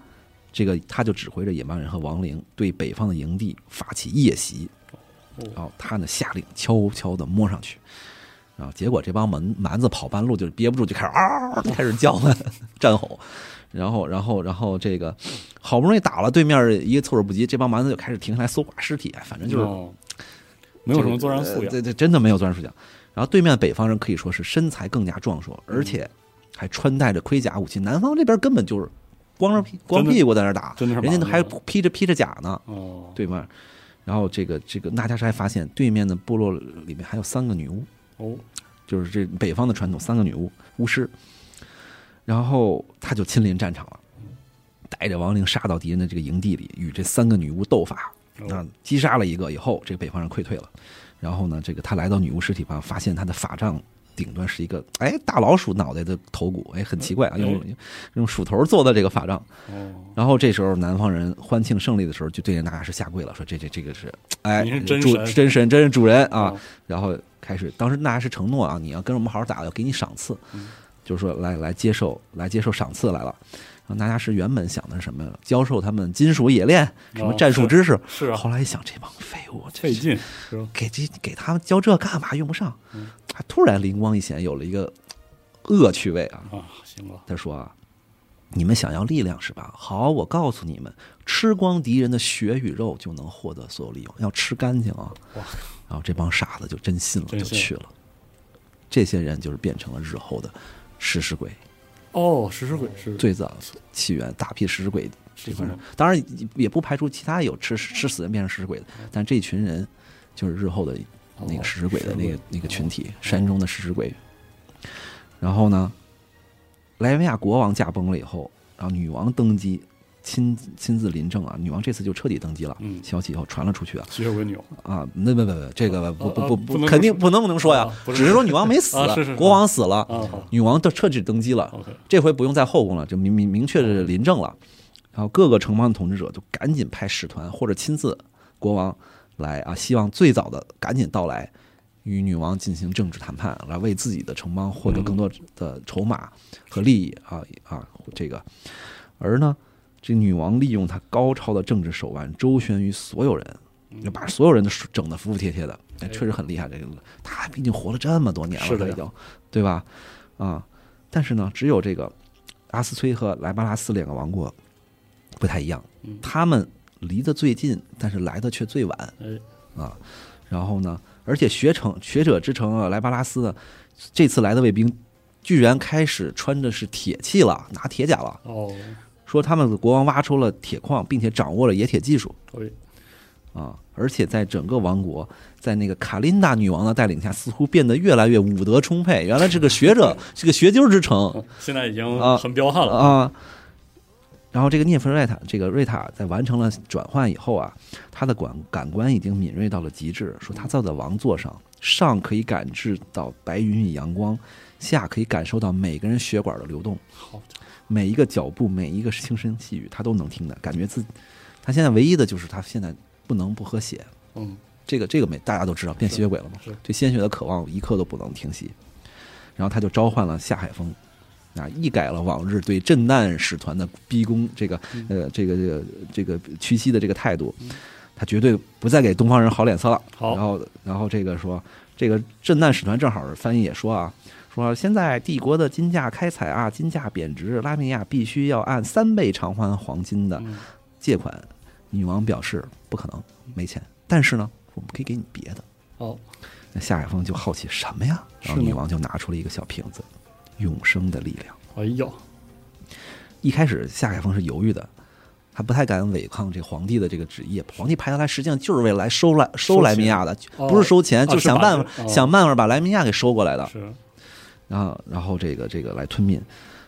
C: 这个他就指挥着野蛮人和亡灵对北方的营地发起夜袭
A: 哦，
C: 然后他呢下令悄悄地摸上去。然后结果这帮蛮蛮子跑半路就憋不住，就开始嗷、啊、开始叫唤 战吼，然后然后然后这个好不容易打了对面一个措手不及，这帮蛮子就开始停下来搜刮尸体，哎反正就是
A: 哦没有什么作战素
C: 呃
A: 养，
C: 对对，真的没有作战素养。然后对面北方人可以说是身材更加壮硕，
A: 嗯
C: 而且还穿戴着盔甲武器。南方这边根本就是光着屁光屁股在那儿打，
A: 真的是
C: 人家都
A: 蛮
C: 还
A: 子
C: 呃披着披着甲呢，
A: 哦，
C: 对吗？然后这个这个那迦沙还发现对面的部落里面还有三个女巫，
A: 哦，
C: 就是这北方的传统三个女巫巫师，然后他就亲临战场了，带着亡灵杀到敌人的这个营地里，与这三个女巫斗法，那
A: 哦
C: 击杀了一个以后，这个北方人溃退了。然后呢，这个他来到女巫尸体旁，发现她的法杖顶端是一个哎大老鼠脑袋的头骨，哎很奇怪啊，
A: 哎
C: 用用鼠头做的这个法杖。
A: 哦，
C: 然后这时候南方人欢庆胜利的时候，就对着纳迦是下跪了，说这这这个是哎
A: 你是真
C: 主
A: 神
C: 真神真是主人啊。
A: 哦，
C: 然后开始，当时纳迦是承诺啊，你要跟我们好好打，我给你赏赐，
A: 嗯
C: 就是说来来接受来接受赏赐来了。然后纳迦是原本想的是什么呀？教授他们金属冶炼什么
A: 哦
C: 战术
A: 是
C: 知识，
A: 是 啊，
C: 后来一想，这帮废物，这
A: 费劲是吧？
C: 给这给他们教这干嘛？用不上
A: 嗯。
C: 他突然灵光一现，有了一个恶趣味啊！
A: 啊，行吧，
C: 他说啊，你们想要力量是吧？好，我告诉你们，吃光敌人的血与肉就能获得所有利用，要吃干净啊！
A: 哇
C: 然后这帮傻子就真信了，就
A: 真信
C: 去了。这些人就是变成了日后的食尸鬼，
A: 哦，食尸鬼是
C: 最早起源大批食尸鬼这
A: 这
C: 块人，当然也不排除其他有吃吃死人变成食尸鬼的，但这群人就是日后的
A: 哦
C: 那个食尸鬼的那个那个群体，山中的食尸鬼。然后呢，莱维亚国王驾崩了以后，然后女王登基，亲亲自临政啊，女王这次就彻底登基了。
A: 嗯
C: 消息以后传了出去啊
A: 吸血鬼女王
C: 啊，那不不不，这个不
A: 啊
C: 不
A: 啊
C: 不
A: 不能
C: 肯定
A: 说
C: 不能不能说呀
A: 啊，不
C: 只
A: 是
C: 是说女王没死
A: 啊是是，是
C: 国王死了，
A: 啊好
C: 女王都彻底登基了，
A: ，OK，
C: 这回不用再后宫了，就明明明确是临政了。然后各个城邦的统治者就赶紧派使团或者亲自国王来啊，希望最早的赶紧到来，与女王进行政治谈判，来为自己的城邦获得更多的筹码和利益啊啊这个。而呢，这女王利用她高超的政治手腕，周旋于所有人。就把所有人都整得服服帖帖的，哎
A: 哎
C: 确实很厉害。这个他毕竟活了这么多年了，
A: 是的
C: 他已
A: 呀
C: 经，对吧？啊，但是呢，只有这个阿斯崔和莱巴拉斯两个王国不太一样，
A: 嗯
C: 他们离得最近，但是来的却最晚
A: 哎，
C: 啊。然后呢，而且学城学者之城啊，莱巴拉斯呢，这次来的卫兵居然开始穿的是铁器了，拿铁甲了。
A: 哦，
C: 说他们的国王挖出了铁矿，并且掌握了冶铁技术
A: 哎，
C: 啊！而且在整个王国，在那个卡琳达女王的带领下，似乎变得越来越武德充沛。原来这个学者，这个学究之城，
A: 嗯现在已经
C: 啊
A: 很彪悍了，
C: 啊。然后这个涅夫瑞塔，这个瑞塔在完成了转换以后啊，他的感感官已经敏锐到了极致，说他坐在王座上，上可以感知到白云与阳光，下可以感受到每个人血管的流动，
A: 好家伙，
C: 每一个脚步，每一个轻声细语，他都能听的，感觉自他现在唯一的就是他现在不能不喝血，
A: 嗯，
C: 这个这个没大家都知道变吸血鬼了嘛
A: 是，
C: 对鲜血的渴望一刻都不能停息。然后他就召唤了夏海峰，啊，一改了往日对震难使团的逼宫这个
A: 嗯
C: 呃这个这个这个屈膝的这个态度，他绝对不再给东方人好脸色了。
A: 好
C: 然后然后这个说这个震难使团正好翻译也说啊。说现在帝国的金价开采啊，金价贬值，拉米亚必须要按三倍偿还黄金的
A: 嗯
C: 借款。女王表示不可能，没钱。但是呢，我们可以给你别的。
A: 好，
C: 那夏海峰就好奇什么呀？
A: 是
C: 然
A: 吗
C: 后女王就拿出了一个小瓶子，永生的力量。
A: 哎呦，
C: 一开始夏海峰是犹豫的，他不太敢违抗这皇帝的这个旨意。皇帝派他来，实际上就是为了来收来收莱米亚的，
A: 哦
C: 不是收钱，
A: 啊
C: 就是想
A: 把
C: 办法、
A: 这哦
C: 想办法把莱米亚给收过来的。
A: 哦是
C: 然后然后这个这个来吞并，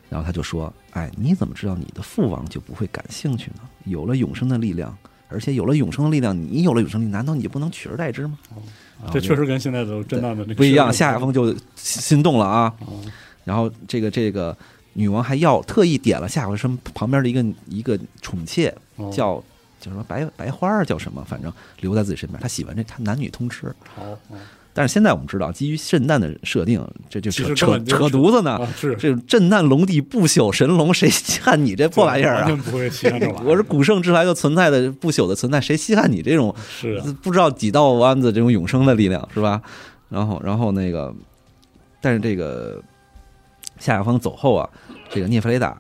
C: 然后他就说：“哎，你怎么知道你的父王就不会感兴趣呢？有了永生的力量，而且有了永生的力量，你有了永生力，难道你就不能取而代之吗？”
A: 哦
C: 然后
A: 这
C: 啊就
A: 确实跟现在的震荡的那个
C: 不一样。
A: 势力
C: 夏海峰就心动了啊！
A: 哦
C: 然后这个这个女王还要特意点了夏侯生旁边的一个一个宠妾，
A: 哦
C: 叫叫什么白白花儿叫什么，反正留在自己身边。她喜欢这，她男女通吃。
A: 好哦
C: 但是现在我们知道，基于圣诞的设定，这就扯
A: 其实根
C: 扯
A: 本就
C: 扯
A: 是
C: 犊子呢。
A: 啊是
C: 这种震撼龙帝不朽神龙，谁稀罕你这破玩意儿
A: 完
C: 啊？
A: 全不会稀罕这玩意儿，
C: 我是古圣之来就存在的不朽的存在，谁稀罕你这种
A: 是啊
C: 不知道几道弯子这种永生的力量是吧？然后，然后那个，但是这个夏亚芳走后啊，这个涅弗雷达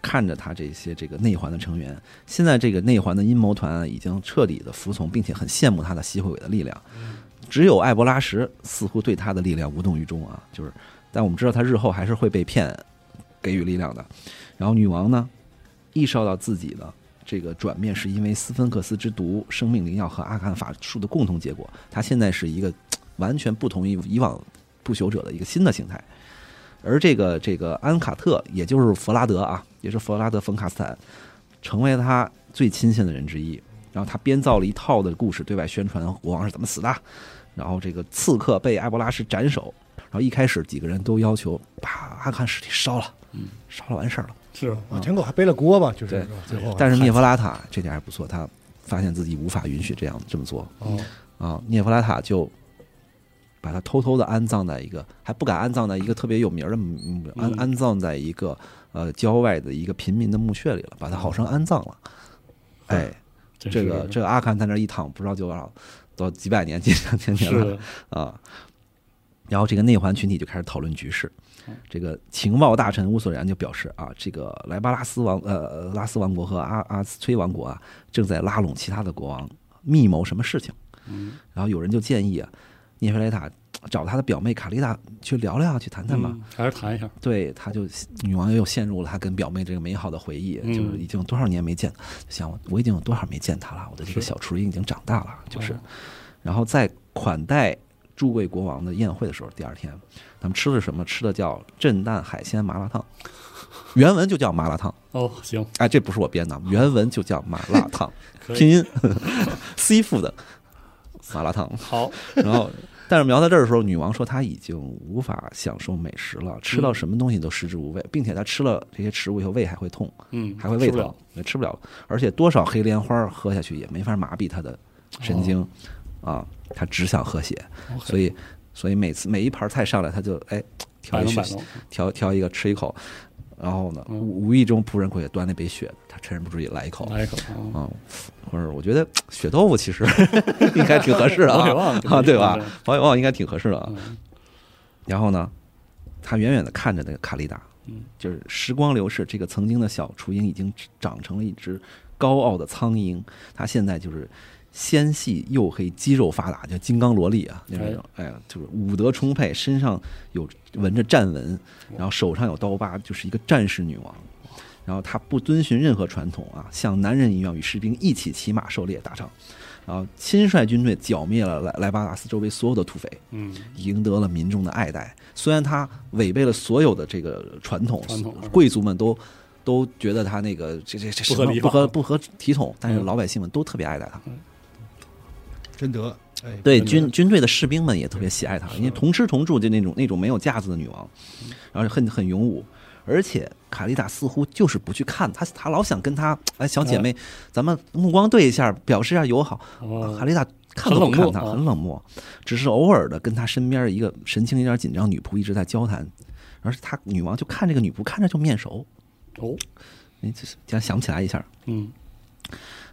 C: 看着他这些这个内环的成员，现在这个内环的阴谋团啊已经彻底的服从，并且很羡慕他的吸血鬼的力量。
A: 嗯
C: 只有艾博拉什似乎对他的力量无动于衷啊，就是，但我们知道他日后还是会被骗给予力量的。然后女王呢，意识到自己呢这个转变是因为斯芬克斯之毒、生命灵药和阿坎法术的共同结果。它现在是一个嘖完全不同于以往不朽者的一个新的形态。而这个这个安卡特，也就是弗拉德啊，也是弗拉德·冯卡斯坦，成为他最亲信的人之一。然后他编造了一套的故事，对外宣传国王是怎么死的，然后这个刺客被埃博拉是斩首。然后一开始几个人都要求把阿坎尸体烧了，
A: 嗯
C: 烧了完事儿了。
A: 是
B: 啊，舔狗还背了锅吧，就是
C: 对
B: 是吧最后还，
C: 但是涅弗拉塔这点还不错，他发现自己无法允许这样这么做
B: 哦，
C: 啊，涅弗拉塔就把他偷偷的安葬在一个还不敢安葬在一个特别有名儿的墓墓安
A: 嗯
C: 安葬在一个呃郊外的一个贫民的墓穴里了，把他好生安葬了。哎，
A: 真
C: 这
A: 是
C: 个这个阿坎在那儿一躺，不知道就多少多少几百年、几两千年
A: 是
C: 了。
A: 的
C: 啊。然后这个内环群体就开始讨论局势
A: 嗯。
C: 这个情报大臣乌索然就表示啊，这个莱巴拉斯王呃拉斯王国和阿阿斯崔王国啊，正在拉拢其他的国王，密谋什么事情。
A: 嗯
C: 然后有人就建议啊，涅菲雷塔找他的表妹卡丽达去聊聊，去谈谈吧。
A: 嗯还是谈一下，
C: 对，他就女王又陷入了她跟表妹这个美好的回忆，
A: 嗯
C: 就是已经有多少年没见，想我我已经有多少没见她了，我的这个
A: 是
C: 小雏鹰已经长大了，就是
A: 哦，
C: 然后在款待诸位国王的宴会的时候，第二天他们吃的什么？吃的叫震旦海鲜麻辣烫，原文就叫麻辣烫，
A: 哦，行，
C: 哎，这不是我编的，原文就叫麻辣烫，
A: 可
C: 拼
A: 以，
C: 音 C 副的麻辣烫，
A: 好，
C: 然后，但是描到这儿的时候，女王说她已经无法享受美食了，吃
A: 嗯
C: 到什么东西都食之无味，并且她吃了这些食物以后，胃还会痛，
A: 嗯，
C: 还会胃
A: 吃不
C: 疼
A: 了，，
C: 也吃不了了。而且多少黑莲花喝下去也没法麻痹她的神经、
A: 哦
C: 啊，她只想喝血，
A: OK
C: 所以，所以每次每一盘菜上来，她就哎挑
A: 摆
C: 一
A: 弄摆
C: 血
A: 弄，
C: 挑挑一个吃一口，然后呢，
A: 嗯
C: 无无意中仆人过去端了一杯血，她趁人不注意来一口。
A: 来一口，嗯
C: 啊，或者我觉得血豆腐其实 应该挺合适的
A: 我给
C: 啊，
A: 忘了
C: 啊，对吧？保险旺应该挺合适的啊。
A: 嗯
C: 然后呢，他远远的看着那个卡丽达，
A: 嗯，
C: 就是时光流逝，这个曾经的小雏鹰已经长成了一只高傲的苍鹰，它现在就是纤细黝黑，肌肉发达，叫金刚萝莉啊，就是那种，哎呀，就是武德充沛，身上有纹着战纹，然后手上有刀疤，就是一个战士女王。然后她不遵循任何传统啊，像男人一样与士兵一起骑马狩猎打仗，然后亲率军队剿灭了莱莱巴达斯周围所有的土匪，
A: 嗯，
C: 赢得了民众的爱戴。虽然他违背了所有的这个传统，
A: 传统嗯
C: 贵族们都都觉得他那个这这这
A: 不合
C: 什么
A: 理
C: 不
A: 吧
C: 合不合体统，但是
A: 嗯
C: 老百姓们都特别爱戴他。
B: 真得，哎，
C: 对
A: 真的
C: 军军队的士兵们也特别喜爱他，
B: 是
C: 因为同吃同住就那种那种没有架子的女王，
A: 嗯
C: 然后很很勇武。而且卡丽达似乎就是不去看他，他老想跟他哎小姐妹，咱们目光对一下，表示一下友好。
A: 哦
C: 哈，丽达看都不看他，
A: 很冷漠啊
C: 很冷漠，只是偶尔的跟他身边一个神情有点紧张女仆一直在交谈，而他女王就看这个女仆看着就面熟，
A: 哦，
C: 哎，这是竟然想不起来一下。
A: 嗯，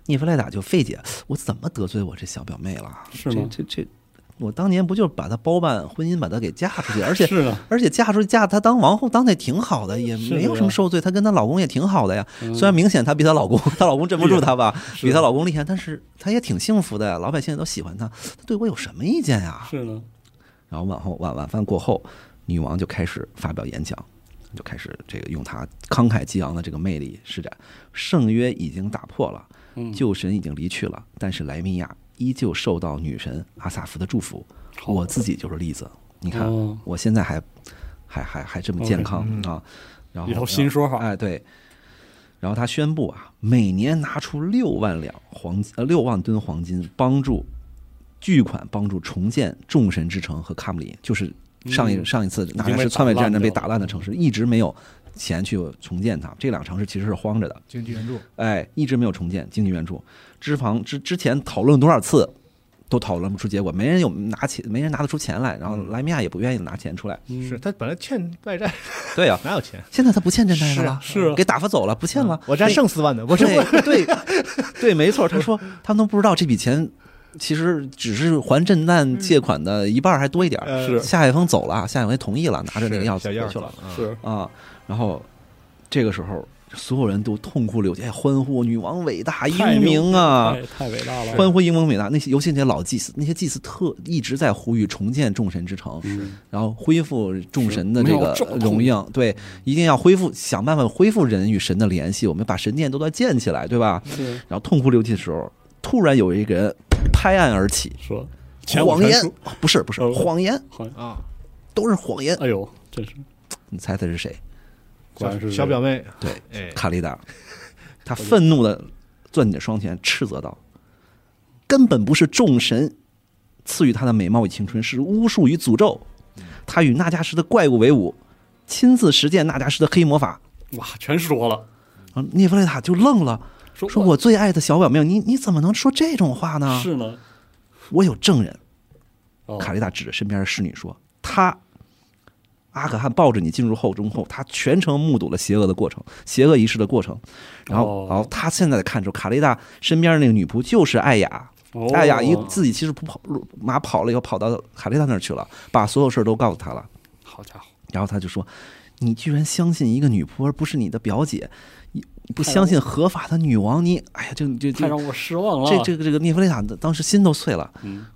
C: 涅弗莱达就费解，我怎么得罪我这小表妹了？
A: 是吗
C: 这这这，我当年不就是把她包办婚姻，把她给嫁出去，而且
A: 是啊，
C: 而且嫁出去嫁她当王后当的也挺好的，也
A: 是的
C: 没有什么
A: 呀
C: 受罪，她跟她老公也挺好的呀。
A: 嗯
C: 虽然明显她比她老公，她老公镇不住她吧，
A: 是
C: 比她老公厉害，但是她也挺幸福的呀，老百姓也都喜欢她。她对我有什么意见呀？
A: 是呢，
C: 然后晚后晚晚饭过后，女王就开始发表演讲，就开始这个用她慷慨激昂的这个魅力施展。圣约已经打破了，
A: 嗯，
C: 旧神已经离去了，但是莱米亚依旧受到女神阿萨夫的祝福。
A: 好
C: 我自己就是例子，你看
A: 哦
C: 我现在还还还还这么健康
B: OK，嗯
C: 啊。然后
A: 一套新说法，
C: 哎，对。然后他宣布啊，每年拿出六万两黄金呃六万吨黄金，帮助巨款帮助重建众神之城和卡姆里，就是上一、
A: 嗯
C: 上一次哪
A: 已经
C: 是
A: 被
C: 川美
A: 打
C: 战
A: 烂
C: 争被
A: 掉了
C: 打烂的城市，一直没有钱去重建它。这两个城市其实是荒着的，
B: 经济援助，
C: 哎，一直没有重建经济援助。之房之之前讨论多少次，都讨论不出结果，没人有拿钱，没人拿得出钱来，然后莱米亚也不愿意拿钱出来。
A: 嗯
B: 是他本来欠外债，
C: 对呀、啊，
B: 哪有钱？
C: 现在他不欠债的了，
A: 是啊
C: 给打发走了，不欠了。
B: 我债剩四万的，我是
C: 对 对对，没错。他说他们都不知道这笔钱其实只是还震旦借款的一半儿还多一点儿。
B: 呃
A: 是
C: 夏海峰走了，夏海峰同意了，拿着那
B: 是
C: 个钥匙
B: 小
C: 回
B: 钥匙
C: 去了
B: 啊
A: 是，
C: 啊。然后这个时候，所有人都痛哭流涕，哎欢呼女王伟大，
A: 太
C: 英
A: 牛
C: 明啊！
A: 太太伟大了，
C: 欢呼英明伟大，那些尤其那些老祭司，那些祭司特一直在呼吁重建众神之城，
A: 嗯
C: 然后恢复众神的
A: 是
C: 这
A: 没有
C: 个
A: 这么痛
C: 荣耀，对，一定要恢复，想办法恢复人与神的联系，我们把神殿都要建起来，对吧？
A: 是
C: 然后痛哭流涕的时候，突然有一个人拍案而起，
A: 说前五
C: 谎
A: 传
C: 言
A: 书，
C: 不是不是
A: 哦
C: 谎言，
A: 好像，
B: 啊，
C: 都是谎言，
A: 哎呦，真是
C: 你猜猜是谁？
A: 果然是
B: 小表妹，
C: 对，
B: 哎，
C: 卡利达， 他愤怒的攥紧双拳，斥责道：“根本不是众神赐予他的美貌与青春，是巫术与诅咒。他与纳迦什的怪物为伍，亲自实践纳迦什的黑魔法。
A: 哇，全说了，”
C: 啊，涅弗雷塔就愣了，
A: 说
C: 说：“我最爱的小表妹，你你怎么能说这种话呢？
A: 是呢，
C: 我有证人。”
A: 哦
C: 卡利达指着身边的侍女说：“他，阿可汗抱着你进入后宫后，他全程目睹了邪恶的过程，邪恶仪式的过程。然后，
A: 哦
C: 然后他现在看出卡利达身边那个女仆就是艾雅，
A: 哦
C: 艾哎雅一自己其实不跑路，马跑了以后跑到卡利达那儿去了，把所有事儿都告诉他了。
A: 好家伙，
C: 然后他就说：‘你居然相信一个女仆，而不是你的表姐，你你不相信合法的女王，你哎呀，这这
A: 太
C: 这
A: 让我失望了，
C: 这这个这个涅弗雷塔当时心都碎了。’
A: 嗯，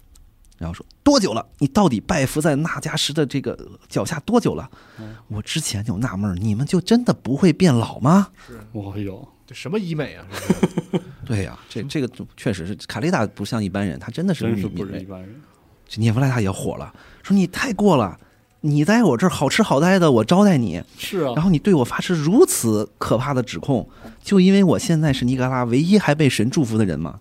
C: 然后说多久了？你到底拜伏在那迦什的这个脚下多久了？
A: 嗯
C: 我之前就纳闷儿，你们就真的不会变老吗？
A: 哦呦，
B: 这什么医美啊？这
A: 嗯
C: 对呀、这这个就确实是卡利达不像一般人，他真的是
A: 真是
C: 女
A: 不是一
C: 女
A: 般人，
C: 这涅弗莱塔也火了，说你太过了，你在我这儿好吃好待的，我招待你，
A: 是啊
C: 然，后你对我发出如此可怕的指控，就因为我现在是尼格拉唯一还被神祝福的人吗？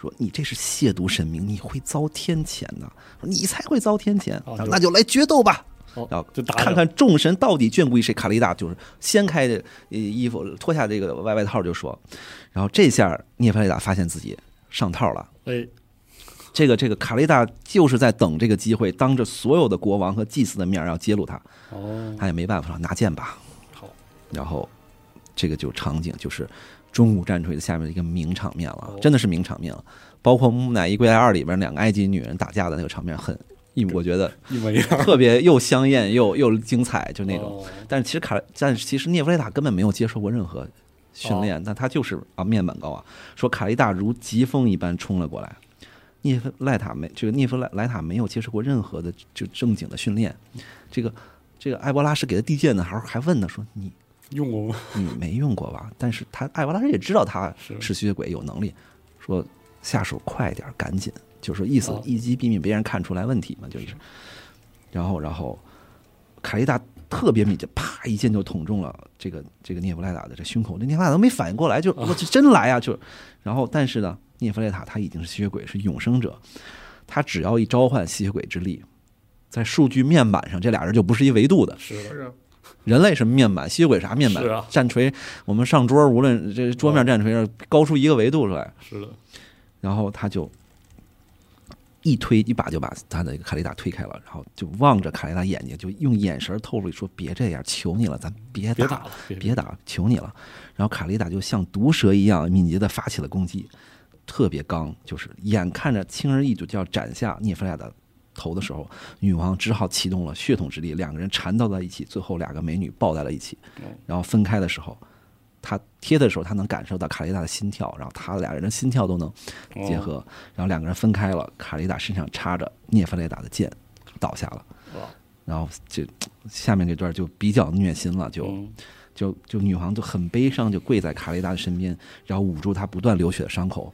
C: 说你这是亵渎神明，你会遭天谴的，说你才会遭天谴。
A: 哦
C: 然后
A: 就
C: 那就来决斗吧，
A: 哦
C: 然后
A: 就打起来
C: 看看众神到底眷顾于谁。卡利达就是掀开这呃衣服，脱下这个外外套就说，然后这下涅凡利达发现自己上套了。
A: 哎，
C: 这个这个卡利达就是在等这个机会，当着所有的国王和祭司的面儿要揭露他。
A: 哦，
C: 他也没办法了，拿剑吧。
A: 好，
C: 然后这个就场景就是中古战锤的下面的一个名场面了
A: 哦，
C: 真的是名场面了。包括《木乃伊归来二》里边两个埃及女人打架的那个场面很，一我觉得
A: 一模一样，
C: 特别又香艳又又精彩，就那种。
A: 哦
C: 但是其实卡，但是其实涅弗雷塔根本没有接受过任何训练，但他就是啊面板高啊，说卡利达如疾风一般冲了过来。涅弗莱塔没这个涅弗莱莱塔没有接受过任何的就正经的训练，这个这个艾博拉是给他递剑的，还还问呢说你
A: 用我们
C: 你没用过吧？但是他艾博拉也知道他
A: 是
C: 是吸血鬼有能力，说下手快点儿，赶紧，就是说意思
A: 哦
C: 一击毙命，别让人看出来问题嘛，就是。然后，然后，凯利达特别敏捷，啪一剑就捅中了这个这个涅弗莱塔的这胸口，那涅弗莱塔都没反应过来，就
A: 哦
C: 我这真来啊，就。然后，但是呢，涅弗莱塔他已经是吸血鬼，是永生者，他只要一召唤吸血鬼之力。在数据面板上，这俩人就不是一维度的。
A: 是啊的，
B: 是啊
C: 人类什么面板，吸血鬼啥面板？
A: 是啊
C: 战锤，我们上桌，无论这桌面战锤高出一个维度出来，
A: 是的，
C: 然后他就一推一把就把他的卡利达推开了，然后就望着卡利达眼睛，就用眼神透露说：“别这样，求你了，咱别
A: 别
C: 打，
A: 打了，
C: 别打，求你了。”然后卡利达就像毒蛇一样敏捷的发起了攻击，特别刚，就是眼看着轻而易举就要斩下涅弗莱的头的时候，女王只好启动了血统之力，两个人缠斗在一起，最后两个美女抱在了一起
A: 嗯，
C: 然后分开的时候。她贴的时候，她能感受到卡利达的心跳，然后他俩人的心跳都能
A: 哦
C: 结合，然后两个人分开了。卡利达身上插着涅弗雷达的剑，倒下了。
A: 哦哇，
C: 然后这下面这段就比较虐心了，就、
A: 嗯
C: 就就女王就很悲伤，就跪在卡利达的身边，然后捂住她不断流血的伤口，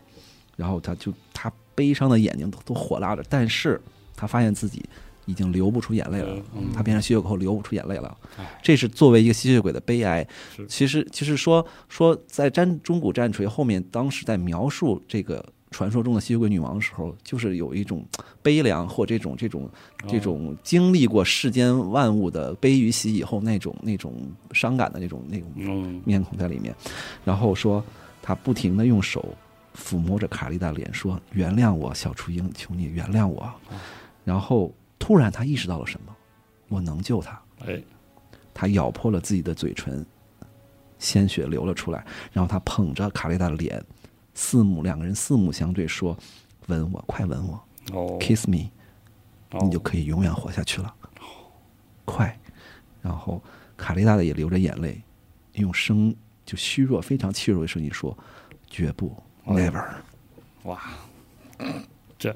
C: 然后她就她悲伤的眼睛都都火辣着，但是她发现自己已经流不出眼泪了，
A: 嗯
C: 她变成吸血鬼后流不出眼泪了
A: 唉，
C: 这是作为一个吸血鬼的悲哀
A: 是。
C: 其实其实说说在战中古战锤后面，当时在描述这个。传说中的吸血鬼女王的时候，就是有一种悲凉或这种这种
A: 哦嗯
C: 这种经历过世间万物的悲与喜以后那种那种伤感的那种那种
A: 嗯，
C: 面孔在里面，然后说他不停的用手抚摸着卡莉达脸，说原谅我，小雏鹰，求你原谅我。然后突然他意识到了什么，我能救他。
A: 哎，
C: 他咬破了自己的嘴唇，鲜血流了出来，然后他捧着卡莉达的脸，四目两个人四目相对说。吻我，快吻我
A: 哦，
C: ，kiss me，
A: 哦
C: 你就可以永远活下去了。快！然后卡利达的也流着眼泪，用生就虚弱、非常气弱的声音说：“绝不
A: 哦
C: ，never。”
A: 哇，这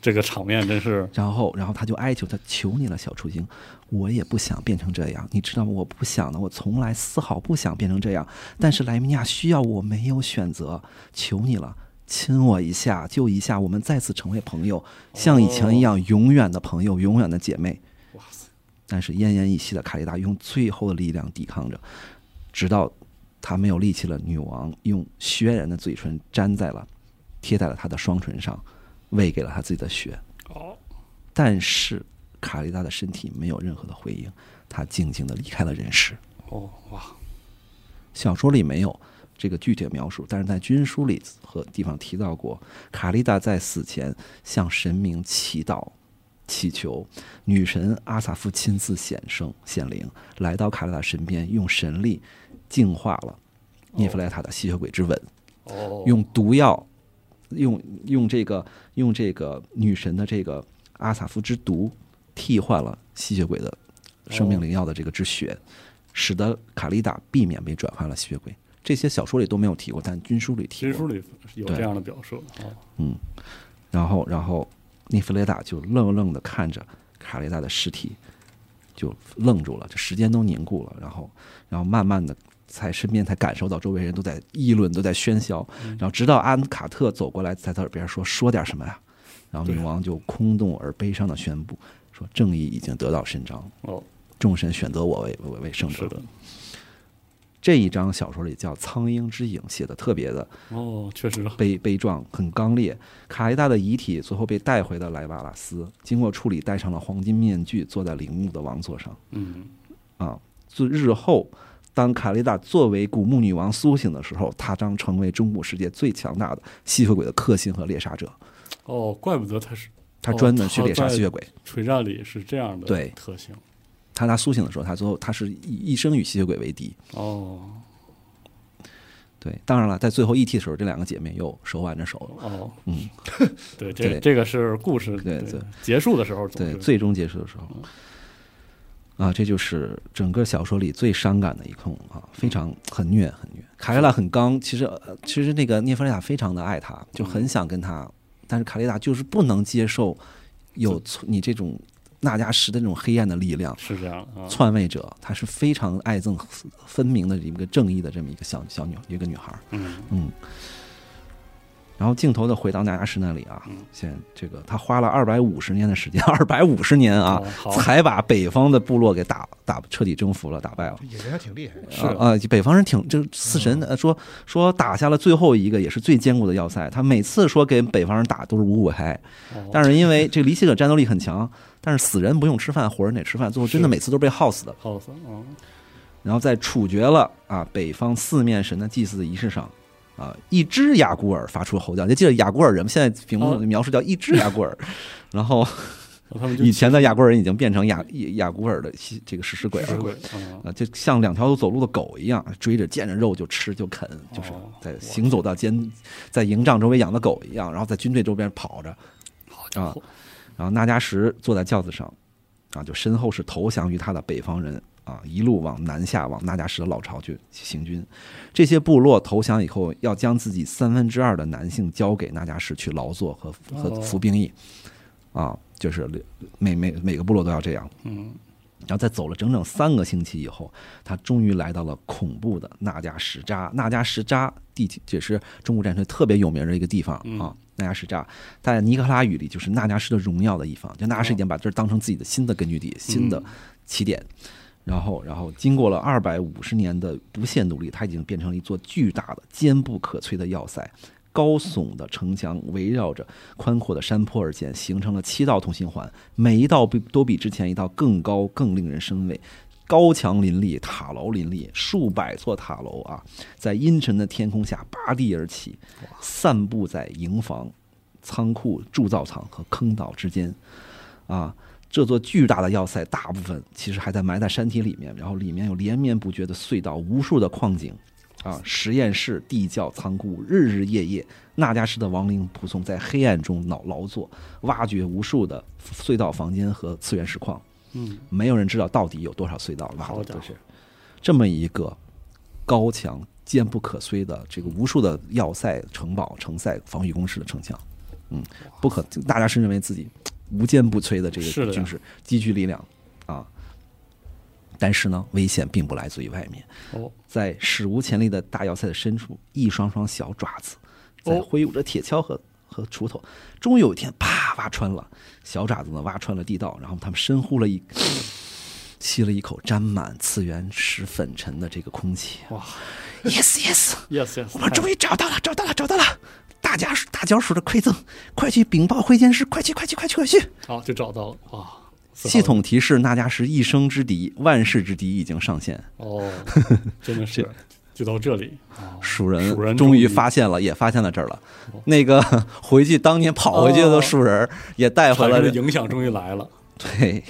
A: 这个场面真是
C: 然后，然后他就哀求他：“求你了，小雏鹰，我也不想变成这样，你知道吗？我不想的，我从来丝毫不想变成这样。但是莱米尼亚需要我，没有选择，求你了，亲我一下，就一下，我们再次成为朋友，像以前一样，永远的朋友，永远的姐妹。”
A: 哦哇塞！
C: 但是奄奄一息的卡莉达用最后的力量抵抗着，直到他没有力气了，女王用血染的嘴唇粘在了，贴在了他的双唇上，喂给了他自己的血。
A: 哦，
C: 但是卡莉达的身体没有任何的回应，她静静的离开了人世。
A: 哦哇，
C: 小说里没有这个具体的描述，但是在军书里和地方提到过，卡莉达在死前向神明祈祷。祈求女神阿萨夫亲自显圣显灵，来到卡莉达身边，用神力净化了涅弗莱塔的吸血鬼之吻。
A: 哦
C: 用毒药，用用这个用这个女神的这个阿萨夫之毒替换了吸血鬼的
A: 哦
C: 生命灵药的这个之血，使得卡莉达避免被转换了吸血鬼。这些小说里都没有提过，但军书里提
A: 军书。
C: 过
A: 里有
C: 对
A: 这样的表述。哦，
C: 然后，然后涅弗雷达就愣愣的看着卡雷达的尸体，就愣住了，这时间都凝固了。然后，然后慢慢的才身边才感受到周围人都在议论，都在喧嚣。
A: 嗯
C: 然后直到安卡特走过来，在他耳边说：“说点什么呀？”然后女
A: 对
C: 王就空洞而悲伤的宣布说：“正义已经得到伸张，
A: 哦，
C: 众神选择我为为为圣
A: 是
C: 者。
A: 的，”
C: 这一章小说里叫《苍鹰之影》，写的特别的
A: 哦，确实，
C: 悲悲壮，很刚烈。卡伊达的遗体随后被带回到莱瓦拉斯，经过处理，戴上了黄金面具，坐在陵墓的王座上。
A: 嗯，
C: 啊，自日后，当卡丽达作为古墓女王苏醒的时候，她将成为中古世界最强大的吸血鬼的克星和猎杀者。
A: 哦，怪不得他是
C: 她
A: 哦
C: 专门去
A: 她
C: 猎杀
A: 在
C: 吸血鬼。
A: 锤战里是这样的
C: 对
A: 特性。
C: 她她苏醒的时候，她最后她是一一生与吸血鬼为敌。
A: 哦
C: 对，当然了，在最后 E.T. 的时候，这两个姐妹又手挽着手。
A: 哦，
C: 嗯，
A: 对，这
C: 对
A: 这个是故事
C: 对对
A: 结束的时候总
C: 对
A: 是，
C: 最终结束的时候
A: 嗯，
C: 啊，这就是整个小说里最伤感的一空啊，
A: 嗯
C: 非常很虐很虐。卡雷拉很刚，其实呃其实那个涅弗雷塔非常的爱他，就
A: 嗯
C: 很想跟他，但是卡雷拉就是不能接受有错你这种纳迦什的那种黑暗的力量。
A: 是这样的啊。
C: 篡位者，她是非常爱憎分明的一个正义的这么一个小小女一个女孩儿，
A: 嗯，
C: 嗯。然后镜头的回到纳迦什那里啊
A: 嗯，
C: 现在这个他花了二百五十年的时间， 二百五十年啊
A: 哦，好，
C: 才把北方的部落给打打彻底征服了，打败了。
B: 野人还挺厉害的，
A: 是嗯啊
C: 啊、呃北方人挺就是四神呃说说打下了最后一个也是最坚固的要塞，他每次说给北方人打都是五五开，
A: 哦
C: 但是因为这个离奇者战斗力很强，但是死人不用吃饭，活人得吃饭，最后真的
A: 是
C: 每次都是被耗死的。
A: 好森，嗯，
C: 然后在处决了啊北方四面神的祭祀仪式上。啊！一只雅古尔发出吼叫，就记得雅古尔人吗？现在屏幕
A: 哦
C: 描述叫一只雅古 尔，然后
A: 那他们就
C: 以前的雅古尔人已经变成雅雅古尔的吸这个食尸鬼了
A: 吃。鬼，嗯，
C: 啊，就像两条走路的狗一样，追着见着肉就吃就啃，就是
A: 哦
C: 在行走到监，在营帐周围养的狗一样，然后在军队周边跑着。啊
A: 好家伙，
C: 然后纳迦什坐在轿子上，啊，就身后是投降于他的北方人啊，一路往南下，往纳迦什的老巢去行军。这些部落投降以后，要将自己三分之二的男性交给纳迦什去劳作和和
A: 哦
C: 服兵役，啊，就是每每每个部落都要这样。
A: 嗯，
C: 然后在走了整整三个星期以后，他终于来到了恐怖的纳加什扎。纳加什扎地区也是中国战争特别有名的一个地方
A: 嗯
C: 啊。纳加什扎在尼克拉语里就是纳加什的荣耀的一方，就纳加什已经把这儿当成自己的新的根据地、新的起点。然后，然后经过了二百五十年的不懈努力，它已经变成了一座巨大的、坚不可摧的要塞。高耸的城墙围绕着宽阔的山坡而建，形成了七道同心环，每一道比都比之前一道更高、更令人生畏。高墙林立，塔楼林立，数百座塔楼啊，在阴沉的天空下拔地而起，散布在营房、仓库、铸造厂和坑道之间。啊，这座巨大的要塞大部分其实还在埋在山体里面，然后里面有连绵不绝的隧道、无数的矿井、啊实验室、地窖、仓库，日日夜夜，纳迦氏的亡灵仆从在黑暗中劳劳作，挖掘无数的隧道房间和次元石矿。
A: 嗯，
C: 没有人知道到底有多少隧道挖
A: 好
C: 的
A: 家
C: 都
A: 伙
C: 是这么一个高墙坚不可摧的这个无数的要塞、城堡、城塞、防御工事的城墙，嗯，不可，大家是认为自己无坚不摧的这
A: 是
C: 个
A: 的
C: 军事积聚力量啊。但是呢，危险并不来自于外面，
A: 哦，
C: 在史无前例的大要塞的深处，一双双小爪子在
A: 哦
C: 挥舞着铁锹和和锄头，终于有一天，啪挖穿了小爪子呢，挖穿了地道，然后他们深呼了一，吸了一口沾满次元石粉尘的这个空气。
A: 哇
C: ，yes yes，
A: ，yes yes，
C: 我们终于找到了，找到了，找到了！大家大脚鼠的馈赠，快去禀报会见室，快去，快去，快去，快去！
A: 太好就找到了哇，丝毫
C: 系统提示：那家是一生之敌，万世之敌已经上线。
A: 哦，真的是就到这里
C: 哎
A: 啊，
C: 蜀哦人
A: 蜀人
C: 终于
A: 终于
C: 发现了，也发现了这儿了
A: 哦。
C: 那个 回去当年跑回去的蜀人也带回
A: 产
C: 来
A: 生的
C: 了。
A: 影响终于来了，
C: 对，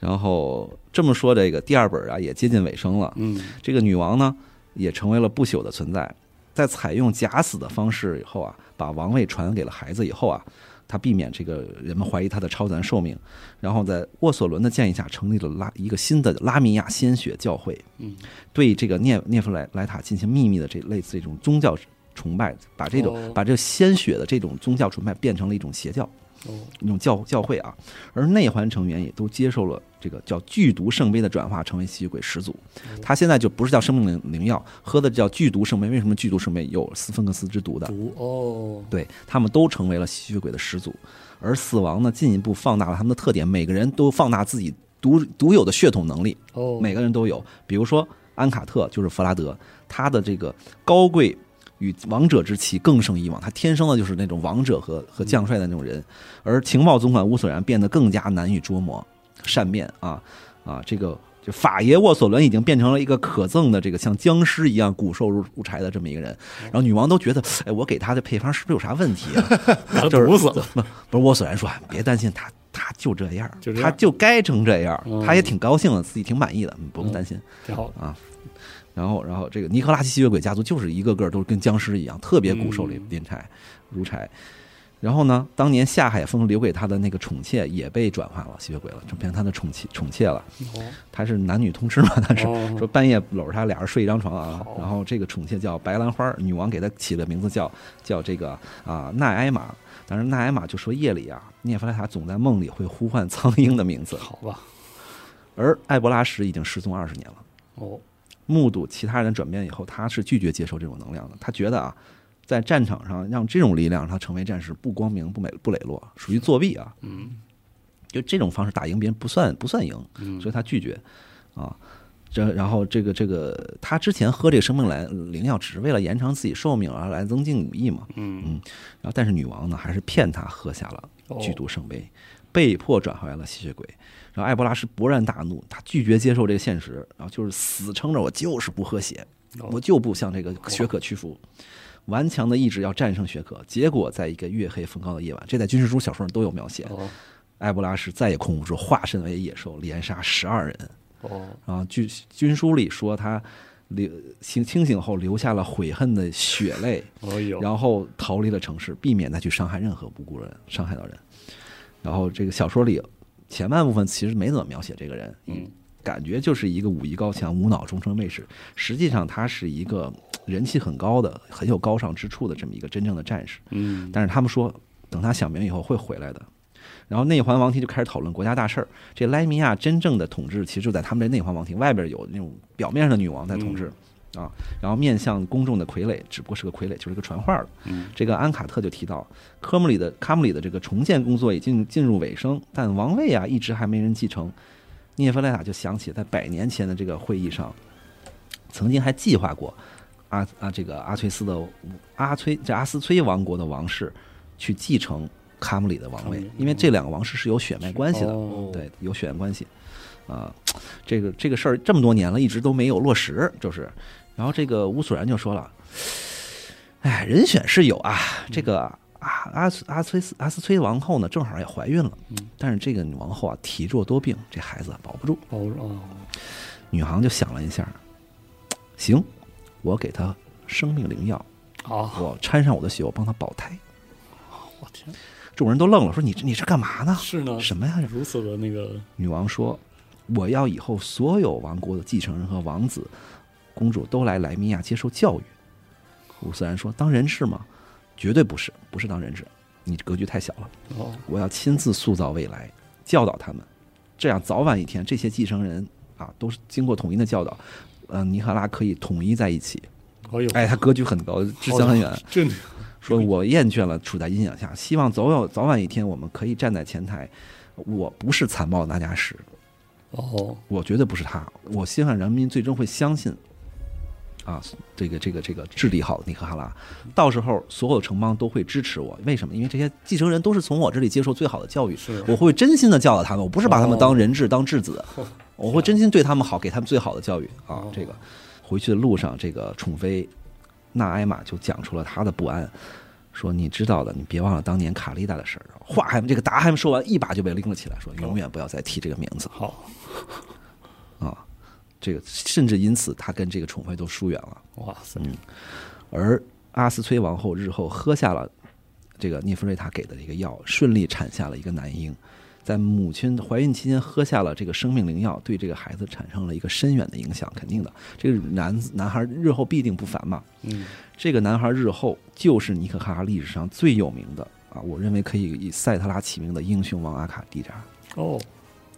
C: 然后这么说，这个第二本啊也接近尾声了。
A: 嗯，
C: 这个女王呢，也成为了不朽的存在。在采用假死的方式以后啊，把王位传给了孩子以后啊，她避免这个人们怀疑她的超自然寿命，然后在沃索伦的建议下，成立了拉一个新的拉米亚鲜血教会，
A: 嗯，
C: 对这个涅涅夫莱莱塔进行秘密的这类似这种宗教崇拜，把这种、
A: 哦
C: 把这个鲜血的这种宗教崇拜变成了一种邪教。
A: 哦，
C: 一种教教会啊，而内环成员也都接受了这个叫剧毒圣杯的转化，成为吸血鬼始祖。他现在就不是叫生命灵灵药，喝的叫剧毒圣杯。为什么剧毒圣杯有斯芬克斯之毒的？
A: 毒哦，
C: 对他们都成为了吸血鬼的始祖，而死亡呢，进一步放大了他们的特点，每个人都放大自己独独有的血统能力，
A: 哦，
C: 每个人都有。比如说安卡特就是弗拉德，他的这个高贵与王者之气更胜以往，他天生的就是那种王者和和将帅的那种人。而情报总管乌索然变得更加难以捉摸，善变啊啊！这个就法爷沃索伦已经变成了一个可憎的这个像僵尸一样骨瘦如如柴的这么一个人。然后女王都觉得，哎，我给他的配方是不是有啥问题 啊？
A: 把他
C: 就是
A: 毒死了，
C: 不是，我索然说别担心，他他就这样，
A: 就这样
C: 他就该成这样，
A: 嗯
C: 他也挺高兴的，自己挺满意的，嗯不用担心。
A: 挺好的，
C: 然后，然后这个尼克拉奇吸血鬼家族就是一个个都跟僵尸一样，特别骨瘦
A: 嗯
C: 嶙嶙柴如柴。然后呢，当年夏海峰留给他的那个宠妾也被转化了吸血鬼了，就变成他的宠妾宠妾了。
A: 哦，
C: 他是男女通吃嘛，他是
A: 哦
C: 说半夜搂着他俩人睡一张床啊
A: 好。
C: 然后这个宠妾叫白兰花，女王给他起的名字叫叫这个啊奈埃玛。当时奈埃玛就说夜里啊，涅弗莱塔总在梦里会呼唤苍鹰的名字，
A: 好吧，
C: 而艾博拉什已经失踪二十年了。
A: 哦，
C: 目睹其他人转变以后，他是拒绝接受这种能量的。他觉得啊，在战场上让这种力量让他成为战士不光明、不美、不磊落，属于作弊啊。
A: 嗯
C: 就这种方式打赢别人不算不算赢，
A: 嗯，
C: 所以他拒绝啊。这然后这个这个他之前喝这个生命来灵药，只是为了延长自己寿命而来增进武艺嘛。
A: 嗯
C: 然后但是女王呢，还是骗他喝下了
A: 哦
C: 剧毒圣杯，被迫转化为了吸血鬼。然后艾博拉是勃然大怒，他拒绝接受这个现实，然后就是死撑着我就是不喝血，
A: 哦
C: 我就不向这个血可屈服。顽强的意志要战胜血可，结果在一个月黑风高的夜晚，这在军事书小说上都有描写。
A: 哦
C: 艾博拉是再也控制不住，化身为野兽，连杀十二人。
A: 哦
C: 然后据军书里说，他留清清醒后留下了悔恨的血泪，
A: 哦 有，
C: 然后逃离了城市，避免再去伤害任何无辜人，伤害到人。然后这个小说里前半部分其实没怎么描写这个人，
A: 嗯，
C: 感觉就是一个武艺高强、无脑终身卫士。实际上他是一个呃人气很高的、很有高尚之处的这么一个真正的战士。
A: 嗯，
C: 但是他们说，等他想明以后会回来的。然后内环王庭就开始讨论国家大事儿。这莱米亚真正的统治其实就在他们这内环王庭外边有那种表面上的女王在统治、啊，然后面向公众的傀儡只不过是个傀儡，就是一个传话的。
A: 嗯
C: 这个安卡特就提到，科姆里的卡姆里的这个重建工作已经进入尾声，但王位啊一直还没人继承。涅弗莱塔就想起在百年前的这个会议上，曾经还计划过阿啊这个阿崔斯的阿崔这阿斯崔王国的王室去继承卡姆里的王
A: 卡
C: 位
A: 姆里，
C: 因为这两个王室是有血脉关系的，
A: 哦
C: 对，有血缘关系。啊、这个这个事儿这么多年了，一直都没有落实，就是。然后这个乌索然就说了：“哎，人选是有啊，这个阿阿斯阿崔斯阿斯崔王后呢，正好也怀孕了，但是这个女王后啊体弱多病，这孩子啊保不住。
A: 包哦
C: 女航就想了一下，行，我给她生命灵药，
A: 啊，
C: 我掺上我的血，我帮她保胎。
A: 我天，
C: 众人都愣了，说你这你这干嘛呢？
A: 是呢，
C: 什么呀？
A: 如此的那个
C: 女王说：“我要以后所有王国的继承人和王子公主都来莱米亚接受教育。五色兰说：“当人质吗？绝对不是，不是当人质，你格局太小了。
A: 哦，
C: 我要亲自塑造未来，教导他们，这样早晚一天，这些继承人啊，都是经过统一的教导，呃，尼赫拉可以统一在一起。
A: 哎呦，
C: 哎，他格局很高，志向很远。
A: 这
C: 说我厌倦了处在阴影下，希望总有早晚一天，我们可以站在前台。我不是残暴拿家使，
A: 哦，
C: 我绝对不是他。我希望人民最终会相信，啊，这个这个这个治理好尼克哈拉，到时候所有城邦都会支持我。为什么？因为这些继承人都是从我这里接受最好的教育，
A: 是
C: 我会真心的教导他们，我不是把他们
A: 哦
C: 当人质、当质子，
A: 呵
C: 我会真心对他们好，给他们最好的教育啊
A: 哦。
C: 这个回去的路上，这个宠妃纳埃玛就讲出了她的不安，说你知道的，你别忘了当年卡丽达的事儿。话还没这个答还没说完，一把就被拎了起来，
A: 哦
C: 说永远不要再提这个名字
A: 好，
C: 啊。这个甚至因此，他跟这个宠妃都疏远了。
A: 哇塞，
C: 嗯而阿斯崔王后日后喝下了这个涅芙瑞塔给的这个药，顺利产下了一个男婴。在母亲怀孕期间喝下了这个生命灵药，对这个孩子产生了一个深远的影响，肯定的。这个男子男孩日后必定不凡嘛。
A: 嗯，
C: 这个男孩日后就是尼可哈哈历史上最有名的啊，我认为可以以塞特拉起名的英雄王阿卡迪扎。
A: 哦，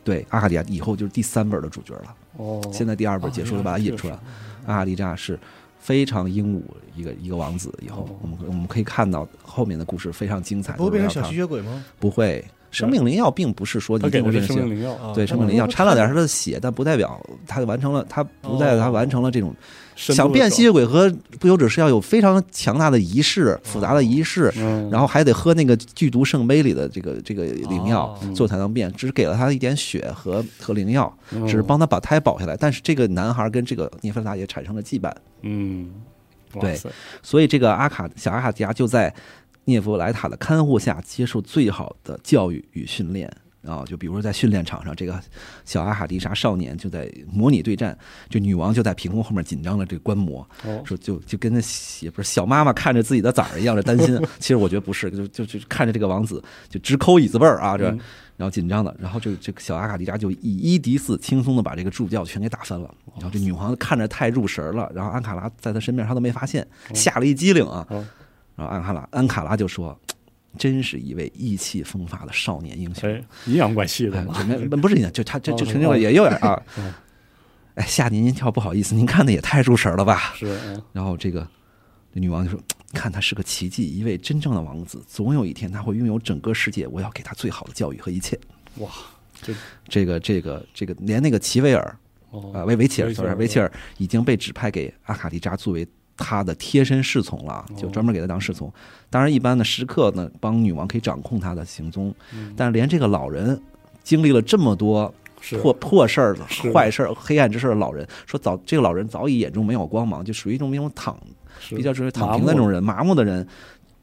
C: 对，阿卡迪亚以后就是第三本的主角了。
A: 哦，
C: 现在第二本结束了，
A: 哦
C: 把它引出来。阿卡丽扎是非常英武一个一个王子，以后
A: 哦
C: 我们我们可以看到后面的故事非常精彩。
B: 不会变成
C: 就是
B: 小
C: 让
B: 吸
C: 他
B: 血鬼吗？
C: 不会，生命灵药并不是说
A: 他
C: 一
A: 给
C: 定
A: 的
C: 会
A: 是
C: 变成
A: 生
C: 小
A: 命灵药，
B: 啊
C: 对，生命灵药掺了点他的血，但不代表他完成了，他不代表他
B: 哦
C: 完成了这种
A: 深度
C: 想
A: 的
C: 变
A: 走
C: 吸，血鬼和不朽者是要有非常强大的仪式、复杂的仪式，
A: 嗯，
C: 然后还得喝那个剧毒圣杯里的这个这个灵药
B: 哦，
C: 最后才能变。只是给了他一点血和和灵药，
A: 后
C: 只是，帮他把胎保下来。但是这个男孩跟这个涅菲达也产生了羁绊，
A: 嗯，哇
C: 对
A: 塞，
C: 所以这个阿卡小阿卡迪亚就在涅弗莱塔的看护下接受最好的教育与训练。啊、就比如说在训练场上，这个小阿卡迪莎少年就在模拟对战，就女王就在屏空后面紧张的这个观摩，
A: 哦，
C: 说就就跟那也不是小妈妈看着自己的崽儿一样的担 心。其实我觉得不是，就就就看着这个王子就直抠椅子背儿啊，这
A: 嗯
C: 然后紧张的，然后这个这个小阿卡迪扎就以一敌四，轻松的把这个助教全给打翻了。
A: 哦
C: 然后这女皇看着太入神了，然后安卡拉在她身边，她都没发现，吓了一激灵啊。
A: 哦
C: 然后安卡拉安卡拉就说：“真是一位意气风发的少年英雄。
A: 哎，阴阳怪气的
C: 哎
A: 嘛，
C: 这没不是你，就他这这
A: 哦
C: 成就了也有点啊
A: 嗯。
C: 哎，吓您一跳，不好意思，您看的也太入神了吧？
A: 是，嗯
C: 然后这个这女王就说：“看他是个奇迹，一位真正的王子，总有一天他会拥有整个世界。我要给他最好的教育和一切。”
A: 哇，这
C: 这个这个这个，连那个齐维尔啊、
A: 哦，
C: 呃，维维齐尔，
A: 维齐
C: 就
A: 尔
C: 是维齐尔已经被指派给阿卡迪扎作为他的贴身侍从了啊，
A: 哦
C: 就专门给他当侍从。当然，一般的时刻呢，帮女王可以掌控他的行踪，
A: 嗯
C: 但是连这个老人。经历了这么多
A: 是
C: 破破事儿、
A: 是
C: 坏事儿、黑暗之事儿的老人，说早这个老人早已眼中没有光芒，就属于一种那种躺
A: 是
C: 比较属于躺平
A: 麻木
C: 的那种人，麻木的人，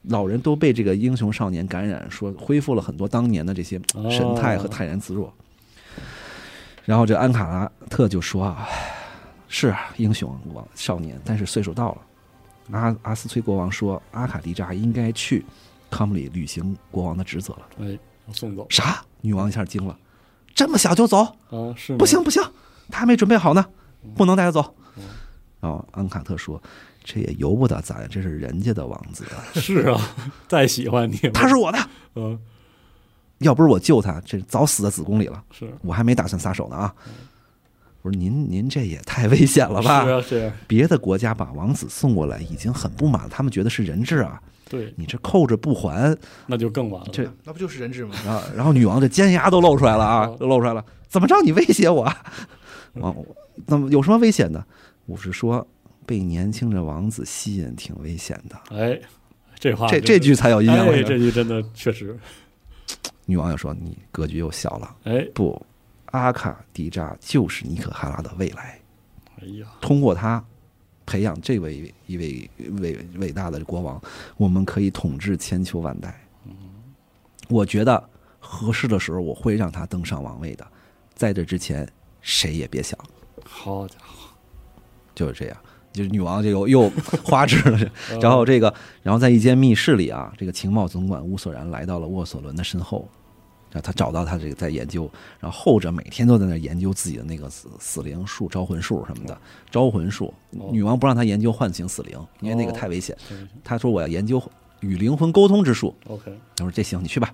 C: 老人都被这个英雄少年感染，说恢复了很多当年的这些
A: 哦
C: 神态和泰然自若。然后这安卡拉特就说啊，唉是啊，英雄王少年，但是岁数到了。阿阿斯崔国王说，阿卡迪扎应该去康姆里履行国王的职责了。
A: 哎，我送走
C: 啥？女王一下惊了，这么小就走？
A: 啊，是吗
C: 不，行不行，他还没准备好呢，不能带他走。
A: 嗯
C: 然后安卡特说：“这也由不得咱，这是人家的王子，
A: 是啊， 再喜欢你，
C: 他是，我的，
A: 嗯，
C: 要不是我救他，这早死在子宫里了。
A: 是，
C: 我还没打算撒手呢啊！”我说：“您您这也太危险了吧
A: 嗯是？啊，这样，
C: 别的国家把王子送过来已经很不满了，他们觉得是人质啊，
A: 对，
C: 你这扣着不还，
A: 那就更完了，
C: 这
B: 那不就是人质吗？
C: 然后，啊然后女王这尖牙都露出来了啊
A: 哦，
C: 都露出来了。怎么着？你威胁我？啊，王，那么有什么危险的？我是说，被年轻的王子吸引挺危险的。
A: 哎，这话
C: 这
A: 真
C: 这
A: 的
C: 句才有印象。我
A: 哎，
C: 觉得
A: 这句真的确实，
C: 女王又说：“你格局又小了。
A: 哎，”
C: 不，阿卡迪扎就是尼可哈拉的未来，
A: 哎呀，
C: 通过他培养这位一位伟伟大的国王，我们可以统治千秋万代。我觉得合适的时候，我会让他登上王位的。在这之前，谁也别想，
A: 好家伙，
C: 就是这样。就是女王这又又花痴了，
A: 呃
C: 然后这个，然后在一间密室里啊，这个情报总管乌索然来到了沃索伦的身后，然后他找到他这个在研究，然后后者每天都在那儿研究自己的那个死死灵术、招魂术什么的。招魂术，
A: 嗯哦
C: 女王不让他研究唤醒死灵，因为那个
A: 哦
C: 太危险。
A: 对
C: 他说我要研究与灵魂沟通之术。
A: ，OK，
C: 他说这行，你去吧。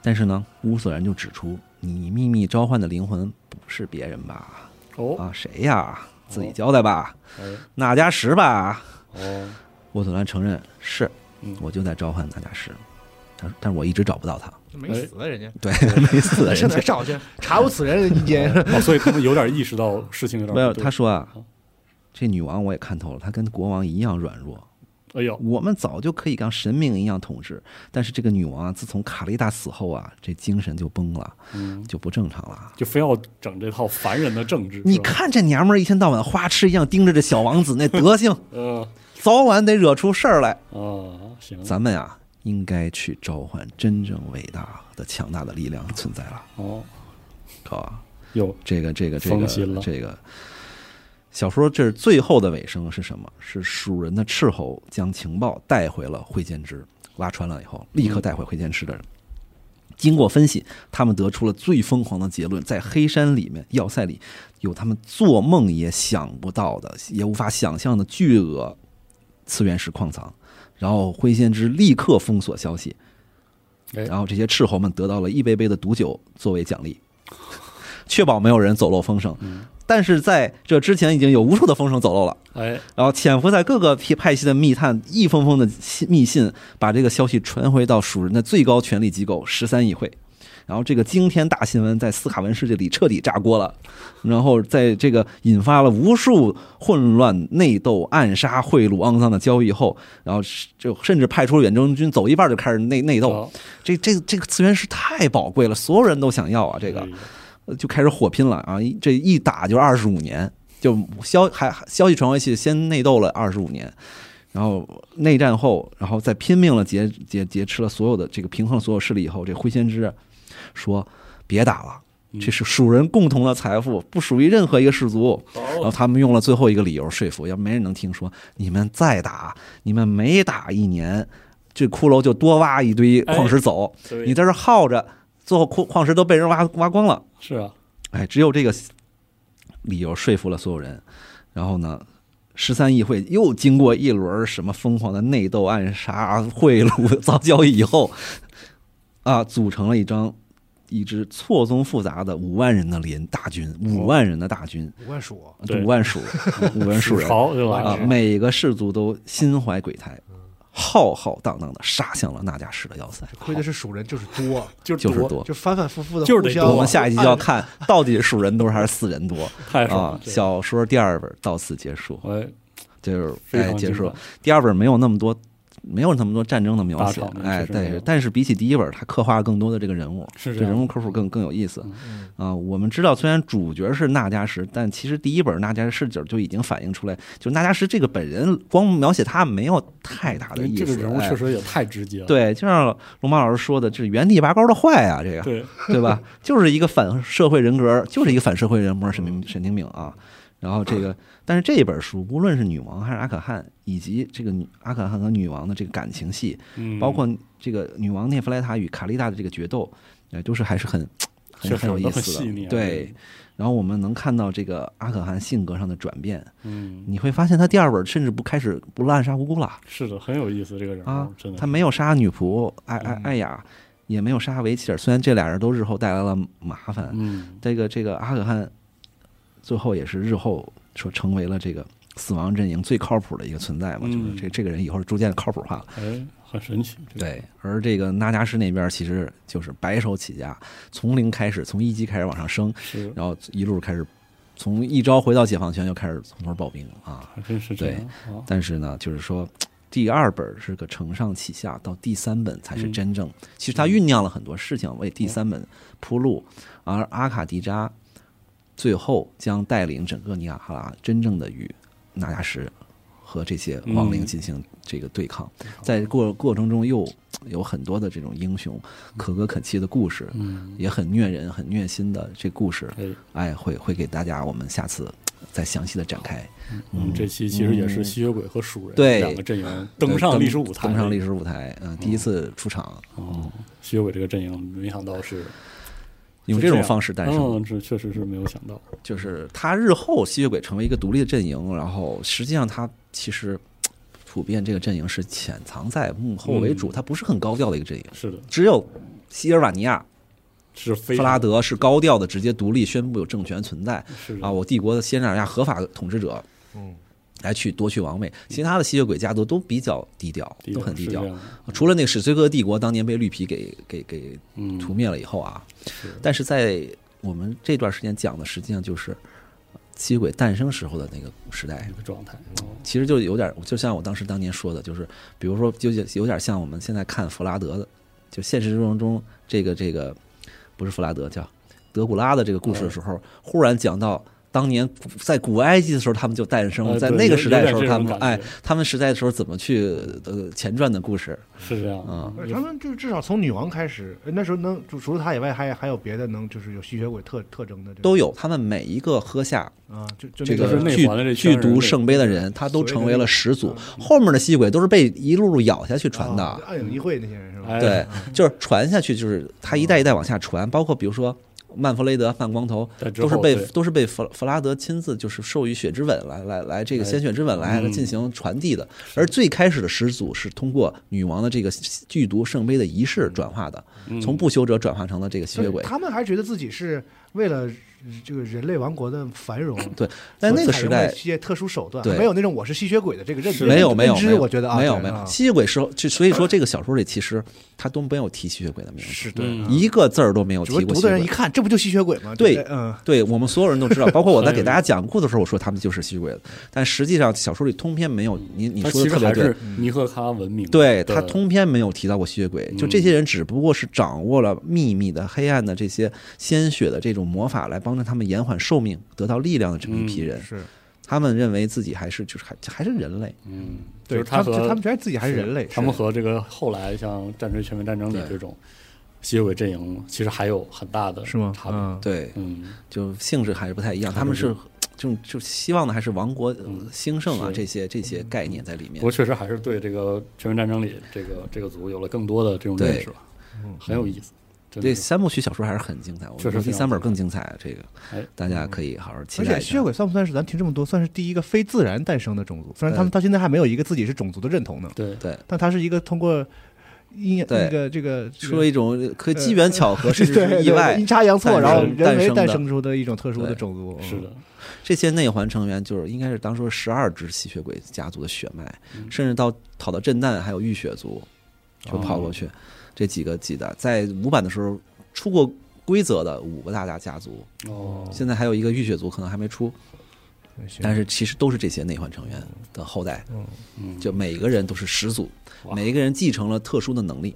C: 但是呢，乌索然就指出，你秘密召唤的灵魂不是别人吧？
A: 哦，
C: 啊，谁呀？自己交代吧，
A: 哎，
C: 那加什吧？
A: 哦，
C: 沃特兰承认是
A: 嗯，
C: 我就在召唤那加什，但但是我一直找不到他，
B: 没死啊，人家
C: 对，没死 人
B: 上哪
C: 家
B: 儿找去？查无此人，人 间
A: 哦，所以他们有点意识到事情有点
C: 没有。
A: 不对
C: 他，说啊
A: 好，
C: 这女王我也看透了，她跟国王一样软弱，
A: 哎呦，
C: 我们早就可以像神明一样统治，但是这个女王啊，自从卡利达死后啊，这精神就崩了，
A: 嗯，
C: 就不正常了。
A: 就非要整这套凡人的政治，
C: 你
A: 是吧，
C: 看这娘们儿一天到晚花痴一样盯着这小王子那德 行，
A: 呃，
C: 早晚得惹出事儿来。
A: 啊，行，
C: 咱们啊，应该去召唤真正伟大的、强大的力量存在了，
A: 哦，
C: 好吧？
A: 有，
C: 这个这个这
A: 封
C: 个
A: 心了
C: 这个小说这是最后的尾声是什么？是蜀人的斥候将情报带回了会见之，挖穿了以后，立
A: 嗯
C: 刻带回会见之的人。经过分析，他们得出了最疯狂的结论：在黑山里面，要塞里有他们做梦也想不到的、也无法想象的巨额次元石矿藏。然后灰仙之立刻封锁消息，
A: 哎
C: 然后这些斥候们得到了一杯杯的毒酒作为奖励，确保没有人走漏风声。但是在这之前，已经有无数的风声走漏了。
A: 哎，
C: 然后潜伏在各个派派系的密探一封封的信密信，把这个消息传回到蜀人的最高权力机构十三议会。然后这个惊天大新闻在斯卡文世界里彻底炸锅了，然后在这个引发了无数混乱、内斗、暗杀、贿赂、肮脏的交易后，然后是就甚至派出了远征军，走一半就开始内内斗。
A: 好
C: 这这这个资源是太宝贵了，所有人都想要啊！这个
A: 哎，呀
C: 呃就开始火拼了啊！一这一打就二十五年，就消还还消息传回去，先内斗了二十五年，然后内战后，然后再拼命了劫劫劫持了所有的这个平衡了所有势力以后，这灰先知说别打了。这是蜀人共同的财富，不属于任何一个氏族。然后他们用了最后一个理由说服，要没人能听说。你们再打，你们每打一年，这骷髅就多挖一堆矿石走。
A: 对
C: 你在这儿耗着，最后矿矿石都被人挖挖光了。
A: 是啊，
C: 哎，只有这个理由说服了所有人。然后呢，十三议会又经过一轮儿什么疯狂的内斗、暗杀、贿赂、 遭交易以后，啊，组成了一张一支错综复杂的五万人的连大军，五万人的大军，
B: 五万鼠，
A: 对
C: 五万蜀，五万蜀
A: 蜀
C: 人
A: 朝对
C: 啊
A: 吧？，
C: 每个氏族都心怀鬼胎，
A: 嗯
C: 浩浩荡荡的杀向了那家氏的要塞。
B: 亏的是蜀人就是多，
A: 就
C: 就是
A: 多，
C: 多，
B: 就反反复复的，
A: 就是得多
C: 我们下一集就要看到底是蜀人多还是四人多。
A: 太爽
C: 啊
A: 了，，这个，
C: 小说第二本到此结束，
A: 哎，
C: 就是
A: 非
C: 哎
A: 常
C: 结
A: 精
C: 束
A: 彩。
C: 第二本没有那么多，没有那么多战争的描
A: 大
C: 写
A: 场，面
C: 哎，
A: 确实
C: 但
A: 没有
C: 是但是比起第一本，它刻画了更多的这个人物，
A: 是
C: 这
A: 这样
C: 人物刻画更更有意思。
B: 嗯
C: 啊，我们知道，虽然主角是那加什，但其实第一本那加什视角就已经反映出来，就那加什这个本人，光描写他没有太大
A: 因
C: 的
A: 为
C: 意
A: 这
C: 思。
A: 个人物
C: 哎
A: 确实也太直接了，
C: 对，就像龙马老师说的，这原地拔高的坏啊，这个
A: 对，
C: 对吧？就是一个反社会人格，就是一个反社会人格沈
A: 嗯
C: 明沈清明啊。然后这个，但是这本书，无论是女王还是阿可汗，以及这个女阿可汗和女王的这个感情戏，
A: 嗯
C: 包括这个女王涅弗莱塔与卡莉达的这个决斗，呃，都是还是很很
A: 确实
C: 很有意
A: 都很
C: 思
A: 细腻
C: 的。
A: 啊
C: 对，然后我们能看到这个阿可汗性格上的转变，
A: 嗯，
C: 你会发现他第二本甚至不开始不滥杀无辜了。
A: 是的，很有意思，这个人
C: 啊
A: 物真的，
C: 他没有杀女仆艾艾
A: 嗯
C: 艾雅，也没有杀维齐尔，虽然这俩人都日后带来了麻烦，
A: 嗯，
C: 这个这个阿可汗最后也是日后说成为了这个死亡阵营最靠谱的一个存在嘛，就是
A: 嗯
C: 这这个人以后是逐渐靠谱化了。
A: 哎，很神奇，这个，
C: 对，而这个那加什那边其实就是白手起家，从零开始，从一级开始往上升，
A: 是，
C: 然后一路开始从一招回到解放前就开始从头暴兵啊。
A: 还真是这样啊，
C: 但是呢，就是说。第二本是个承上启下，到第三本才是
A: 嗯
C: 真正。其实他酝酿了很多事情，为第三本铺路。而阿卡迪扎最后将带领整个尼亚哈拉真正的与纳亚什和这些亡灵
A: 嗯
C: 进行这个对抗，在过过程中又有很多的这种英雄可歌可泣的故事，
A: 嗯，
C: 也很虐人、很虐心的这故事，
A: 哎，
C: 哎，会会给大家我们下次再详细的展开。
A: 嗯我们这期其实也是吸血鬼和鼠人
C: 嗯对
A: 两个阵营登上历史舞台，
C: 登上历史舞台，嗯，第一次出场，
A: 哦，吸血鬼这个阵营没想到是
C: 用
A: 是
C: 这种
A: 样
C: 方式诞生。
A: 嗯，这确实是没有想到。
C: 就是他日后吸血鬼成为一个独立的阵营，然后实际上他其实普遍这个阵营是潜藏在幕后为主，
A: 嗯
C: 他不是很高调的一个阵营。
A: 是的，
C: 只有西尔瓦尼亚、
A: 是非
C: 弗
A: 常
C: 拉德是高调的，直接独立宣布有政权存在
A: 是的
C: 啊，我帝国的西尔瓦尼亚合法统治者
B: 嗯，
C: 来去夺取王位。其他的吸血鬼家族都比较低调，
A: 低
C: 都
A: 调
C: 很低
A: 是这
C: 调，啊
A: 样的
C: 除了那个史崔克帝国当年被绿皮给给给
A: 嗯，
C: 屠灭了以后啊，
A: 是
C: 但是在我们这段时间讲的，实际上就是吸血鬼诞生时候的那个时代
A: 这，个状态，哦
C: 其实就有点，就像我当时当年说的，就是比如说，就有有点像我们现在看弗拉德的，就现实生活中这个这个不是弗拉德叫德古拉的这个故事的时
A: 嗯
C: 候，忽然讲到。当年古在古埃及的时候，他们就诞生了；
A: 呃
C: 在
A: 对
C: 那个
A: 有
C: 时代的时
A: 有
C: 候，
A: 点这
C: 他
A: 种
C: 们
A: 感
C: 哎
A: 觉，
C: 他们时代的时候怎么去呃前传的故事
A: 是这样
C: 啊？
B: 而且他们就至少从女王开始，呃那时候能就除了她以外，还还有别的能就是有吸血鬼特特征的这种
C: 都有。他们每一个喝下
B: 啊，就就
C: 这
B: 那
A: 就是
C: 个
B: 个
A: 内
C: 剧
A: 环的这圈
C: 剧
A: 人类
C: 毒圣杯的人，他都成为了始祖
A: 嗯
B: 所谓的。
C: 后面的吸血鬼都是被一路路咬下去传的
B: 啊，暗影议会那些人是吧？
A: 哎
C: 对，就是传下去，就是他一代一代往下传，包括比如说。曼弗雷德、范光头
A: 在之
C: 都是
A: 后
C: 被
A: 对
C: 都是被弗弗拉德亲自就是授予血之吻来来来这个
A: 来
C: 鲜血之吻来来
A: 嗯
C: 进行传递的，而最开始的始祖是通过女王的这个剧毒圣杯的仪式转化的，
A: 嗯
C: 从不朽者转化成了这个吸
B: 所
C: 血
B: 以
C: 鬼。
B: 他们还觉得自己是为了呃这个人类王国的繁荣，
C: 对，但那个时代
B: 一些特殊手段，
C: 对
B: 没有那种我是吸血鬼的这个认知，
C: 没有没有
B: 认
C: 没
B: 知，
C: 有，
B: 我觉得啊，
C: 没有
B: 对
C: 没
B: 啊
C: 有吸血鬼是就所以说这个小说里其实他都没有提吸血鬼的名字，
B: 是对，
A: 嗯
C: 一个字儿都没有
B: 主要
C: 提过
B: 读
C: 吸
B: 的
C: 血
B: 人一
C: 鬼。
B: 看，这不就吸血鬼吗？
C: 对
B: 不嗯，
C: 对我们所有人都知道，包括我在
A: 很有
C: 给大家讲故事的时候，我说他们就是吸血鬼，但实际上小说里通篇没有。你你
A: 他
C: 说
A: 其实
C: 的特别
A: 还
C: 对
A: 是，
B: 嗯
A: 尼赫卡文明的，
C: 对他通篇没有提到过吸血鬼，就
A: 嗯
C: 这些人只不过是掌握了秘密的、黑暗的这些鲜血的这种魔法，来帮助他们延缓寿命、得到力量的这么一批人。
B: 是
C: 他们认为自己还是就是还还是人类，
A: 嗯，就
B: 对，
A: 是
B: 他
A: 和
B: 们就他们觉得自己还是人类，
A: 他们
B: 是
A: 和这个后来像《战锤：全面战争》里
C: 对
A: 这种吸血鬼阵营，其实还有很大的
B: 是吗？
A: 差别。
B: 嗯，
C: 对，
A: 嗯，
C: 就性质还是不太一样，
A: 还
C: 他们
A: 是
C: 是这种就希望的还是王国呃
A: 嗯
C: 兴盛啊
A: 是嗯
C: 这些这些概念在里
A: 不
C: 面
A: 过。确实还是对这个《全面战争》里这个这个族有了更多的这种认识吧，
B: 嗯
A: 很有意思。真
C: 这
A: 的是，
C: 三部曲小说还是很精彩，我
A: 确
C: 觉
A: 实
C: 得第
A: 非常
C: 三本更精彩，啊这个
A: 哎
C: 大家可以好好期
B: 而
C: 待
B: 且
C: 一
B: 吸血
C: 下。
B: 鬼算不算是咱听这么多，算是第一个非自然诞生的种族？虽然他们到现在还没有一个自己是种族的认同呢，
A: 对，
C: 对，
B: 但它是一个通过阴
C: 对
B: 那个这个这
C: 出
B: 个
C: 了一种
A: 呃
C: 可以机缘巧 合甚至
B: 对
C: 是
B: 对
C: 意外
B: 阴，差阳错，
C: 诞
B: 然后
C: 生
B: 人为
C: 诞
B: 诞
C: 生
B: 生出的一种特殊的
C: 对
B: 种族。嗯
A: 是的，
C: 这些内环成员就是应该是当初十二支吸血鬼家族的血脉，
A: 嗯哦
C: 甚至到跑到震旦还有浴血族，就跑过去、这几个记得在五版的时候出过规则的五个大大家族，
A: 哦，
C: 现在还有一个浴血族可能还没出，
B: 嗯行
C: 但是其实都是这些内环成员的后代，
A: 嗯，
C: 就每个人都是始祖，
A: 哇嗯
C: 每一个人继承了特殊的能力，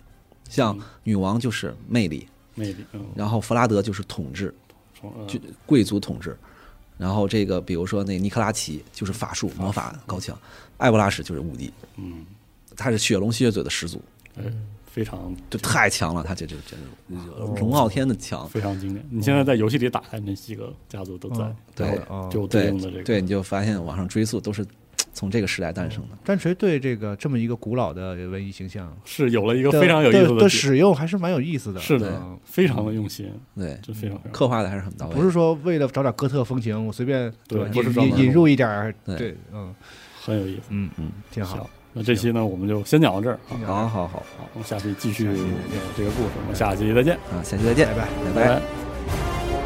C: 像女王就是魅力，
A: 魅力，嗯，
C: 然后弗拉德就是统治，
A: 从呃
C: 就贵族统治，然后这个比如说那尼克拉奇就是法术魔法高强，艾布拉什就是武帝，
A: 嗯，
C: 他是血龙吸血嘴的始祖，
A: 哎
B: 嗯
A: 非常
C: 就太强了，他这这这龙傲天的强，
A: 非常经典。你现在在游戏里打开那几个家族都在
B: 嗯，
C: 对
A: 然后
B: 哦
A: 就有对
C: 对
A: 应的这个，
C: 对，你就发现往上追溯都是从这个时代诞生的，
B: 战锤对这个这么一个古老的文艺形象
A: 是有了一个
B: 的
A: 非常有意
B: 的
A: 思
B: 的
A: 点
B: 使用，还是蛮有意思的。
A: 是的
B: 嗯，
A: 非常的用心，
C: 对，
A: 这非常非常
C: 刻画的还是很到位
B: 不。是说为了找点哥特风情，我随便
A: 对
B: 吧
A: 不是
B: 引
A: 专门
B: 引引入一点儿，
C: 对
B: 对，嗯
A: 很有意思。
B: 嗯
C: 嗯，
B: 挺
A: 行
B: 好。，
A: 那这期呢，我们就先讲到这儿啊。
C: 好好好
A: 好，我们下期继续
B: 下期再见
A: 聊这个故事，我们下期再见，
C: 啊，下期再见，
B: 拜拜
C: 拜
A: 拜
C: 拜
A: 拜。